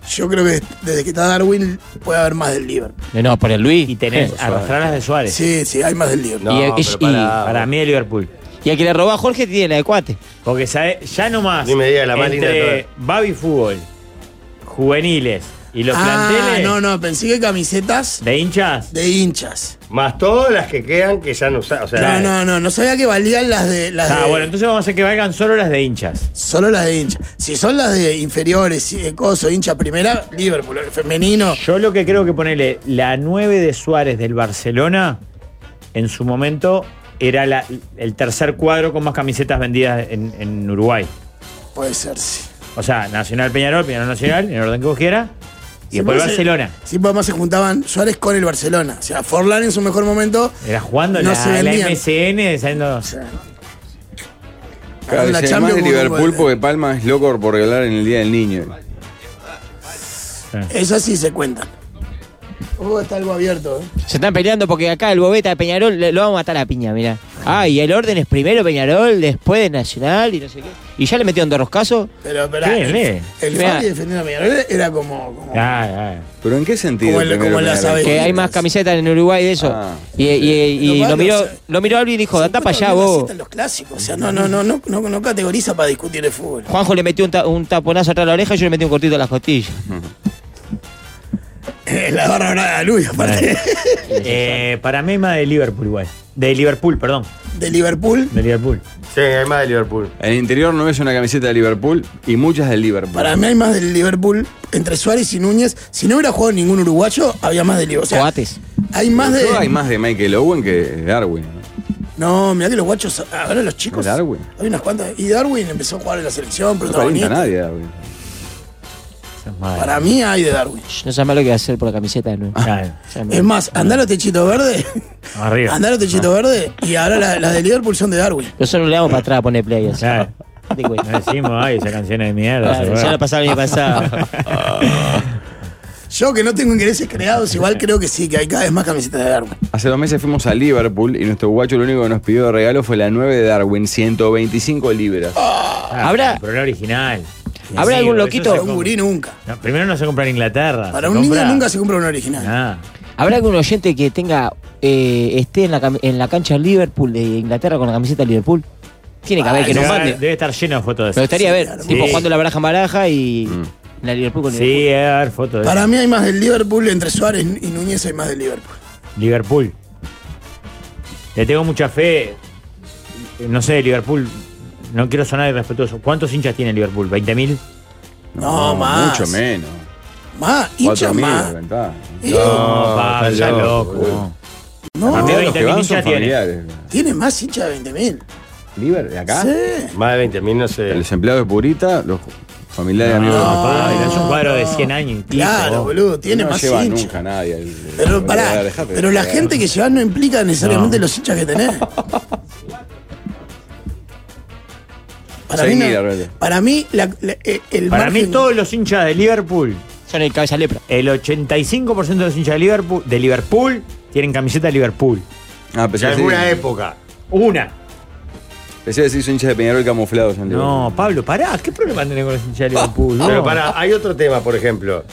Yo creo que desde que está Darwin puede haber más del Liverpool. No, no, por el Luis. Y tenés arrastradas de Suárez. Sí, sí, hay más del Liverpool. No, Y- y- pero pará. Para mí de Liverpool. Y al que le robó a Jorge tiene la de cuate. Porque sabe, ya nomás. Ni me diga, la más linda de entre Baby Fútbol, juveniles y los Ah, planteles no, no, pensé que camisetas de hinchas. de hinchas. Más todas las que quedan que ya no usaron. O sea, No, no, no, no sabía que valían las de. Las Ah, de- bueno, entonces vamos a hacer que valgan solo las de hinchas. Solo las de hinchas. Si son las de inferiores, si de coso, hinchas primera, Liverpool, el femenino. Yo lo que creo que ponerle la 9 de Suárez del Barcelona, en su momento era la- el tercer cuadro con más camisetas vendidas en, en Uruguay. Puede ser, sí. O sea, Nacional Peñarol, Peñarol Nacional, en el orden que vos quieras. Sí, Y después puede ser. Barcelona. Sí, pues además se juntaban Suárez con el Barcelona. O sea, Forlán en su mejor momento. Era jugando No la, se la vendían. MSN, saliendo. O sea, Claro, la dice, además Champions de como Liverpool, vuelve. porque Palma es loco por regalar en el Día del Niño. Esas sí se cuentan. Oh, está algo abierto, ¿eh? Se están peleando porque acá el bobeta de Peñarol le- lo va a matar a piña, mirá. Ah, y el orden es primero Peñarol, después de Nacional y no sé qué. Y ya le metieron dos roscazos. Pero, pero. Sí, el, sí. el Mira. Fabi defendiendo a Peñarol era como. como- Ah, ah. ¿Pero en qué sentido? Como el- primero como me las agarran? aves. Que hay más camisetas en Uruguay de eso. Ah, y, y- y- y Pero lo, miró, Pablo, o sea, lo miró Alvin y dijo, se anda para encuentra allá con vos. camisetas en los clásicos. O sea, no, no, no, no, no, no categoriza para discutir el fútbol. Juanjo le metió un, ta- un taponazo atrás de la oreja y yo le metí un cortito a las costillas. la barra brava de Luis, aparte. Eh, para mí más de Liverpool igual. De Liverpool, perdón. De Liverpool. De Liverpool. Sí, hay más de Liverpool. En el interior no ves una camiseta de Liverpool y muchas del Liverpool. Para mí hay más del Liverpool entre Suárez y Núñez. Si no hubiera jugado ningún uruguayo, había más de Liverpool. O sea, Coates. hay más de. Yo hay más de Michael Owen que de Darwin. ¿no? No, mirá que los guachos. ah, Ahora los chicos. Darwin. Hay unas cuantas. Y Darwin empezó a jugar en la selección, No aparenta a protagonista. nadie Darwin. Para mí hay de Darwin. No sabes lo que va a hacer por la camiseta de nuevo. Claro. Sabes mal. Es más, andá a los techitos verdes. Arriba. Andá a los techitos verdes. Y ahora la- las de Liverpool son de Darwin. Nosotros no le damos para atrás a poner play. así. Claro. Date cuenta. No decimos, ay, esa canción es de mierda. se Claro, fue". ya lo pasaba el año pasado. Yo que no tengo intereses creados, igual creo que sí, que hay cada vez más camisetas de Darwin. Hace dos meses fuimos a Liverpool y nuestro guacho lo único que nos pidió de regalo fue la 9 de Darwin, 125 libras. Ah, Habrá- Pero la original. ¿Habrá algún eso loquito? se Para un compra. gurí nunca. No, primero no se compra en Inglaterra. Para se un niño compra- nunca se compra un original. Ah, ¿Habrá algún oyente que tenga eh, esté en la, cam- en la cancha Liverpool de Inglaterra con la camiseta de Liverpool? Tiene que haber que debe nos estar- mande. Debe estar lleno de fotos Me de eso. gustaría ver, claro. tipo Ah, Sí. Mm. jugando la baraja baraja y la Liverpool con Sí, debe haber fotos de Para mí hay más del Liverpool, entre Suárez y Núñez hay más del Liverpool. Liverpool. Le tengo mucha fe. No sé, Liverpool. No quiero sonar irrespetuoso. ¿Cuántos hinchas tiene Liverpool? ¿20.000? No, más. Mucho menos. Más, hincha 4.000 más. Eh, de ventaja. No, pa, está ya loco, loco. No, A mí Todos Oh, los 20.000 que van son hinchas tiene. familiares. tiene más hincha de 20.000. Liver, de acá. Sí. Más de 20.000 no sé. Los empleados de Purita, los familiares No, amigos de papá. pa, era un cuadro de 100 años. y pico. Claro, boludo, tiene no más lleva hincha. nunca a nadie. al- Pero al- pará, al- dejate de pero la joder. gente que llevas no implica necesariamente los hinchas que tenés. Para mí, Seguí, no- Alberto. para mí la- la- eh, el Para margen- mí, todos los hinchas de Liverpool, Son el cabeza lepra. el 85% de los hinchas de Liverpool, de Liverpool tienen camiseta de Liverpool. Ah, pensé De que sí. alguna época. Una. Pensé que sí, son hinchas de Peñarol camuflados. son No, Liverpool. Pablo, pará. ¿Qué problema tenés con los hinchas de Liverpool? No. Pero para, hay otro tema, por ejemplo.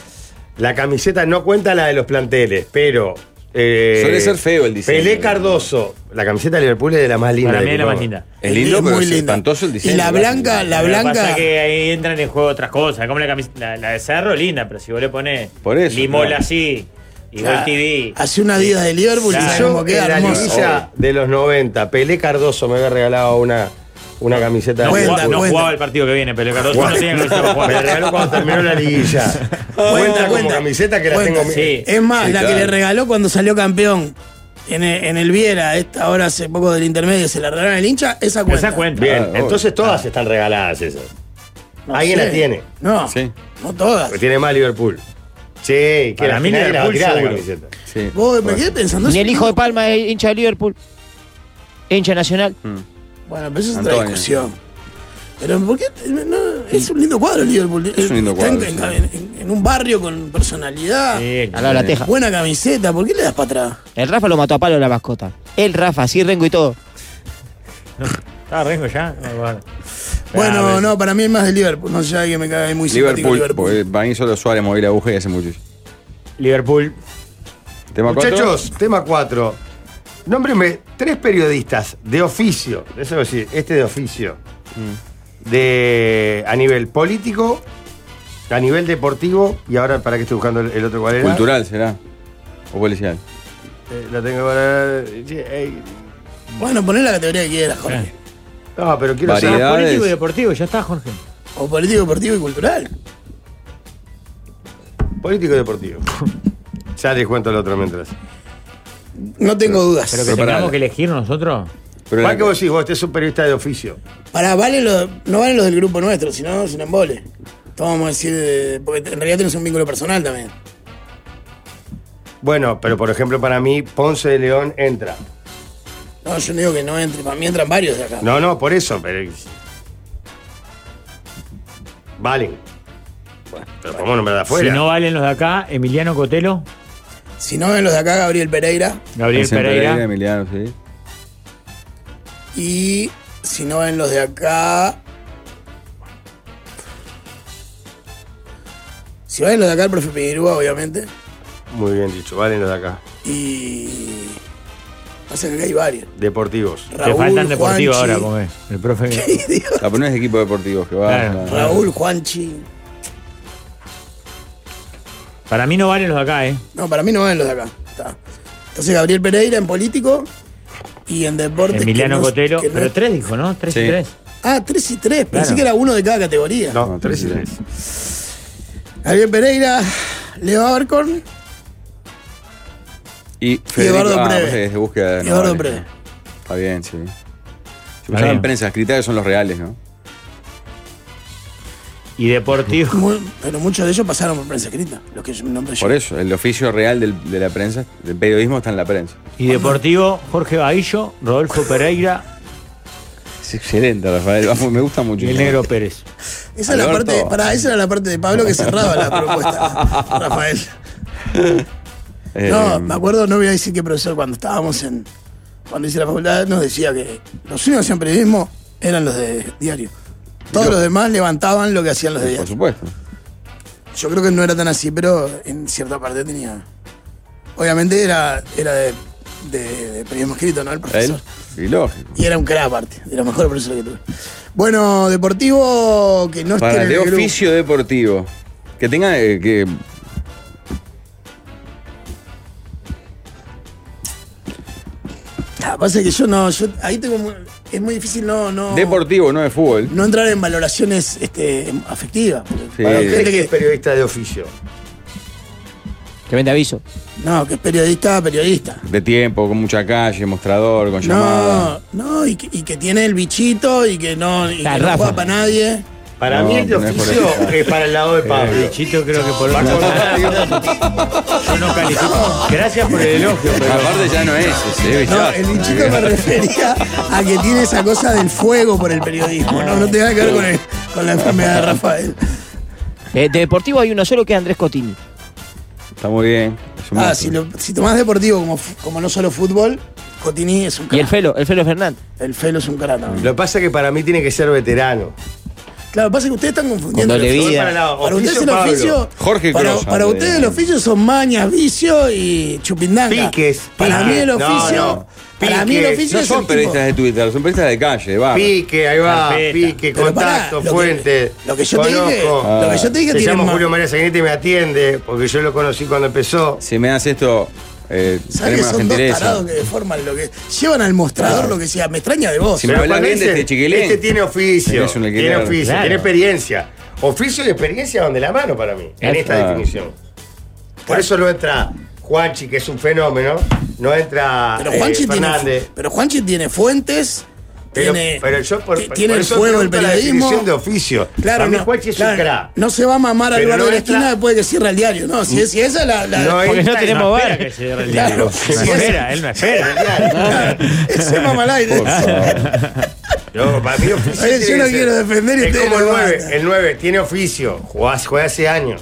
La camiseta no cuenta la de los planteles, pero. eh, Suele ser feo el diseño. Pelé Cardoso. La camiseta de Liverpool es de la más linda. Para mí que es la más puedo- linda. Es lindo, Es pero muy es lindo. espantoso el diseño. Y la blanca, la Lo que blanca. Pasa que ahí entran en juego otras cosas. Como la, camis- la, la de Cerro, linda, pero si vos le pones Por eso, Limola claro. así y Gol la- TV. Hace una día de Liverpool y Claro. sabe Yo, cómo queda en la hermoso. liguilla de los 90, Pelé Cardoso me había regalado una una camiseta No, de Cuenta, jugaba, no cuenta. jugaba el partido que viene, pero Cardoso Guau. no tenía que estar Me regaló cuando terminó la liguilla. Cuenta Ah, como Ah, cuenta. camiseta que la Cuenta, tengo. mi- sí. Es más, Sí, la claro. que le regaló cuando salió campeón en el, en el Viera, esta hora hace poco del intermedio, se la regalaron al hincha, esa cuenta. Esa cuenta. Bien, Ah, obvio. entonces todas están regaladas esas. No Alguien sé. la tiene. No, Sí. no todas. Porque tiene más Liverpool. Sí, que Para la mí final Liverpool la va a tirar la seguro. camiseta. Sí. Vos me Bueno. quedé pensando Ni eso. el hijo de Palma es hincha de Liverpool. Hincha nacional. Mm. Bueno, pero eso es otra Antonio. discusión. Pero ¿por qué? No, es un lindo cuadro el Liverpool. Es un lindo Está en- cuadro, en- sí. En, en un barrio con personalidad, Sí, Al lado de la teja. buena camiseta, ¿por qué le das para atrás? El Rafa lo mató a palo a la mascota. El Rafa, sí, Rengo y todo. estaba Rengo ya. No, bueno. Bueno, Ah, no, para mí es más de Liverpool. No sé, alguien me cae muy simpático Liverpool, Liverpool. porque para mí solo Suárez mover aguja y hace mucho. Liverpool. Tema cuatro? Muchachos, tema 4. Nómbrenme tres periodistas de oficio, eso es decir, este de oficio, Mm. de, a nivel político, a nivel deportivo, y ahora para qué estoy buscando el, el otro cuál era. Cultural será. O policial. Eh, lo tengo para... sí, eh, pues. Bueno, poné la categoría que quieras, Jorge. No, pero quiero Variedad. saber... Ah, político y Edades. deportivo, ya está, Jorge. O político, deportivo y cultural. Político y deportivo. ya les cuento el otro mientras. No tengo dudas. Pero que Preparada. tengamos que elegir nosotros. Pero ¿Cuál la- que vos decís? Vos, este es un periodista de oficio. Pará, vale los- no valen los del grupo nuestro, si no, es un embole. Esto vamos a decir, de- porque en realidad tenés un vínculo personal también. Bueno, pero por ejemplo para mí, Ponce de León entra. No, yo no digo que no entre, para mí entran varios de acá. No, no, por eso, pero. Valen. Bueno, pero ¿cómo nombrar de afuera? Si no valen los de acá, Emiliano Cotelo, Si no ven los de acá, Gabriel Pereira. Gabriel Vicente Pereira. Emiliano, sí. Y si no ven los de acá. Si ven los de acá, el profe Piñerúa, obviamente. Muy bien dicho, Valen los de acá. Y. Pasa que acá hay varios. Deportivos. Raúl, Te faltan deportivos Juanchi. ahora, porque el profe. La primera es equipo deportivo que va. Claro. va. Raúl, Juanchi. Para mí no valen los de acá, ¿eh? No, para mí no ven los de acá. Está. Entonces, Gabriel Pereira en político y en deporte. Emiliano Cotelo. Pero Pero tres dijo, ¿no? Tres y Sí. tres. Ah, tres y tres. Pensé Claro. que era uno de cada categoría. No, tres y tres. Gabriel Pereira, Leo Abercorn Y Federico, Eduardo ah, Preve. pues es de búsqueda de y Eduardo Navarro. Preve. Está bien, sí. Se bien. usaban prensa escrita que son los reales, ¿no? Y deportivo. Mu- Pero muchos de ellos pasaron por prensa escrita. Los que yo me nombré yo. Por eso, el oficio real del- de la prensa, del periodismo, está en la prensa. Y deportivo, Jorge Bahillo, Rodolfo Pereira Es excelente, Rafael. Vamos, me gusta mucho. y el Negro Pérez. Esa, es la Alberto. parte, pará, esa era la parte de Pablo que cerraba la propuesta, Rafael. Eh, No, me acuerdo, no voy a decir que profesor, cuando estábamos en. Cuando hice la facultad, nos decía que los únicos que hacían periodismo eran los de diario. Todos los demás levantaban lo que hacían los de Por diario. supuesto. Yo creo que no era tan así, pero en cierta parte tenía. Obviamente era, era de, de- de periodismo escrito, ¿no? El profesor. Él, y lógico. Y era un crack aparte, de los mejores profesores que tuve. Bueno, deportivo que no esté Para en de el grupo. oficio deportivo. Que tenga eh, que. Ah, pasa que yo no, yo ahí tengo muy- es muy difícil no, no, Deportivo, no de fútbol. no entrar en valoraciones este, em- afectivas. porque- Sí. Para Eh, ustedes, gente ¿qué es que- periodista de oficio? Que vende aviso. no, que es periodista, periodista. De tiempo, con mucha calle, mostrador, con llamada. No, no, y que, y que tiene el bichito y que no, y La que no Rafa. juega para nadie. Para No, mí el de no es por oficio ahí. es para el lado de Pablo. Chito Eh, creo que por Yo no califico. Gracias por el elogio, pero. Aparte ya no es ese, ¿viste? No, el bichito me refería a que tiene esa cosa del fuego por el periodismo. No, no tiene nada que ver con, el- con la enfermedad de Rafael. Ah, Eh, de deportivo hay uno solo que es Andrés Cotini. Está muy bien. es un Ah, monstruo. si, lo- si tomás deportivo como, f- como no solo fútbol, Cotini es un Y el crack. Felo, el Felo Fernández. El Felo es un crack también. Lo que pasa es que para mí tiene que ser veterano. Claro, pasa que ustedes están confundiendo. Con doble el oficio. vida. Para la- Para oficio, ustedes el Pablo. oficio. Jorge para, Crosa, para de- ustedes el oficio son mañas, vicio y chupindanga. Piques, Para mí piques. el No, oficio. no. Para mí el Piques. oficio No es son el periodistas de tipo. Twitter, son periodistas de calle, Ah, va. Pique, ahí va, Carpeta. pique, Pero pará, contacto, lo que- fuente. lo que yo te dije- Conozco. lo que yo te dije Se tiene llama más- Julio María Sanguinetti y me atiende, porque yo lo conocí cuando empezó. Si me das esto, eh, ¿Sabes tenemos que la son dos gentileza. tarados que deforman lo que. Llevan al mostrador lo que sea. Me extraña de vos. Si me Pero habla cuando bien de dicen, este chiquilín. Este tiene oficio. Es un alquiler. tiene oficio, Claro. tiene experiencia. Oficio y experiencia van de la mano para mí, en esta Claro. definición. Por eso no entra Juanchi, que es un fenómeno. No entra Pero eh, Juanchi, tiene, Fernández. pero Juanchi tiene fuentes. Pero, tiene, pero yo por, ti- tiene por el eso fuego del pregunto la periodismo. definición de oficio. Claro, Para mí no, Juanchi es un claro, crack. no se va a mamar al Pero bar no de la entra- esquina después de que cierra el diario. No, si, es- si esa es la. la- Porque no entra- tenemos no bar. espera Que se el Claro. diario. Sí, No sí. espera, él no espera. ese mama al aire. Por favor. No, para mí oficio. Oye, yo tiene no que ser- quiero defender este y Es ustedes como el lo 9. matan. El 9 tiene oficio. Juega, juega hace años.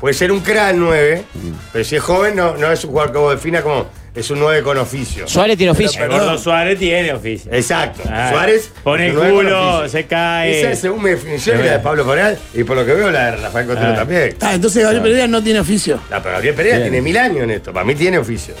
Puede ser un crack 9, pero si es joven no, no es un jugador que vos definas como es un 9 con oficio. Suárez tiene oficio. El gordo Suárez tiene oficio. Exacto. Ah, Suárez. pone es el un nueve con culo, oficio. se cae. Esa es según mi definición, Es y la de verdad. Pablo Coral y por lo que veo la de Rafael Cotelo Ah. también. Ah, entonces Gabriel Pereira no tiene oficio. La pero Gabriel Pereira Bien. tiene mil años en esto. Para mí tiene oficio.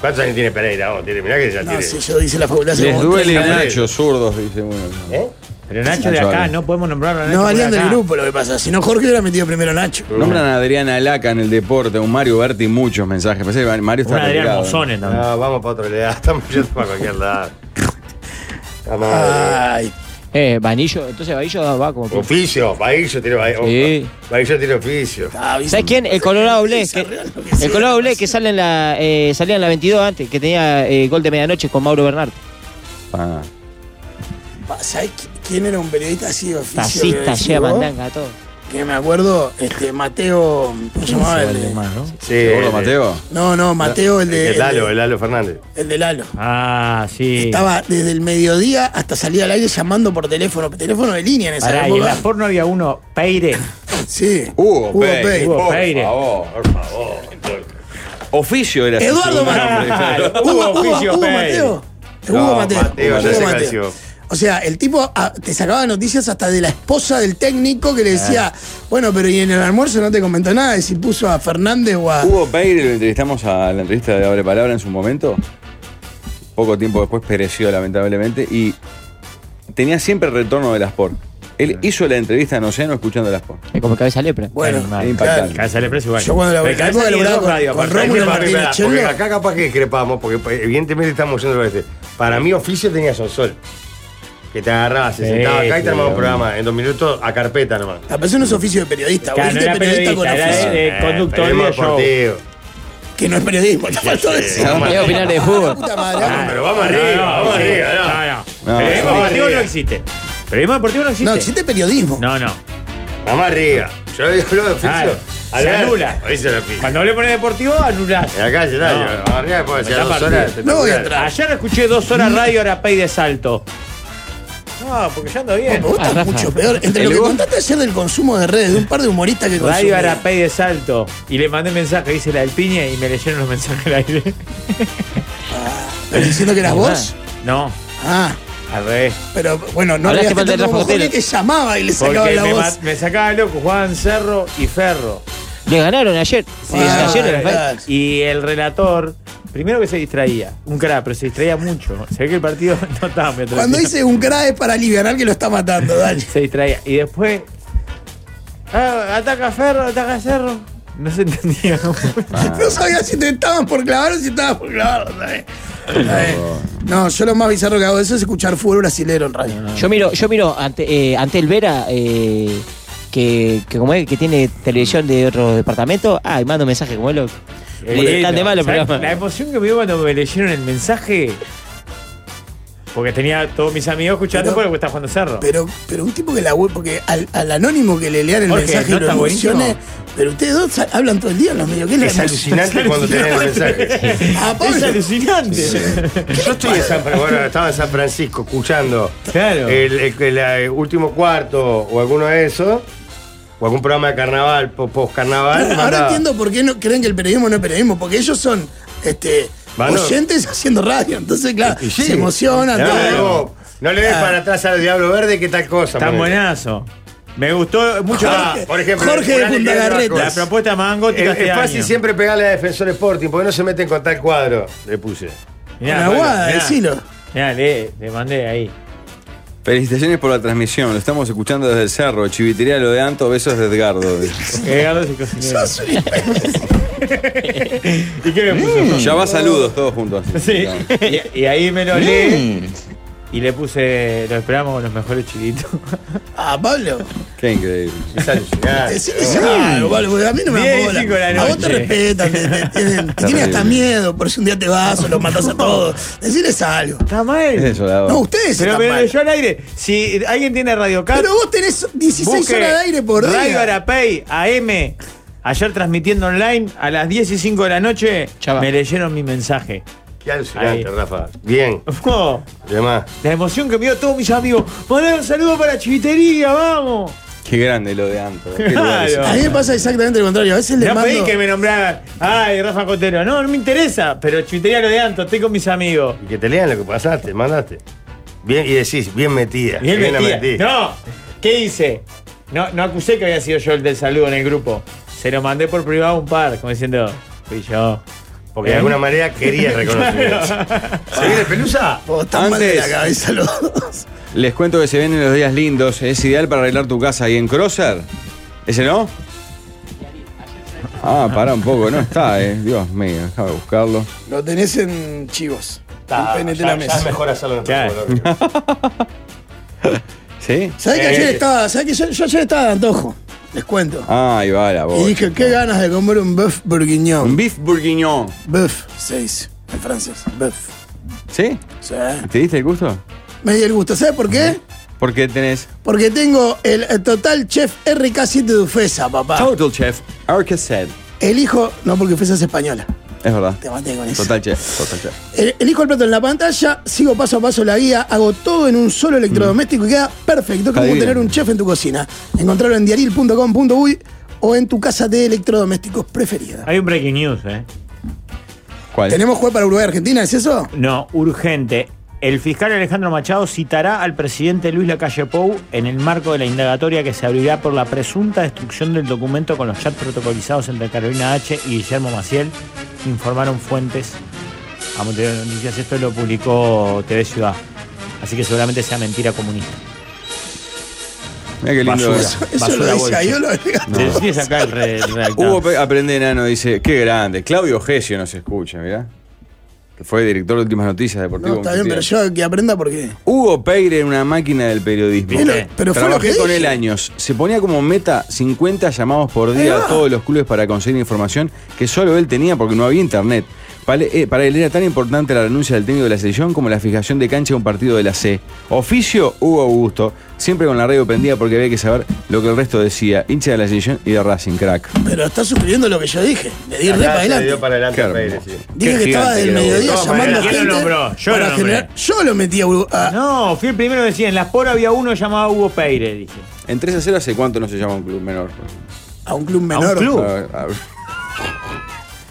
¿Cuántos años tiene Pereira? vos? tiene, mirá que ya No, tiene. si yo dice la facultad. Les duele Está mal. Nacho, zurdos, dice uno. ¿Eh? Pero Nacho de Nacho acá, Álvarez. no podemos nombrarlo. a Nacho No por valían del acá. grupo lo que pasa. Si no, Jorge hubiera metido primero a Nacho. Nombran a Adrián Alaca en el deporte, a un Mario Berti, muchos mensajes. Parece que Mario está Un Adrián retirado. Mozones también. No, vamos para otro lado. Estamos yendo para cualquier lado. Ah, Ah. La madre. Ay, Eh, Vanillo, entonces Vanillo va como... Oficio, Baillo tiene baillo. Sí. Baillo tiene oficio. ah, viste. ¿Sabes quién? El Colorado Ble. Esa que- real lo que sea. El Colorado Ble que sale en la, eh, salía en la 22 antes, que tenía eh, gol de medianoche con Mauro Bernard. Ah, Pa- ¿Sabés qui- quién era un periodista así de oficio? que Taxista, decís lleva vos? mandanga, todo. Que me acuerdo, este, Mateo. ¿Cómo se llamaba? el de- Eh, Sí. ¿Gordo el- Mateo? no, no, Mateo, el de. El Lalo, el, el Lalo Fernández. de- el de Lalo. Ah, sí. Estaba desde el mediodía hasta salir al aire llamando por teléfono, teléfono de línea en esa Pará, y en época. la porno había uno, Peire. Sí. Hugo, Hugo Pei, Pei. Hugo por Peire. favor. Por favor. Oficio era su Eduardo nombre. Manuel. Hugo, Hugo, Hugo, oficio, Hugo Pei. Mateo. No, Hugo Mateo. Mateo, ya Hugo sé cuál Mateo. sigo. O sea, el tipo ah, te sacaba noticias hasta de la esposa del técnico que le decía, bueno, pero y en el almuerzo no te comentó nada de si puso a Fernández o Ah. a. Hugo Peire, lo entrevistamos a la entrevista de Abre Palabra en su momento. Poco tiempo después pereció, lamentablemente. Y tenía siempre el retorno de las por. Él hizo la entrevista en Océano escuchando las por. Es como cabeza lepra. Bueno, Es impactante. Casa del Precio igual. Yo cuando la- Pero la Casa época tiene laburaba dos con- radios, con aparte. Rómulo Este para mí, Martínez pará, Chelo. porque acá capaz que discrepamos, porque pues, evidentemente estamos yendo a este. Para mí, oficio tenía Sonsol. Que te agarraba, se Sí, sentaba acá y sí, te armaba un hombre. programa. En dos minutos, a carpeta nomás. La persona no Ah, es oficio de periodista, Claro, vos no dijiste era periodista, era oficio. de- de conductor periodismo de show. Eh, deportivo. Que no es periodismo, te faltó decir. vamos Voy a opinar de fútbol. Puta madre. Ah, pero vamos arriba, vamos arriba, no. No, no. No, Periodismo vamos deportivo arriba. no existe. Periodismo deportivo no existe. No, existe periodismo. No, no. Vamos arriba. Yo digo lo de oficio. Claro. Ah, Se Alberto, anula. Ahí se lo pido. Cuando hablé por el deportivo, anulás. En la calle, No. dale. Vamos arriba después de Está dos partido. horas. te No voy a toca. entrar. Ayer escuché dos horas Mm. radio Arapey de salto. No, porque ya ando bien. Me gusta Rafa. mucho peor. Entre lo que contaste ayer del consumo de redes, de un par de humoristas que consumen. Radio Arapey de salto. Y le mandé mensaje, dice la del piña, y me leyeron los mensajes al aire. ¿Estás diciendo que eras vos? No, Ah, al revés. pero bueno, no Hablaste habías mal de tanto como Rafa Jorge Otero. que llamaba y le sacaba Porque la me, voz. ma- me sacaba loco, jugaban Cerro y Ferro. Le ganaron ayer. Sí, Le ah, ganaron ayer. claro. Y el relator, primero que se distraía, un crack, pero se distraía mucho. Se ve que el partido no estaba muy atractivo. Cuando dice un crack es para aliviar que lo está matando, dale. Se distraía. Y después. ah, ataca Ferro, ataca Cerro. No se entendía. Ah. No sabía si te estaban por clavar o si estabas por clavar, ¿sabes? ¿Sabes? No, yo lo más bizarro que hago de eso es escuchar fútbol brasilero en radio. Ah. Yo miro, yo miro ante, eh, Antel Vera, eh, que, que como es que tiene televisión de otro departamento, ah, y mando mensajes como loco. Eh, Están de no, malo el ¿sabes? programa. La emoción que me dio cuando me leyeron el mensaje. Porque tenía todos mis amigos escuchando Pero- porque estaba jugando Cerro. Pero, pero un tipo que la web, porque al, al anónimo que le lean el Jorge, mensaje ¿no y lo está buenísimo? emocione, pero ustedes dos sa- hablan todo el día en los medios. ¿Qué Es alucinante cuando tenés el mensaje. A es Pablo, alucinante. Yo estoy en San Francisco, bueno, estaba en San Francisco escuchando Claro. el, el- el, eh, último cuarto o alguno de esos, o algún programa de carnaval, po- post-carnaval. Ahora, ahora mandaba. entiendo por qué no creen que el periodismo no es periodismo, porque ellos son este, Van, ¿no? oyentes haciendo radio. Entonces, claro, Y sí. se emocionan. No, todo. digo, no le des para atrás al Diablo Verde, que tal cosa. Está ponele. buenazo. Me gustó mucho. Ah, la- por ejemplo, Jorge de Fulano Punta tiene Garretas. una La cosa. propuesta de Mango te Es, este es fácil año. siempre pegarle a Defensor Sporting, porque no se meten con tal cuadro, le puse. Una Pablo, guada, decilo. mirá, le, le mandé ahí. Felicitaciones por la transmisión. Lo estamos escuchando desde el cerro. Chivitería lo de Anto, besos de Edgardo. Edgardo se cocinero. ¿Y qué me Mm. puso? ya va saludos todos juntos. Sí. Y, y ahí me lo Mm. leí y le puse, lo esperamos con los mejores chilitos. Ah, Pablo. Qué increíble. Es alucinante. Decí que sí, algo, Pablo, porque a mí no me Diez dan y bola. cinco de la A vos te noche. respetan, te, te tienen, te tienen hasta Terrible. miedo por si un día te vas o los matás a todos. Decirles algo. Está mal. Es desolador. No, ustedes Pero están me lo mal. leyó al aire. Si alguien tiene Radio Cat, Pero vos tenés 16 busque horas de aire por día. Radio Arapey, AM. Ayer transmitiendo online, a las 10 y 5 de la noche, Ya va. me leyeron mi mensaje. Qué alucinante, Ahí. Rafa. Bien. Oh, Además, la emoción que me dio todos mis amigos. Mandar un saludo para Chivitería, vamos. Qué grande lo de Anto. Qué lugar Claro. ese. A mí me pasa exactamente lo contrario. A veces les No mando... pedí que me nombraran. Ay, Rafa Cotero. No, no me interesa. Pero chivitería lo de Anto, estoy con mis amigos. y que te lean lo que pasaste, mandaste. Bien, y decís, bien metida. Y él bien la mentía. metí. No, ¿qué hice? No, no acusé que había sido yo el del saludo en el grupo. Se lo mandé por privado a un par, como diciendo, fui yo. Porque de alguna manera quería reconocer. ¿Se viene pelusa? Vos estás Oh, mal de la Antes- cabeza los dos. Les cuento que se vienen los días lindos. Es ideal para arreglar tu casa. ¿Y en Crosser? ¿Ese no? Ah, pará un poco. No está, eh. Dios mío. Déjame buscarlo. Lo tenés en chivos. en PNT Ah, ya, la ya es mesa. mejor hacerlo en el Claro. próximo bloque. ¿Sí? ¿Sabés que Eh. ayer estaba? ¿Sabés que yo, yo ayer estaba de antojo? Les cuento. Ah, ahí va la y voz. dije, qué ganas de comer un bœuf Un bourguignon. beef bourguignon. Bœuf, se dice en francés. Bœuf. ¿Sí? Sí. ¿Te diste el gusto? Me di el gusto. ¿Sabes por qué? Porque tenés Porque tengo el, el Total Chef RK7 de Ufesa, papá. Total Chef Arcaset. El hijo, no porque Ufesa es española. Es verdad. Te maté con eso. Total Chef. Total Chef. El- Eh, Elijo el plato en la pantalla, sigo paso a paso la guía, hago todo en un solo electrodoméstico y queda perfecto. Está Como bien. tener un chef en tu cocina. Encontralo en diaril.com.uy o en tu casa de electrodomésticos preferida. Hay un breaking news, ¿eh? ¿Cuál? ¿Tenemos juego para Uruguay Argentina? ¿Es eso? No, urgente. El fiscal Alejandro Machado citará al presidente Luis Lacalle Pou en el marco de la indagatoria que se abrirá por la presunta destrucción del documento con los chats protocolizados entre Carolina H. y Guillermo Maciel, informaron fuentes a Montevideo Noticias. Esto lo publicó TV Ciudad. Así que seguramente sea mentira comunista. Mirá qué lindo. Basura. es. Eso Basura lo bolsa. dije, yo lo dije. Se decide sacar el re- el redactado. Hugo Pe- Aprende Enano dice, qué grande. Claudio Gesio nos escucha, mirá. Que fue director de Últimas Noticias Deportivas. No, está bien, pero yo que aprenda porque. Hugo Peire era una máquina del periodismo. Pero- pero fue Trabajé lo que con dije. él años. Se ponía como meta 50 llamados por día a todos los clubes para conseguir información que solo él tenía porque no había internet. Para él, eh, para él era tan importante la renuncia del técnico de la selección como la fijación de cancha de un partido de la C. Oficio, Hugo Augusto. Siempre con la radio pendida porque había que saber lo que el resto decía. Hincha de la selección y de Racing, crack. Pero está suscribiendo lo que yo dije. Le di re Acá para se le adelante. dio para adelante, Qué Freire, hermoso. sí. Dije Qué que estaba gigante del que era mediodía Hugo. llamando a ¿Quién lo gente nombró? Yo para lo nombré. generar- Yo lo metí a Uruguay. No, fui el primero que decía, en las por había uno llamado Hugo Peire, dije. En 3 a 0 hace cuánto no se llama un club menor. Ah, A un club menor. club. A- a-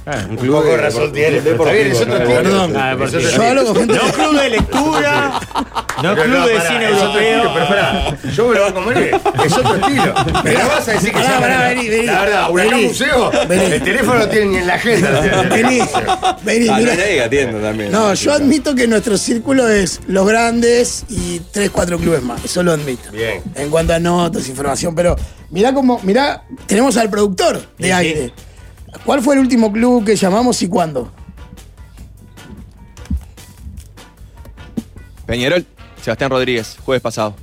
Ah, Un poco razón tiene. Está bien, es otro tipo. Perdón. Ah, Eso porque- es- Yo hablo con gente. No club de lectura, no Pero club no, de pará, cine es otro estilo, Pero europeo. Ah, pará, yo me lo voy a comer. Es otro estilo. Me lo vas a decir que Pará, sea pará, menor. vení, vení. La verdad, Huracán Vení. Museo, Vení. el teléfono no tiene ni en la agenda. lo tiene. Vení, vení, a mirá. Noriega atiendo también. No, yo admito que nuestro círculo es los grandes y tres, cuatro clubes más. Eso lo admito. Bien. En cuanto a notas, información, pero mirá como, mirá, tenemos al productor de aire. ¿Cuál fue el último club que llamamos y cuándo? Peñarol, Sebastián Rodríguez, jueves pasado.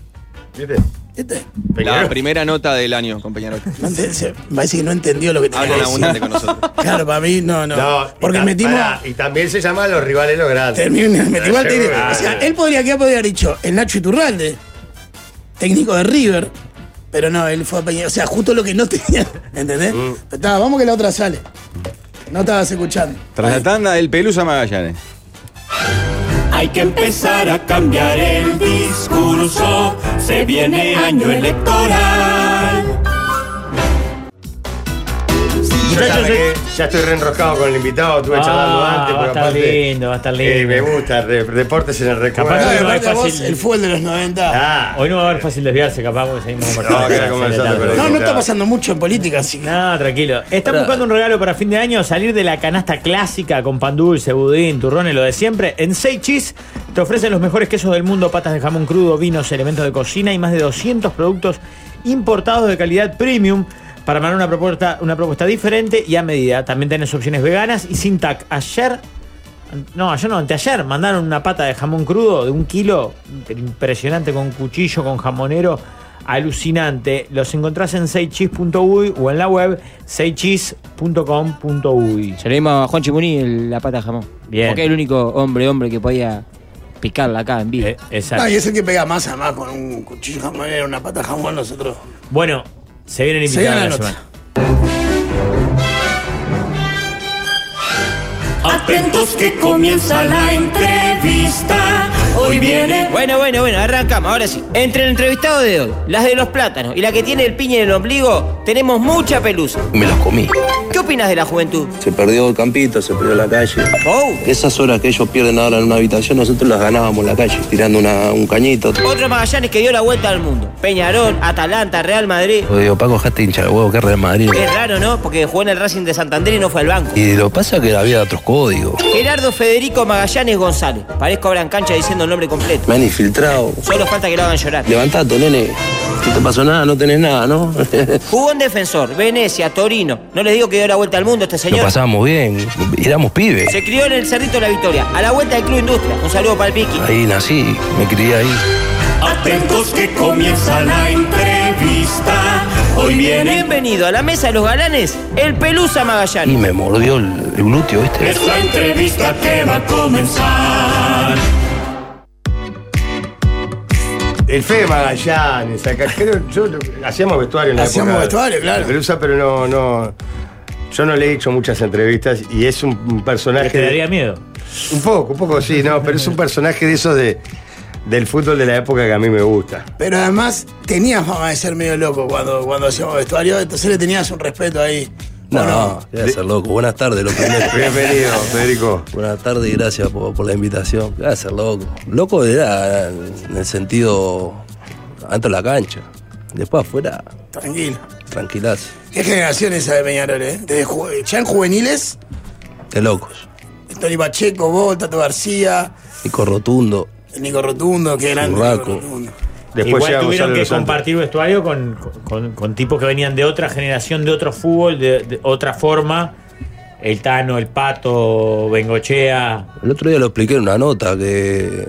¿Viste? Este, La Peñarol. primera nota del año con Peñarol. no ent- se- me parece que no entendió lo que tenía que Hablan decir. abundante con nosotros. Claro, para mí no, no. No, y Porque tam- metimos, pará, y también se llama los rivales los grandes. termina- metimos al Ah, técnico. seguro. O sea, él podría, ¿qué podría haber dicho? El Nacho Iturralde, técnico de River. Pero no, él fue a Peñarol. O sea, justo lo que no tenía. ¿Entendés? Pero está, vamos que la otra sale. No estabas escuchando. Tras la tanda, el Pelusa Magallanes. Hay que empezar a cambiar el discurso. Se viene año electoral. Muchachos, eh, ya estoy reenroscado con el invitado, estuve Ah, charlando antes, va a pero estar aparte. lindo, va a estar lindo. eh, me gusta, re- deportes en el recuerdo. Capaz que no va a Aparte haber a vos, fácil. el fútbol de los 90. Ah, Hoy no va a haber fácil desviarse, capaz, porque seguimos No, que era conversando, pero- No, no está pasando mucho en política, así que. No, tranquilo. Están buscando un regalo para fin de año, salir de la canasta clásica con pan dulce, budín, turrones, lo de siempre. En Sei Cheese te ofrecen los mejores quesos del mundo, patas de jamón crudo, vinos, elementos de cocina y más de 200 productos importados de calidad premium para armar una propuesta, una propuesta diferente y a medida. También tenés opciones veganas y sin tac. Ayer no, ayer no, anteayer mandaron una pata de jamón crudo de un kilo, pero impresionante, con cuchillo, con jamonero, alucinante. Los encontrás en seichis.uy o en la web seichis.com.uy. Se lo dimos a Juan Chimuni el- la pata de jamón. Bien. Porque es el único hombre, hombre que podía picarla acá en vivo. eh, Exacto. No, y es el que pega más además con un cuchillo jamón, era una pata jamón nosotros. Bueno, se vienen eh. Se viene la invitados de la nota. semana. Atentos que comienza la entrevista. Hoy viene Bueno, bueno, bueno, arrancamos, ahora sí. Entre el entrevistado de hoy, las de los plátanos y la que tiene el piña en el ombligo, tenemos mucha pelusa. Me los comí. ¿Qué opinas de la juventud? Se perdió el campito, se perdió la calle. Oh, Esas horas que ellos pierden ahora en una habitación, nosotros las ganábamos en la calle, tirando una- un cañito. otro Magallanes que dio la vuelta al mundo. Peñarol, Atalanta, Real Madrid. Yo digo, Paco, jate hincha de huevo, que es Real Madrid. Es raro, ¿no? Porque jugó en el Racing de Santander y no fue al banco. Y lo pasa que había otros códigos. Gerardo Federico Magallanes González. Parezco ahora en cancha diciendo el nombre completo. Me han infiltrado. Solo falta que lo hagan llorar. Levantate, nene. No te pasó nada, no tenés nada, ¿no? Jugó en defensor, Venecia, Torino. No les digo que dio la vuelta al mundo este Lo señor. pasábamos bien, éramos pibes. Se crió en el Cerrito de la Victoria, a la vuelta del Club Industria. Un saludo para el Piqui. Ahí nací, me crié ahí. atentos que comienza la entrevista. Hoy viene Bienvenido a la mesa de los galanes, el Pelusa Y Magallanes. me mordió el, el glúteo, ¿viste? es la entrevista que va a comenzar. El Fede Magallanes, acá, creo, yo lo- hacíamos vestuario en la Hacíamos época vestuario, claro. de Pelusa, pero no, no. Yo no le he hecho muchas entrevistas y es un- un personaje. ¿Te daría miedo? Un poco, un poco sí, no, pero es un personaje de esos de, del fútbol de la época que a mí me gusta. Pero además tenía fama de ser medio loco cuando, cuando hacíamos vestuario, entonces le tenías un respeto ahí. No, Bueno, no, debe ser loco. Buenas tardes, lo primero. Bienvenido, Federico. Buenas tardes y gracias por, por la invitación. Gracias, loco. Loco era en el sentido antes de la cancha. Después afuera, tranquilo. tranquilazo. Qué generación esa de Peñarol, ¿eh? Desde ju- ya en juveniles, De locos. Tony Pacheco, vos, Tato García, Nico Rotundo. el Nico Rotundo, qué grande. Urraco. Nico Rotundo. Después llega Igual tuvieron Gonzalo que Los Santos. compartir vestuario con, con- con tipos que venían de otra generación, de otro fútbol, de, de otra forma. El Tano, el Pato, Bengochea. El otro día lo expliqué en una nota que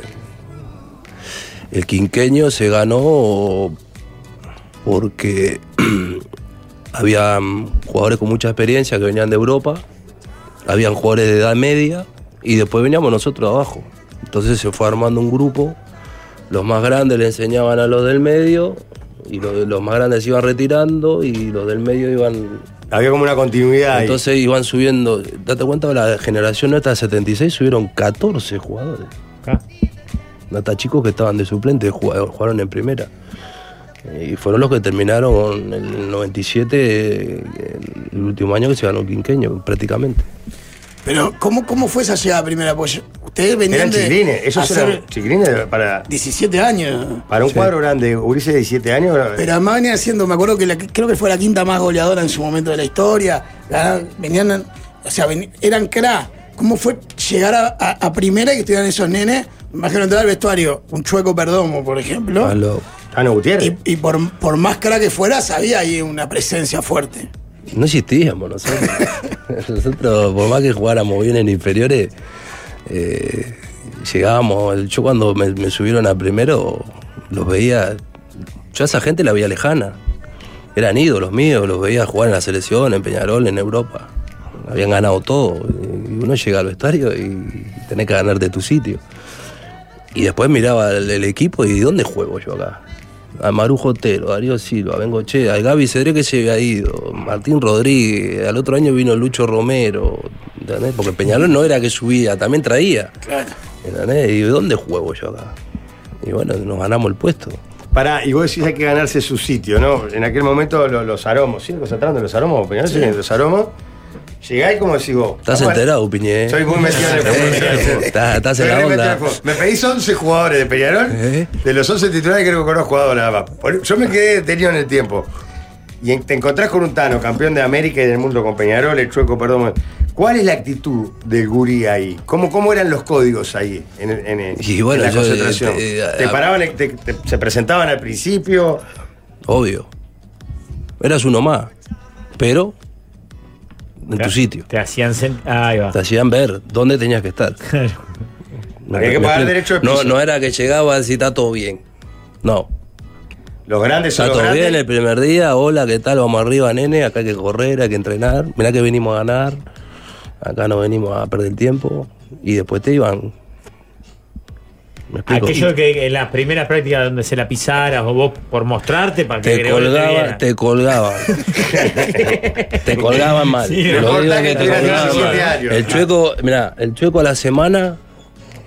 el quinqueño se ganó porque había jugadores con mucha experiencia que venían de Europa, habían jugadores de edad media y después veníamos nosotros abajo. Entonces se fue armando un grupo, los más grandes le enseñaban a los del medio y los, los más grandes se iban retirando y los del medio iban Había como una continuidad. ahí. entonces iban subiendo, date cuenta de la generación nuestra de 76 subieron 14 jugadores. Ah. Hasta chicos que estaban de suplente jugado- jugaron en primera. Y fueron los que terminaron en el 97, eh, el último año que se ganó Quinqueño, prácticamente. Pero, ¿cómo, ¿cómo fue esa llegada a primera apoyo? Ustedes venían eran de chiquilines, esos hacer eran chiquilines para, 17 años. para un cuadro grande. Ulises de 17 años. eh, Pero además venía haciendo, me acuerdo que la- creo que fue la quinta más goleadora en su momento de la historia. Ganaban- Venían, o sea, ven- eran cra. ¿Cómo fue llegar a, a- a primera y que estuvieran esos nenes? Me imagino entrar al vestuario, un chueco perdomo, por ejemplo. A lo- Tano Gutiérrez. Y, y por, por más cra que fuera, sabía ahí una presencia fuerte. No existíamos nosotros. nosotros, por más que jugáramos bien en inferiores, eh, llegábamos. el- Yo cuando me, me subieron a primero, los veía. Yo a esa gente la veía lejana. Eran ídolos míos, los veía jugar en la selección, en Peñarol, en Europa. Habían ganado todo. Y uno llega al vestuario y tenés que ganar de tu sitio. Y después miraba el, el equipo y ¿dónde juego yo acá? A Marujo Otero, Darío Silva, Bengochea, al Gaby Cedré que se había ido, Martín Rodríguez, al otro año vino Lucho Romero, ¿entendés? Porque Peñalón no era que subía, también traía. ¿entendés? ¿Y dónde juego yo acá? Y bueno, nos ganamos el puesto. Pará, y vos decís hay que ganarse su sitio, ¿no? En aquel momento lo- los aromos, ¿sí? Los atrás de los aromos, Peñarol, sí, los aromos. Llegáis como decís vos. Estás Aparte, enterado, Piñé. Soy muy metido eh, en el fútbol, muy metido en el fútbol. Estás- estás en Soy la Eh. muy onda. metido en el fútbol. Me pedís 11 jugadores de Peñarol. De los 11 titulares creo que conozco a dos nada más. Por- Yo me quedé detenido en el tiempo. Y en- te encontrás con un Tano, campeón de América y del mundo con Peñarol, el chueco, perdón. ¿Cuál es la actitud del gurí ahí? ¿Cómo, cómo eran los códigos ahí en, el- en el- Y bueno, en la yo, eh, concentración? te- eh, ¿Te a- paraban, te- te- se presentaban al principio? Obvio. Eras uno más. Pero en tu sitio. Te hacían sen- Ahí va. Te hacían ver dónde tenías que estar. Me- Había que me pagar explico. derecho de no, piso. no era que llegaba si está todo bien. No. Los grandes son Está los todo grandes. bien el primer día. Hola, ¿qué tal? Vamos arriba, nene. Acá hay que correr, hay que entrenar. Mirá que venimos a ganar. Acá no venimos a perder tiempo. Y después te iban. Me explico. Aquello que en las primeras prácticas donde se la pisaras o vos por mostrarte para que Te Gregorio te colgaban, viera. te colgaban. te colgaban mal. Sí, Te no lo importa digo que que te tuvieras colgaban 17 mal. años. El chueco, mira, el chueco a la semana,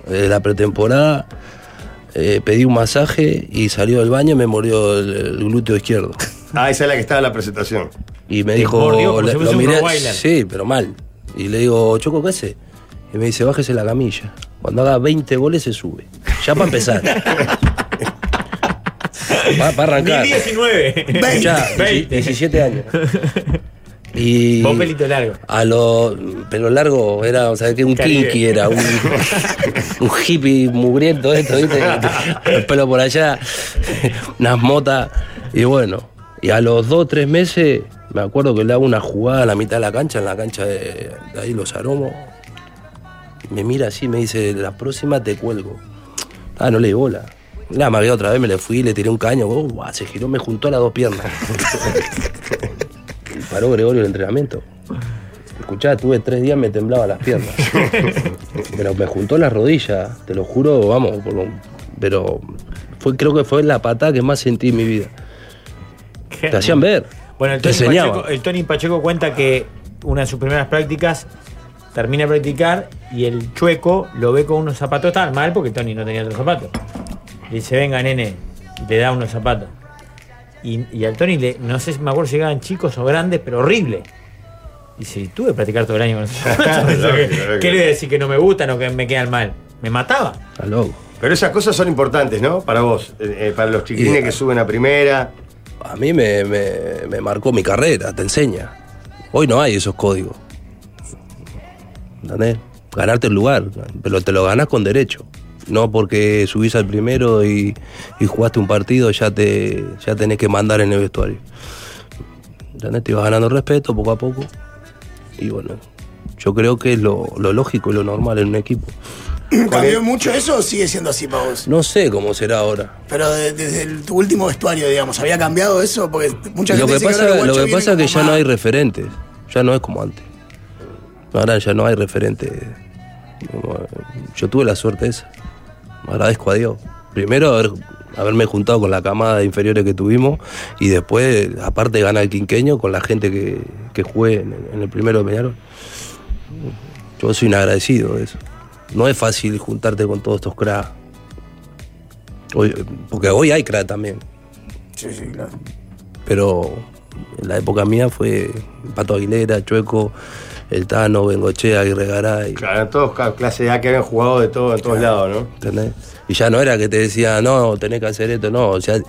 eh, la pretemporada, eh, pedí un masaje y salió del baño y me mordió el, el glúteo izquierdo. Ah, esa es la que estaba en la presentación. Y me Te dijo, mordió como le- si fuese lo un miré, Rottweiler. sí, pero mal. Y le digo, Choco, ¿qué hace? Y me dice, bájese la camilla. Cuando haga 20 goles se sube. Ya para empezar. Va va a arrancar. Ni 19. Ya, 20. 17 años. Y Vos pelito largo. a lo pelo largo era, o sea, que un Caribe. kinky era, un, un hippie mugriento esto, ¿viste? El pelo por allá, unas motas, y bueno. Y a los dos, tres meses, me acuerdo que le hago una jugada a la mitad de la cancha, en la cancha de, de ahí los aromos. Y me mira así, me dice, la próxima te cuelgo. Ah, no le di bola. La magué otra vez, me le fui, le tiré un caño, oh, guau, se giró, me juntó las dos piernas. Y paró Gregorio el entrenamiento. Escuchá, tuve tres días, me temblaba las piernas. pero me juntó las rodillas, te lo juro, vamos, por lo- pero fue, creo que fue la patada que más sentí en mi vida. Te hacían ver. Bueno, el te Tony, enseñaban. Pacheco, el Tony Pacheco cuenta que una de sus primeras prácticas termina de practicar y el chueco lo ve con unos zapatos tan mal porque Tony no tenía otros zapatos. Le dice, venga, nene, y le da unos zapatos. Y, y al Tony, le, no sé si me acuerdo si llegaban chicos o grandes, pero horrible. Dice, "Y tuve que practicar todo el año con esos zapatos. Lógico, ¿Qué- lógico. ¿Qué le voy a decir que no me gustan o que me quedan mal? Me mataba. Pero esas cosas son importantes, ¿no? Para vos, eh, eh, para los chiquilines Y- que suben a primera. A mí me, me- me marcó mi carrera, te enseña. Hoy no hay esos códigos. ¿Entendés? Ganarte el lugar, pero te lo ganás con derecho. No porque subís al primero y, y jugaste un partido, ya, te, ya tenés que mandar en el vestuario. ¿Entendés? Te ibas ganando respeto poco a poco. Y bueno, yo creo que es lo, lo lógico y lo normal en un equipo. ¿Cambió mucho eso o sigue siendo así para vos? No sé cómo será ahora. Pero de- desde el- tu último vestuario, digamos, ¿había cambiado eso? Porque mucha gente lo que dice pasa, ahora los lo guachos que vienen pasa es que como ya más- no hay referentes. Ya no es como antes. Ahora ya no hay referentes. Como, Yo tuve la suerte esa. Agradezco a Dios. Primero haber- haberme juntado con la camada de inferiores que tuvimos y después, aparte, ganar el quinqueño con la gente que, que jugué en el, en el primero de Peñarol. Yo soy un agradecido de eso. No es fácil juntarte con todos estos cracks. Hoy- porque hoy hay crack también. Sí, sí, claro. Pero en la época mía fue Pato Aguilera, Chueco, El Tano, Bengochea, Aguirre Garay. Claro, todos ca- clase A que habían jugado de todo, en todos lados, ¿no? ¿entendés? Y ya no era que te decía, no, tenés que hacer esto, no. O sea,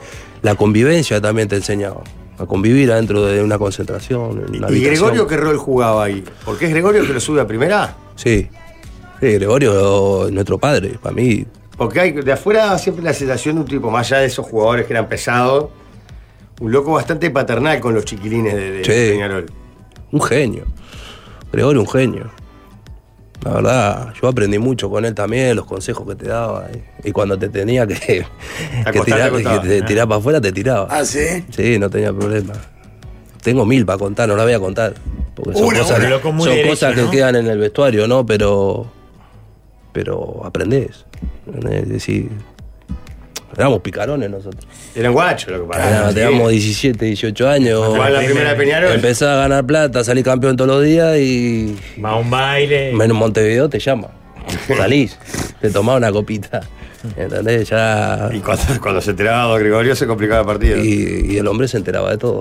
la convivencia también te enseñaba. A convivir adentro de una concentración, en una ¿Y habitación. Gregorio qué rol jugaba ahí? Porque es Gregorio el que lo sube a primera. Sí. Sí, Gregorio, nuestro padre, para mí. Porque hay de afuera siempre la sensación de un tipo, más allá de esos jugadores que eran pesados, un loco bastante paternal con los chiquilines de, de Sí. Peñarol. Un genio. Gregorio, un genio. La verdad, yo aprendí mucho con él también, los consejos que te daba. ¿eh? Y cuando te tenía que, que te tirar, acostaba. que te tirar para afuera, te tiraba. Ah, sí. Sí, no tenía problema. Tengo mil para contar, no la voy a contar. Porque son Una, cosas, una. Loco muy son derecho, cosas que ¿no? quedan en el vestuario, ¿no? Pero. Pero aprendés. Es decir. Éramos picarones nosotros. Eran guachos lo que Era- pasaba. Teníamos 17, 18 años. Jugaba en la primera de Peñarol. Empezás a ganar plata, salís campeón todos los días y. Va a un baile. Menos Montevideo te llama. Salís, te tomás una copita. ¿Entendés? Ya. Y cuando, cuando se enteraba Gregorio se complicaba el partido. Y, y el hombre se enteraba de todo.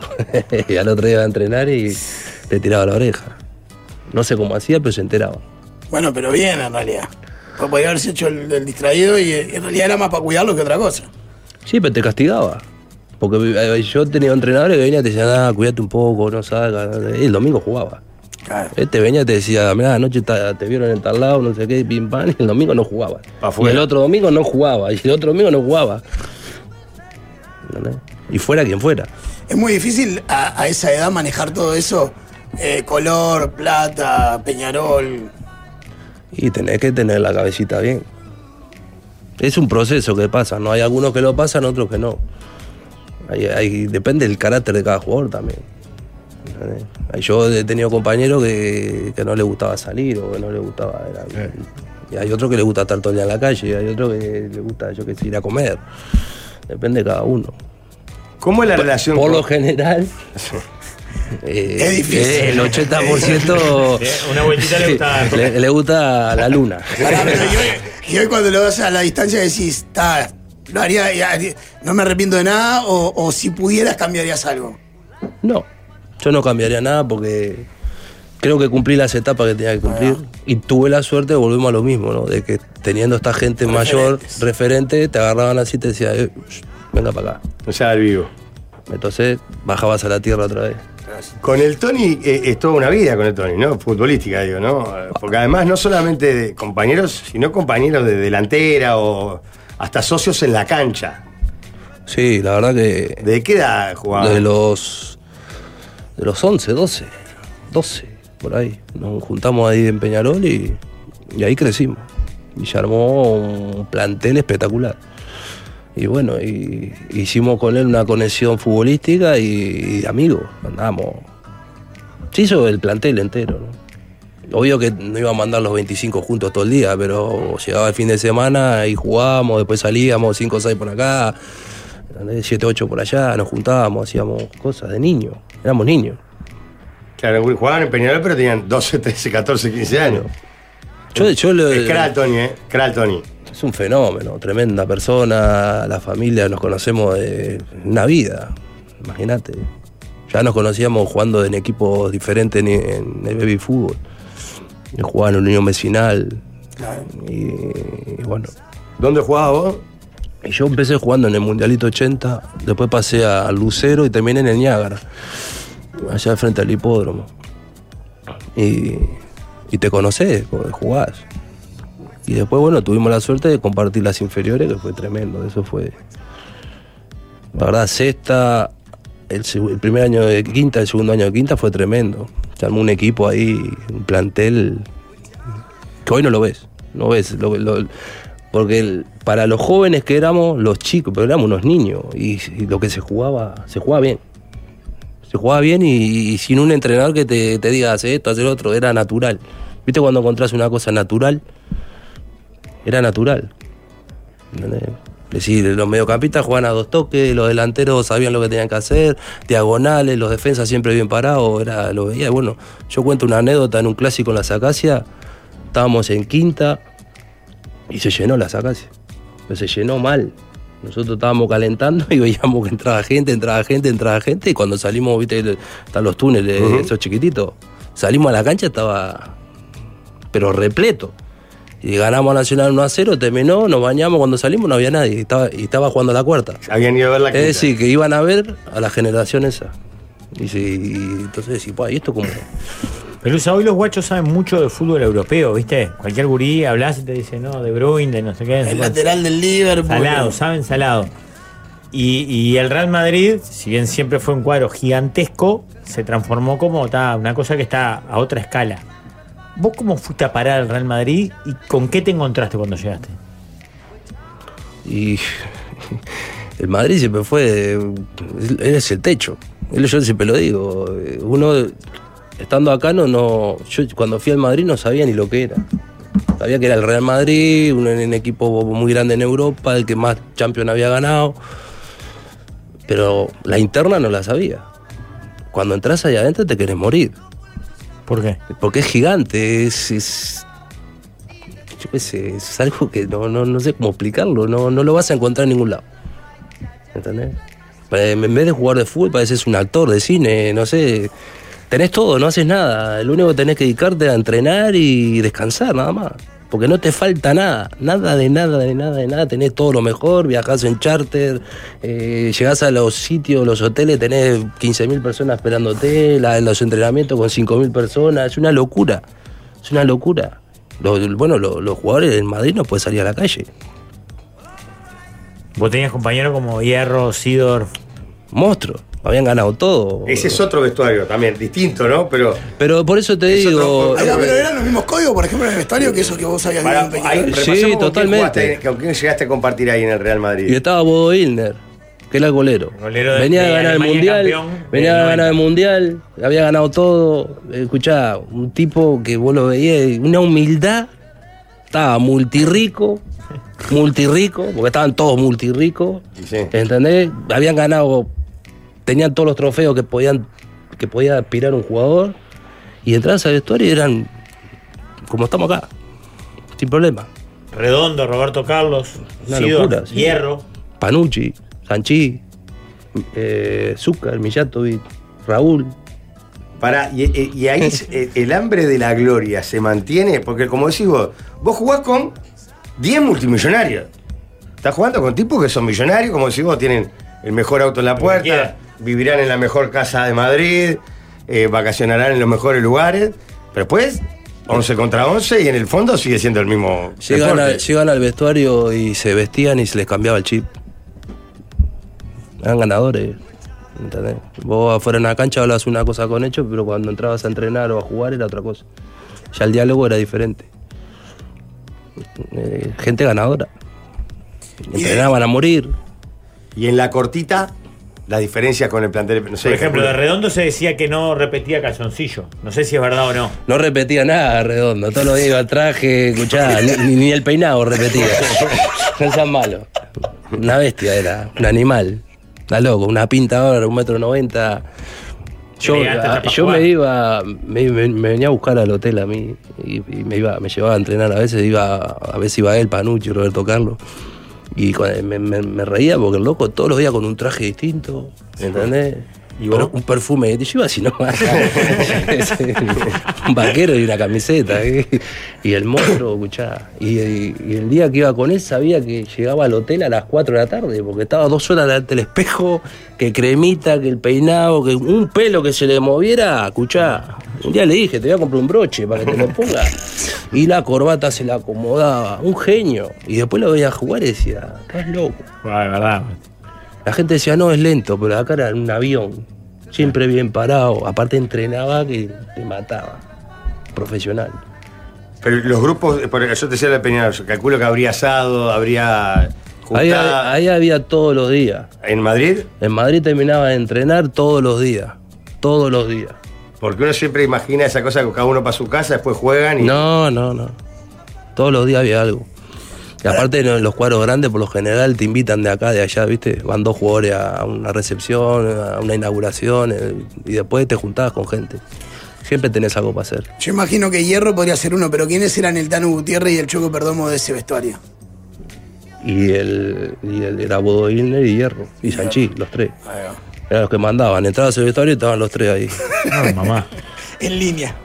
y al otro día iba a entrenar y te tiraba la oreja. No sé cómo hacía, pero se enteraba. Bueno, pero bien en realidad. Pues podía haberse hecho el, el distraído y eh, en realidad era más para cuidarlo que otra cosa. Sí, pero te castigaba. Porque eh, yo tenía entrenadores que venían y te decían, ah, cuídate un poco, no salgas. Y el domingo jugaba. Este venía y te decía, mirá, anoche ta- te vieron en tal lado, no sé qué, pim pam, y el domingo no jugaba. Y afuera. el otro domingo no jugaba, y el otro domingo no jugaba. ¿Entendés? Y fuera quien fuera. Es muy difícil a, a esa edad manejar todo eso. eh, color, plata, Peñarol. Y tenés que tener la cabecita bien. Es un proceso que pasa, ¿no? Hay algunos que lo pasan, otros que no. Hay- hay- depende del carácter de cada jugador también. ¿entendés? Yo he tenido compañeros que, que no les gustaba salir o que no les gustaba. era- Y hay otro que le gusta estar todo el día en la calle, y hay otro que le gusta, yo qué sé, ir a comer. Depende de cada uno. ¿Cómo es la relación? Por lo general. eh, Es difícil. eh, El 80% Una vueltita le gustaba. le- le gusta la luna. Y hoy cuando lo vas a la distancia decís, "Ta, lo haría, y haría- no me arrepiento de nada, o, o si pudieras cambiarías algo. No, yo no cambiaría nada porque creo que cumplí las etapas que tenía que cumplir y tuve la suerte, volvemos a lo mismo, ¿no? De que teniendo esta gente mayor, referente, te agarraban así y te decían, "Eh, sh, venga para acá. O sea, el vivo. Entonces bajabas a la tierra otra vez. Con el Tony eh, es toda una vida con el Tony, ¿no? Futbolística, digo, ¿no? Eh, Porque además no solamente de compañeros, sino compañeros de delantera o hasta socios en la cancha. Sí, la verdad que... ¿De qué edad jugaba? De los, de los 11, 12, 12, por ahí. Nos juntamos ahí en Peñarol y, y ahí crecimos. Y se armó un plantel espectacular. Y bueno, y, hicimos con él una conexión futbolística y, y amigos. Andamos. Se hizo el plantel entero, ¿no? Obvio que no iba a mandar los 25 juntos todo el día, pero llegaba el fin de semana y jugábamos, después salíamos 5 o 6 por acá, 7 o 8 por allá, nos juntábamos, hacíamos cosas de niño, éramos niños. Claro, jugaban en Peñarol, pero tenían 12, 13, 14, 15 años. Yo, yo lo, Es crack, Tony, ¿eh? Crack, Tony. Es un fenómeno, tremenda persona, la familia, nos conocemos de una vida, imagínate. Ya nos conocíamos jugando en equipos diferentes en, en el baby fútbol. Yo Jugaba en Unión Vecinal. Y, y bueno. ¿Dónde jugabas vos? Y yo empecé jugando en el Mundialito 80, después pasé a Lucero y terminé en el Niágara, allá frente al hipódromo. Y, y te conocés, porque jugás. Y después, bueno, tuvimos la suerte de compartir las inferiores, que fue tremendo. Eso fue. La verdad, sexta, el, seg- el primer año de quinta, el segundo año de quinta fue tremendo. Se armó un equipo ahí, un plantel, que hoy no lo ves. No ves. lo- lo- porque el- para los jóvenes que éramos, los chicos, pero éramos unos niños, y, y lo que se jugaba, se jugaba bien. Se jugaba bien y, y sin un entrenador que te, te diga, hace esto, hace lo otro, era natural. ¿Viste cuando encontrás una cosa natural? Era natural. ¿Entendés? Es decir, los mediocampistas jugaban a dos toques, los delanteros sabían lo que tenían que hacer, diagonales, los defensas siempre bien parados, era, lo veía. Bueno, yo cuento una anécdota en un clásico en la Sacacia, estábamos en quinta y se llenó la Sacacia, pero se llenó mal. Nosotros estábamos calentando y veíamos que entraba gente, entraba gente, entraba gente, y cuando salimos, viste, el- están los túneles, Ujú. esos chiquititos, salimos a la cancha, estaba, pero repleto. Y ganamos a Nacional 1 a 0, terminó, nos bañamos, cuando salimos no había nadie, y estaba, y estaba jugando la cuarta. Habían ido a ver la Es decir, que iban a ver a la generación esa. Y, si- y entonces decís, "Pua, ¿y esto cómo? Pelusa, hoy los guachos saben mucho de fútbol europeo, ¿viste? Cualquier gurí hablas y te dice, no, de Bruyne, de no sé qué. no sé El cuánto. lateral del Liverpool. Salado, saben salado. Y, y el Real Madrid, si bien siempre fue un cuadro gigantesco, se transformó como ta, una cosa que está a otra escala. ¿Vos cómo fuiste a parar al Real Madrid y con qué te encontraste cuando llegaste? Y el Madrid siempre fue. eh, Él es el techo. Él, yo siempre lo digo. eh, Uno, estando acá, no, no. Yo cuando fui al Madrid no sabía ni lo que era. Sabía que era el Real Madrid, un, un equipo muy grande en Europa, el que más Champions había ganado. Pero la interna no la sabía. Cuando entras allá adentro te querés morir. ¿Por qué? Porque es gigante, es. es- yo qué sé, es algo que no, no, no sé cómo explicarlo, no, no lo vas a encontrar en ningún lado. ¿Entendés? Pa- En vez de jugar de fútbol, pareces un actor de cine, no sé. Tenés todo, no haces nada. Lo único que tenés que dedicarte a entrenar y descansar, nada más. Porque no te falta nada, nada de nada, de nada, de nada. Tenés todo lo mejor, viajás en charter, eh, llegás a los sitios, los hoteles, tenés 15.000 personas esperándote, la- los entrenamientos con 5.000 personas. Es una locura, es una locura. Los- bueno, los, los jugadores en Madrid no pueden salir a la calle. Vos tenías compañeros como Hierro, Sidor. Monstruo. Habían ganado todo. Ese es otro vestuario también, distinto, ¿no? Pero. Pero por eso te digo. Ahora, pero eran los mismos códigos, por ejemplo, en el vestuario que eso que vos habías Pará, vivido en ahí, Peñarol. repasemos con quién jugaste, ¿Con quién llegaste a compartir ahí en el Real Madrid? Y estaba Bodo Ilner, que era el golero. golero de- venía a de ganar el Alemania, mundial. campeón Venía del a ganar el mundial. Había ganado todo. Escuchá, un tipo que vos lo veías, y una humildad. Estaba multirrico, multirrico, porque estaban todos multirricos. ¿Entendés? Habían ganado, tenían todos los trofeos que podían que podía aspirar un jugador. Y entrabas al vestuario y eran como estamos acá, sin problema. Redondo, Roberto Carlos, Una Sidor, locura, sí. Hierro. Panucci, Sanchi, eh, Zúcar, Millatovic, Raúl. Pará, y, y- y ahí es- eh, el hambre de la gloria se mantiene, porque como decís vos, vos jugás con 10 multimillonarios. Estás jugando con tipos que son millonarios, como decís vos, tienen el mejor auto en la puerta, vivirán en la mejor casa de Madrid, eh, vacacionarán en los mejores lugares, pero después 11 contra 11 y en el fondo sigue siendo el mismo. Llegan, deporte. al- llegan al vestuario y se vestían y se les cambiaba el chip. Eran ganadores. ¿entendés? Vos afuera en la cancha hablabas una cosa con hechos, pero cuando entrabas a entrenar o a jugar era otra cosa. Ya el diálogo era diferente. Eh, gente ganadora. Entrenaban a morir. Y en la cortita, las diferencias con el plantel. no sé, Por ejemplo, de Redondo se decía que no repetía calzoncillo. No sé si es verdad o no. No repetía nada, redondo. Todo lo iba, traje, escuchá, ni, ni el peinado repetía. No seas malo. Una bestia era, un animal. Está loco, una pinta ahora, un metro noventa. Yo, ah, Elegante hasta pa' yo jugar. me iba, me, me- me venía a buscar al hotel a mí y, y me iba, me llevaba a entrenar a veces, iba, a veces iba él, Panucci, Roberto Carlos. Y con- me, me- me reía porque el loco todos los días con un traje distinto, ¿entendés? Pero un perfume, yo iba así nomás. un vaquero y una camiseta. ¿eh? Y el monstruo, escuchá. Y, y- y el día que iba con él sabía que llegaba al hotel a las 4 de la tarde, porque estaba dos horas delante del espejo, que cremita, que el peinado, que un pelo que se le moviera, escuchá. Un día le dije, te voy a comprar un broche para que te lo pongas. Y la corbata se la acomodaba, un genio. Y después lo veía jugar y decía, estás loco. Ah, verdad. La gente decía, no, es lento, pero acá era un avión. Siempre bien parado. Aparte entrenaba que te mataba. Profesional. Pero los grupos, eh, por- yo te decía la de Peñarol, yo calculo que habría asado, habría Ahí, juntada. ahí había todos los días. ¿En Madrid? En Madrid terminaba de entrenar todos los días. Todos los días. Porque uno siempre imagina esa cosa que cada uno para su casa, después juegan y. No, no, no. Todos los días había algo. Y aparte en los cuadros grandes por lo general te invitan de acá, de allá, ¿viste? Van dos jugadores a una recepción, a una inauguración eh, y después te juntabas con gente. Siempre tenés algo para hacer. Yo imagino que Hierro podría ser uno, pero ¿quiénes eran el Tano Gutiérrez y el Choco Perdomo de ese vestuario? y el, y el era Bodo Ilner y Hierro y Sanchi, los tres. Eran los que mandaban, entrabas al vestuario y estaban los tres ahí. No, mamá. En línea.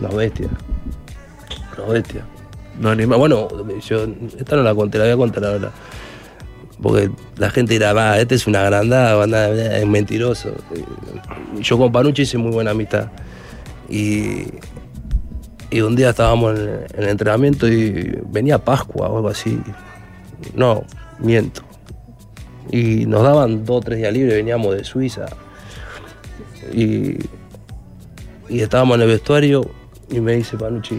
Los bestias. Los bestias. No, ni más. Bueno, yo esta no la conté, la voy a contar ahora. Porque la gente dirá, va, este es una agrandada, banda, es mentiroso. Y Yo con Panucci hice muy buena amistad. Y, y un día estábamos en, en el entrenamiento y venía Pascua o algo así. No, miento. Y nos daban dos o tres días libres, veníamos de Suiza. Y, y estábamos en el vestuario y me dice Panucci,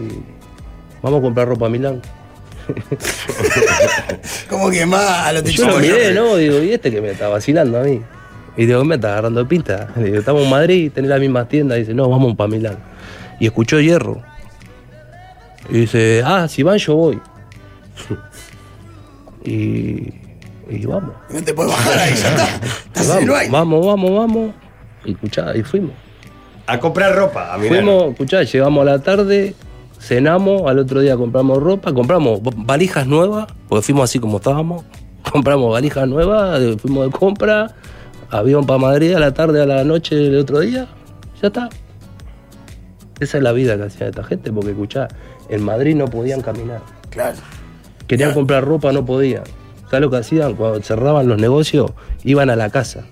vamos a comprar ropa a Milán. Como que más a los Yo lo miré, ¿no? Digo, ¿y este que me está vacilando a mí? Y digo, me está agarrando pinta. Le digo, estamos en Madrid, tenés las mismas tiendas. Dice, no, vamos para Milán. Y escuchó Hierro. Y dice, ah, si van, yo voy. Y, y vamos. No te puedes bajar ahí, ya está. Estás en el Vamos, baile. vamos, vamos, vamos. Y escuchá, y fuimos. A comprar ropa, a mirar. Fuimos, escuchá, llegamos a la tarde, cenamos, al otro día compramos ropa, compramos va- valijas nuevas, porque fuimos así como estábamos, compramos valijas nuevas, eh, fuimos de compra, avión para Madrid a la tarde, a la noche del otro día, ya Ya está. Esa es la vida que hacían esta gente, porque escuchá, en Madrid no podían caminar. Claro. Querían comprar ropa, no podían. ¿Sabes lo que hacían? Cuando cerraban los negocios, iban a la casa.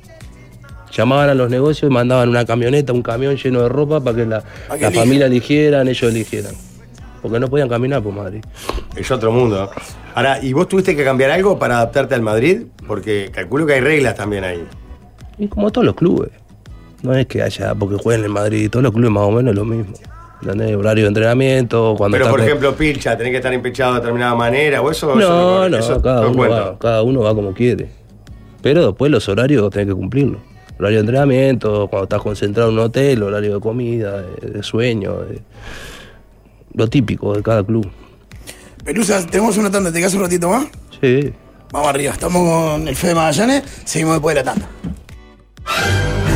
Llamaban a los negocios y mandaban una camioneta, un camión lleno de ropa para que la, la elijan. familia eligieran, ellos eligieran. Porque no podían caminar por Madrid. Es otro mundo. Ahora, ¿y vos tuviste que cambiar algo para adaptarte al Madrid? Porque calculo que hay reglas también ahí. Y como todos los clubes. No es que haya, porque jueguen en Madrid, todos los clubes más o menos lo mismo. ¿Entendés? Horario de entrenamiento, cuando Pero, estás por con- ejemplo, pilcha, tenés que estar empechado de determinada manera o eso. eso No, no, eso cada, uno cuenta. va, cada uno va como quiere. Pero después los horarios tenés que cumplirlos. Horario de entrenamiento, cuando estás concentrado en un hotel, horario de comida, de, de sueño, de- lo típico de cada club. Pelusa, tenemos una tanda, ¿te quedas un ratito más? Sí. Vamos arriba, estamos con el Fede Magallanes, seguimos después de la tanda.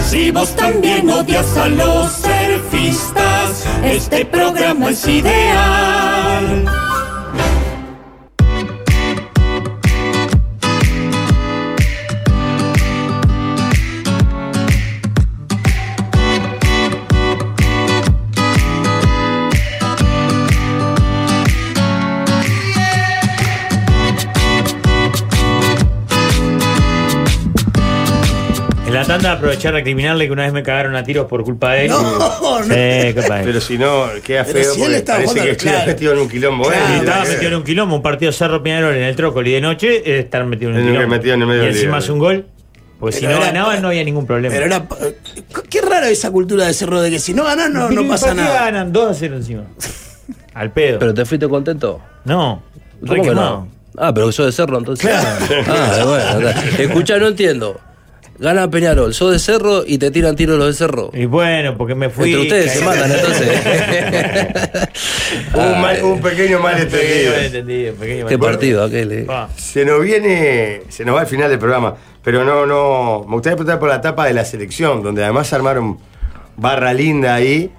Si vos también odias a los surfistas, este programa es ideal. En la tanda aprovechar a recriminarle que una vez me cagaron a tiros por culpa de él. No, Sí, no. capaz. Pero si no, queda Pero feo si él porque estaba parece que jugando, estoy claro. metido en un quilombo. ¿eh? Claro, él, y- estaba metido en un quilombo, un partido Cerro Peñarol en el Trócoli de noche, eh, estar metido en un Tenía que quilombo. metido en el medio y del encima lío. hace un gol. Porque si Pero no era- ganaban no había ningún problema. Pero era. eh, Qué rara esa cultura de cerro de que si no ganás no, no Pero pasa ¿para qué nada. ganan 2 a 0 encima. Al pedo. ¿Pero te fuiste contento? No. ¿Cómo que no? Ah, pero sos de Cerro entonces. Ah, bueno. Escucha, no entiendo. Gana Peñarol, sos de Cerro y te tiran tiros los de Cerro. Y bueno, porque me fui. Entre ustedes se caí- matan entonces. Un, mal- un pequeño Pequeño malentendido. malentendido, pequeño Qué Bueno, partido aquel. eh. Ah. Se nos viene, se nos va el final del programa, pero no, no. Me gustaría preguntar por la etapa de la selección, donde además armaron barra linda ahí.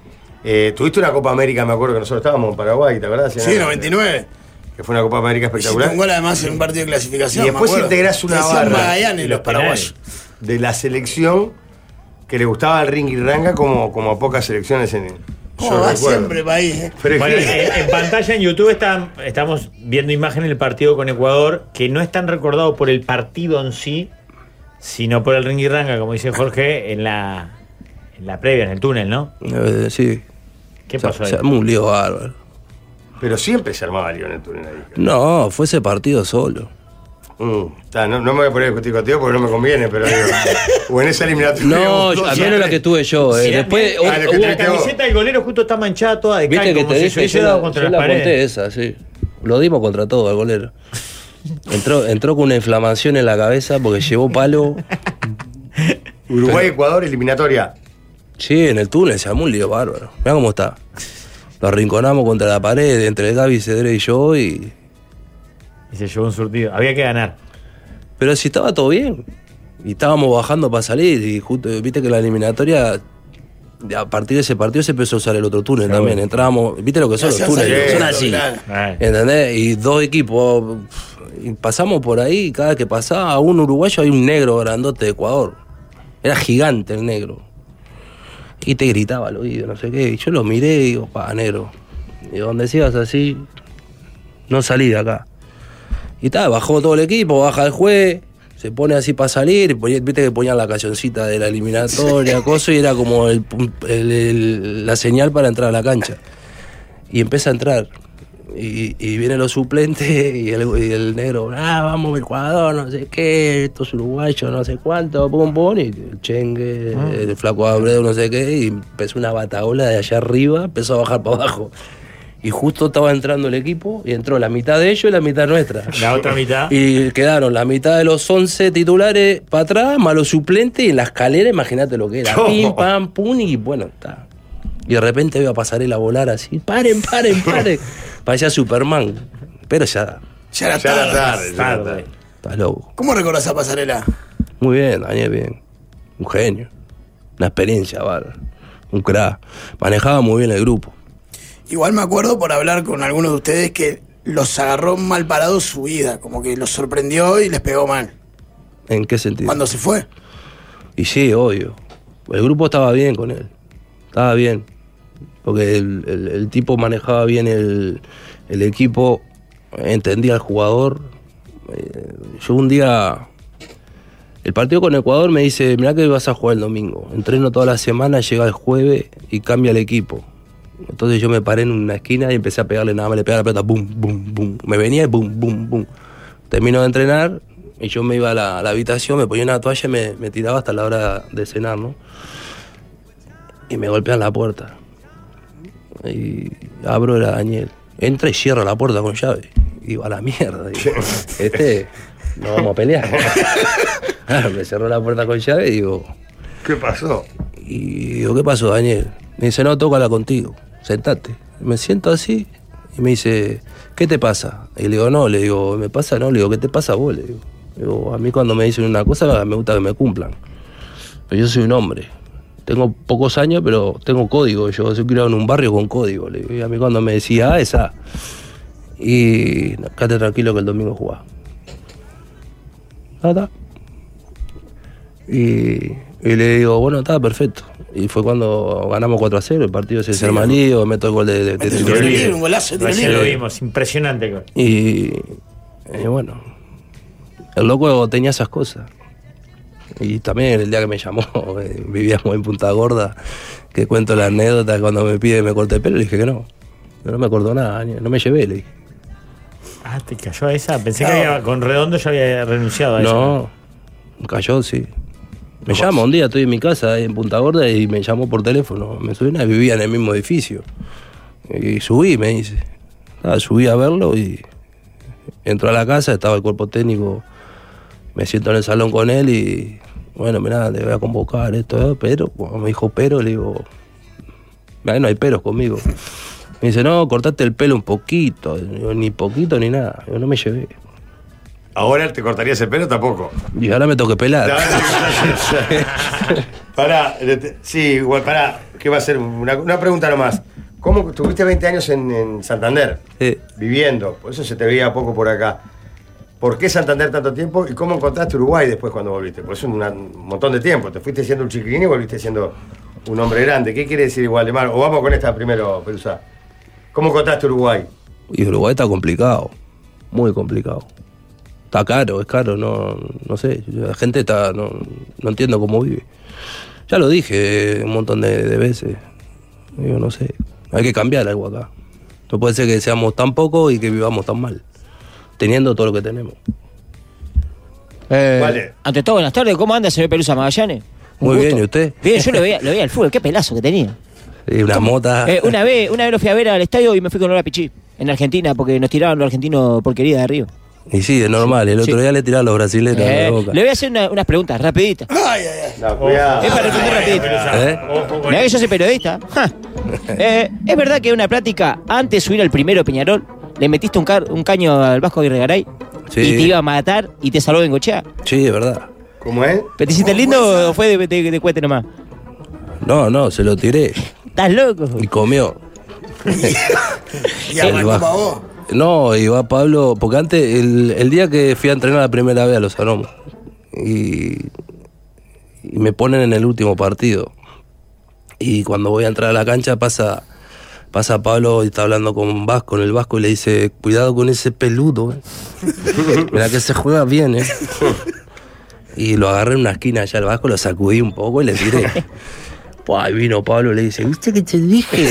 Eh, tuviste una Copa América, me acuerdo que nosotros estábamos en Paraguay, ¿te acordás? Sí, 99. Que fue una Copa América Hiciste espectacular. un gol además en un partido de clasificación. Y después me acuerdo. integrás una Te decían barra. Magallanes, Y los paraguayos. De la selección que le gustaba al ring y ranga como, como a pocas selecciones en el. ¿Cómo va siempre país? eh? Bueno, en, en pantalla en YouTube están, estamos viendo imágenes del partido con Ecuador, que no es tan recordado por el partido en sí, sino por el ringirranga, como dice Jorge, en la, en la previa, en el túnel, ¿no? Eh, sí. ¿Qué Se- pasó ahí? Se armó un lío bárbaro. Pero siempre se armaba lío en el túnel ahí. No, fue ese partido solo. Mm, está, no, no me voy a poner a discutir contigo porque no me conviene, pero digo, o en esa eliminatoria. No, yo- al menos la que tuve yo. eh. Sí, Después, la- hubo- la, hubo- camiseta del golero justo está manchada toda de Viste cal, que como te si dije, se hubiese yo dado la- contra yo las la paredes. apunté esa, sí. Lo dimos contra todo al golero. Entró, entró con una inflamación en la cabeza porque llevó palo. Uruguay, Ecuador, eliminatoria. Sí, en el túnel se armó un lío bárbaro. Mirá cómo está. Lo arrinconamos contra la pared entre Gaby Cedré y yo y. Y se llevó un surtido. Había que ganar. Pero si estaba todo bien. Y estábamos bajando para salir y justo, viste que la eliminatoria. A partir de ese partido se empezó a usar el otro túnel también. Entrábamos, viste lo que son los Gracias a túneles, Dios, son así. claro. ¿Entendés? Y dos equipos. pf, y pasamos por ahí, y cada vez que pasaba a un uruguayo hay un negro grandote de Ecuador. Era gigante el negro. Y te gritaba al oído, no sé qué. Y yo lo miré y digo, pa, negro. Y donde sigas así, no salí de acá. Y está, bajó todo el equipo, baja el juez, se pone así para salir. y ponía- viste que ponían la cancioncita de la eliminatoria, cosa, y era como el pun- el- el- la señal para entrar a la cancha. Y empieza a entrar. Y, y vienen los suplentes y el, y el negro, ah, vamos, el jugador, no sé qué, estos uruguayos, no sé cuánto, pum, pum, y el chengue, el flaco Abreu, no sé qué, y empezó una bataola de allá arriba, empezó a bajar para abajo. Y justo estaba entrando el equipo y entró la mitad de ellos y la mitad nuestra. La otra mitad. Y quedaron la mitad de los 11 titulares para atrás, más los suplentes y en la escalera, imagínate lo que era. Pim, pam, pum, y bueno, está. Y de repente veo a pasarela volar así. Paren, paren, paren. Parecía Superman. Pero ya. Ya era Ya era tarde. tarde, ya era tarde. Estás loco. ¿Cómo recordás esa pasarela? Muy bien, Daniel, bien. Un genio. Una experiencia, bárbaro. Un crack. Manejaba muy bien el grupo. Igual me acuerdo por hablar con algunos de ustedes que los agarró mal parados su vida, como que los sorprendió y les pegó mal. ¿En qué sentido? Cuando se fue. Y sí, obvio. El grupo estaba bien con él. Estaba bien. Porque el, el- el tipo manejaba bien el, el equipo, entendía al jugador. Eh, yo un día. El partido con Ecuador me dice, mirá que vas a jugar el domingo. Entreno toda la semana, llega el jueves y cambia el equipo. Entonces yo me paré en una esquina y empecé a pegarle nada más, le pegaba la pelota, boom, boom, boom. Me venía y boom, boom, boom. Termino de entrenar y yo me iba a la, a la habitación, me ponía una toalla y me, me tiraba hasta la hora de cenar, ¿no? Y me golpean la puerta. Y abro la Daniel. Entra y cierra la puerta con llave. Digo, a la mierda. digo, este, no vamos a pelear. Claro, me cerró la puerta con llave y digo. ¿Qué pasó? Y digo, ¿qué pasó, Daniel? Me dice, no, tócala contigo. Sentate. Me siento así y me dice, ¿qué te pasa? Y le digo, no, le digo, ¿me pasa? No, le digo, ¿qué te pasa a vos? Le digo, Le digo, a mí cuando me dicen una cosa me gusta que me cumplan. Pero yo soy un hombre. Tengo pocos años, pero tengo código. Yo soy criado en un barrio con código. Le digo, y a mí cuando me decía A es A. Y no, quédate tranquilo que el domingo jugás. Ah, está. Y, y le digo, bueno, está perfecto. Y fue cuando ganamos 4 a 0, el partido se Sí, desarma el lío, meto el gol de, de- de tiro libre. Recién eh, lo vimos, impresionante. gol. Y, y bueno, el loco tenía esas cosas. Y también el día que me llamó, eh, vivíamos en Punta Gorda, que cuento la anécdota cuando me pide que me corte el pelo, le dije que no. Yo no me cortó nada, ni- no me llevé, le dije. Ah, te cayó esa. Pensé que había- con Redondo ya había renunciado a eso. No, cayó, sí. Me llama un día, estoy en mi casa en Punta Gorda y me llamó por teléfono. Me suena, vivía en el mismo edificio. Y subí, me dice. Nada, subí a verlo y entró a la casa, estaba el cuerpo técnico. Me siento en el salón con él y, bueno, mirá, te voy a convocar esto, eh, pero, cuando me dijo pero, le digo, "Mirá, no hay peros conmigo. Me dice, no, cortate el pelo un poquito, Le digo, ni poquito ni nada, yo no me llevé. Ahora te cortarías el pelo tampoco. Y ahora me tengo que pelar. Pará, este, sí, igual, pará, que va a ser una, una pregunta nomás. ¿Cómo tuviste 20 años en, en Santander? Viviendo, por eso se te veía poco por acá. ¿Por qué Santander tanto tiempo y cómo encontraste Uruguay después cuando volviste? Por eso una- un montón de tiempo. Te fuiste siendo un chiquilín y volviste siendo un hombre grande. ¿Qué quiere decir igual de mal? O vamos con esta primero, Pelusa. ¿Cómo encontraste Uruguay? Y Uruguay está complicado, muy complicado. Está caro, es caro, no, no sé, la gente está, no, no entiendo cómo vive. Ya lo dije eh, un montón de, de veces, yo no sé, hay que cambiar algo acá. No puede ser que seamos tan pocos y que vivamos tan mal, teniendo todo lo que tenemos. Eh, Vale. Ante todo, buenas tardes. ¿Cómo anda, señor Pelusa Magallanes? Un Muy gusto. bien, ¿y usted? Bien, yo lo veía, lo veía al fútbol, qué pelazo que tenía. Y una mota. Eh, una, vez, una vez lo fui a ver al estadio y me fui con Lola Pichí, en Argentina, porque nos tiraban los argentinos porquería de arriba. Y sí, es normal, el otro Sí. día le tiraron los brasileños a Eh, la boca. le voy a hacer una- unas preguntas rapiditas. Oh. No, cuidado. Es para responder rapidito. ¿Eh? Mirá que yo soy periodista. Ja. Eh, ¿Es verdad que en una práctica, antes de subir al primero Peñarol, le metiste un, car- un caño al Vasco Aguirre Garay? Sí. Y te iba a matar y te salvó Bengochea. Sí, es verdad. ¿Cómo es? ¿Pero te hiciste lindo o fue de, de, de cuete nomás? No, no, se lo tiré. ¿Estás loco? Y comió. Y arrancó va. pa' vos. No, y va Pablo, porque antes, el, el día que fui a entrenar la primera vez a los aromos, y, y me ponen en el último partido. Y cuando voy a entrar a la cancha pasa, pasa Pablo y está hablando con Vasco, en el Vasco, y le dice, cuidado con ese peludo, eh. Mira que se juega bien, eh. Y lo agarré en una esquina allá al Vasco, lo sacudí un poco y le tiré. Pues ahí vino Pablo y le dice, ¿viste que te dije?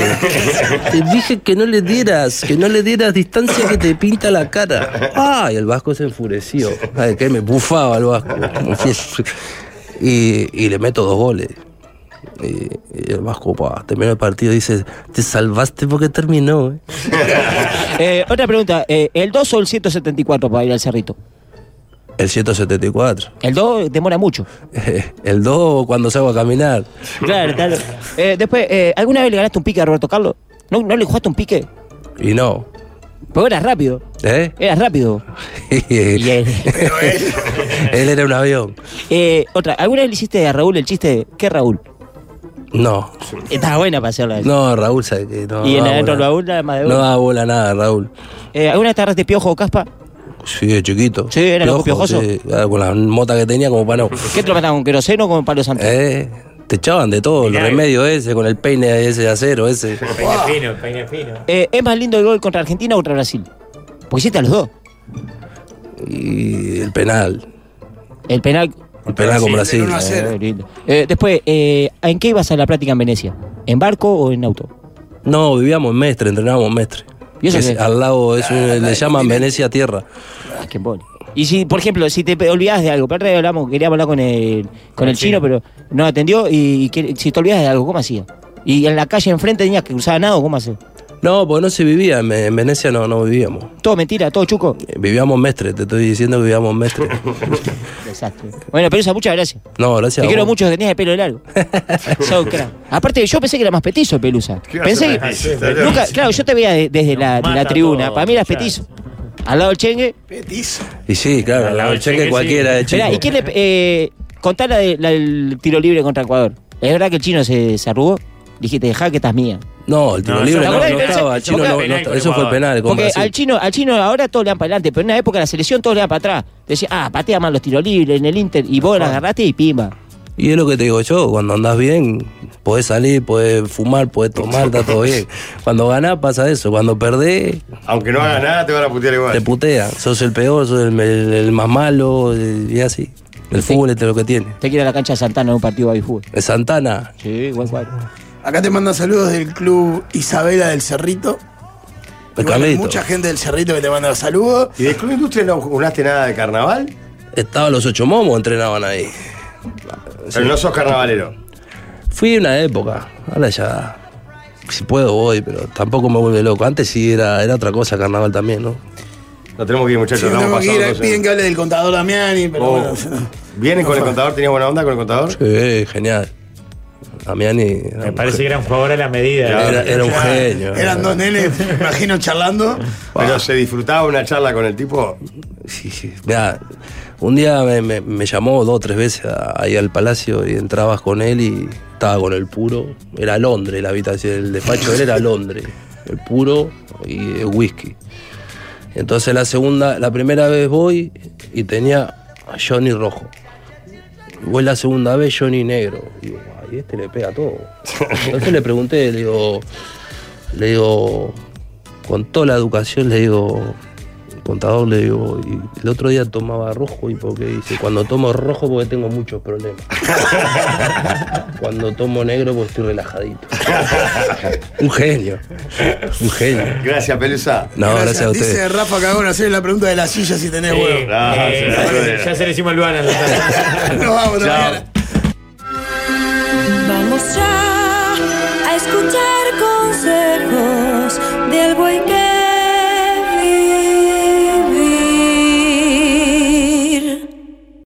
Te dije que no le dieras, que no le dieras distancia que te pinta la cara. ¡Ah! Y el vasco se enfureció. Ay, que me bufaba el vasco. Y, y le meto dos goles. Y, y el vasco, pa, terminó el partido y dice, te salvaste porque terminó. ¿eh?". Eh, otra pregunta, eh, ¿el 2 o el 174 para ir al cerrito? El 174. El 2 demora mucho. El 2 cuando salgo a caminar. Claro, claro. Eh, después, eh, ¿alguna vez le ganaste un pique a Roberto Carlos? ¿No, no le jugaste un pique? Y no. Porque eras rápido. ¿Eh? Eras rápido. Y él- Él era un avión. Eh, otra, ¿alguna vez le hiciste a Raúl el chiste de qué Raúl? No. Está buena para hacerla. No, Raúl sabe que no. y en da adentro del bola. baúl nada más de No uno. da bola nada, Raúl. Eh, ¿Alguna vez te agarraste piojo o caspa? Sí, de chiquito. Sí, era loco piojoso. sí. Ah, con la mota que tenía como para no. ¿Qué te lo mataban con queroseno o con palo santo? Eh, Te echaban de todo, el Mirá. remedio ese, con el peine ese de acero, ese. Peine fino, peine fino. Eh, ¿Es más lindo el gol contra Argentina o contra Brasil? Porque hiciste a los dos. Y el penal. El penal. El penal con Brasil. Eh, lindo. Eh, después, eh, ¿en qué ibas a la práctica en Venecia? ¿En barco o en auto? No, vivíamos en Mestre, entrenábamos en Mestre. ¿Y eso Que es qué? al lado, es un- le llaman Venecia Tierra. Ah, qué embole. Y si, por ejemplo, si te pe- olvidás de algo, pero otra vez hablamos, queríamos hablar con el, con el chino, pero no atendió, y que- si te olvidás de algo, ¿cómo hacías? Y en la calle enfrente tenías que usar nada, ¿cómo hacías? No, pues no se vivía, en en Venecia no, no vivíamos. Todo mentira, todo chuco. Eh, Vivíamos en Mestre, te estoy diciendo que vivíamos en Mestre. Desastre. Bueno, Pelusa, muchas gracias. No, gracias. te a quiero vos. mucho, tenías el pelo largo. Sos un crack. Aparte, yo pensé que era más petizo Pelusa. vas a Pensé hacer? Ah, Sí, que. Nunca, claro, yo te veía de- desde la, de la mata tribuna. todo, Para mí eras claro. petizo. Al lado del chengue. Petizo. Y sí, claro, la del cheque cualquiera de chico. ¿y quién le. Eh, contá la, de- la del tiro libre contra Ecuador. ¿Es verdad que el chino se, se arrugó? Dijiste, dejá que estás mía. No, el tiro No, libre yo- no, ¿Te no acordás del estaba, el penal? chino no, no estaba, eso fue el penal con Porque Brasil. al chino, al chino ahora todos le dan para adelante, pero en una época la selección todos le dan para atrás. Decía, ah, patea mal los tiros libres en el Inter, y vos la agarraste y pimba. Y es lo que te digo yo, cuando andás bien, podés salir, podés fumar, podés tomar, está todo bien. Cuando ganás pasa eso, cuando perdés... Aunque no hagas nada, te van a putear igual. Te putean, sos el peor, sos el, el- el más malo, eh, y así. El fútbol este es lo que tiene. Te quiero a la cancha de Santana en un partido de fútbol. Es Santana. Sí, igual, igual. Acá te mandan saludos del club Isabela del Cerrito. El Igual hay Carlito. mucha gente del Cerrito que te manda saludos. ¿Y del Club Industria no jugaste nada de carnaval? Estaban los ocho momos, entrenaban ahí. Pero no sos carnavalero. Fui una época, ahora ya. Si puedo voy, pero tampoco me vuelve loco. Antes sí era, era otra cosa carnaval también, ¿no? No tenemos que ir, muchachos. Sí, estamos tengo que ir, pasando cosas. piden que hable del contador Damiani, pero Oh. bueno. ¿Vienen con el contador? ¿Tenías buena onda con el contador? Sí, genial. Damiani. Me parece que era un jugador a la medida. Era- era un genio. Eran dos nenes, me imagino, charlando. Pero se disfrutaba una charla con el tipo. Sí, sí. Mirá, un día me, me- me llamó dos o tres veces a- ahí al palacio y entrabas con él y estaba con el puro. Era Londres la habitación, el despacho de él era Londres. El puro y el whisky. Entonces la segunda, la primera vez voy y tenía a Johnny rojo. Voy la segunda vez Johnny negro. Digo, ay, este le pega todo. Entonces le pregunté, le digo, le digo, con toda la educación le digo, contador le digo, y el otro día tomaba rojo y porque dice, cuando tomo rojo porque tengo muchos problemas. cuando tomo negro porque estoy relajadito. Un genio. Un genio. Gracias, Pelusa. No, gracias, a Eh, ustedes. Dice Rafa Cagón, hacerle la pregunta de la silla si tenés Sí, huevo. no, sí, ya, se le hicimos el Luana. Nos vamos, Chao. todavía. Vamos ya a escuchar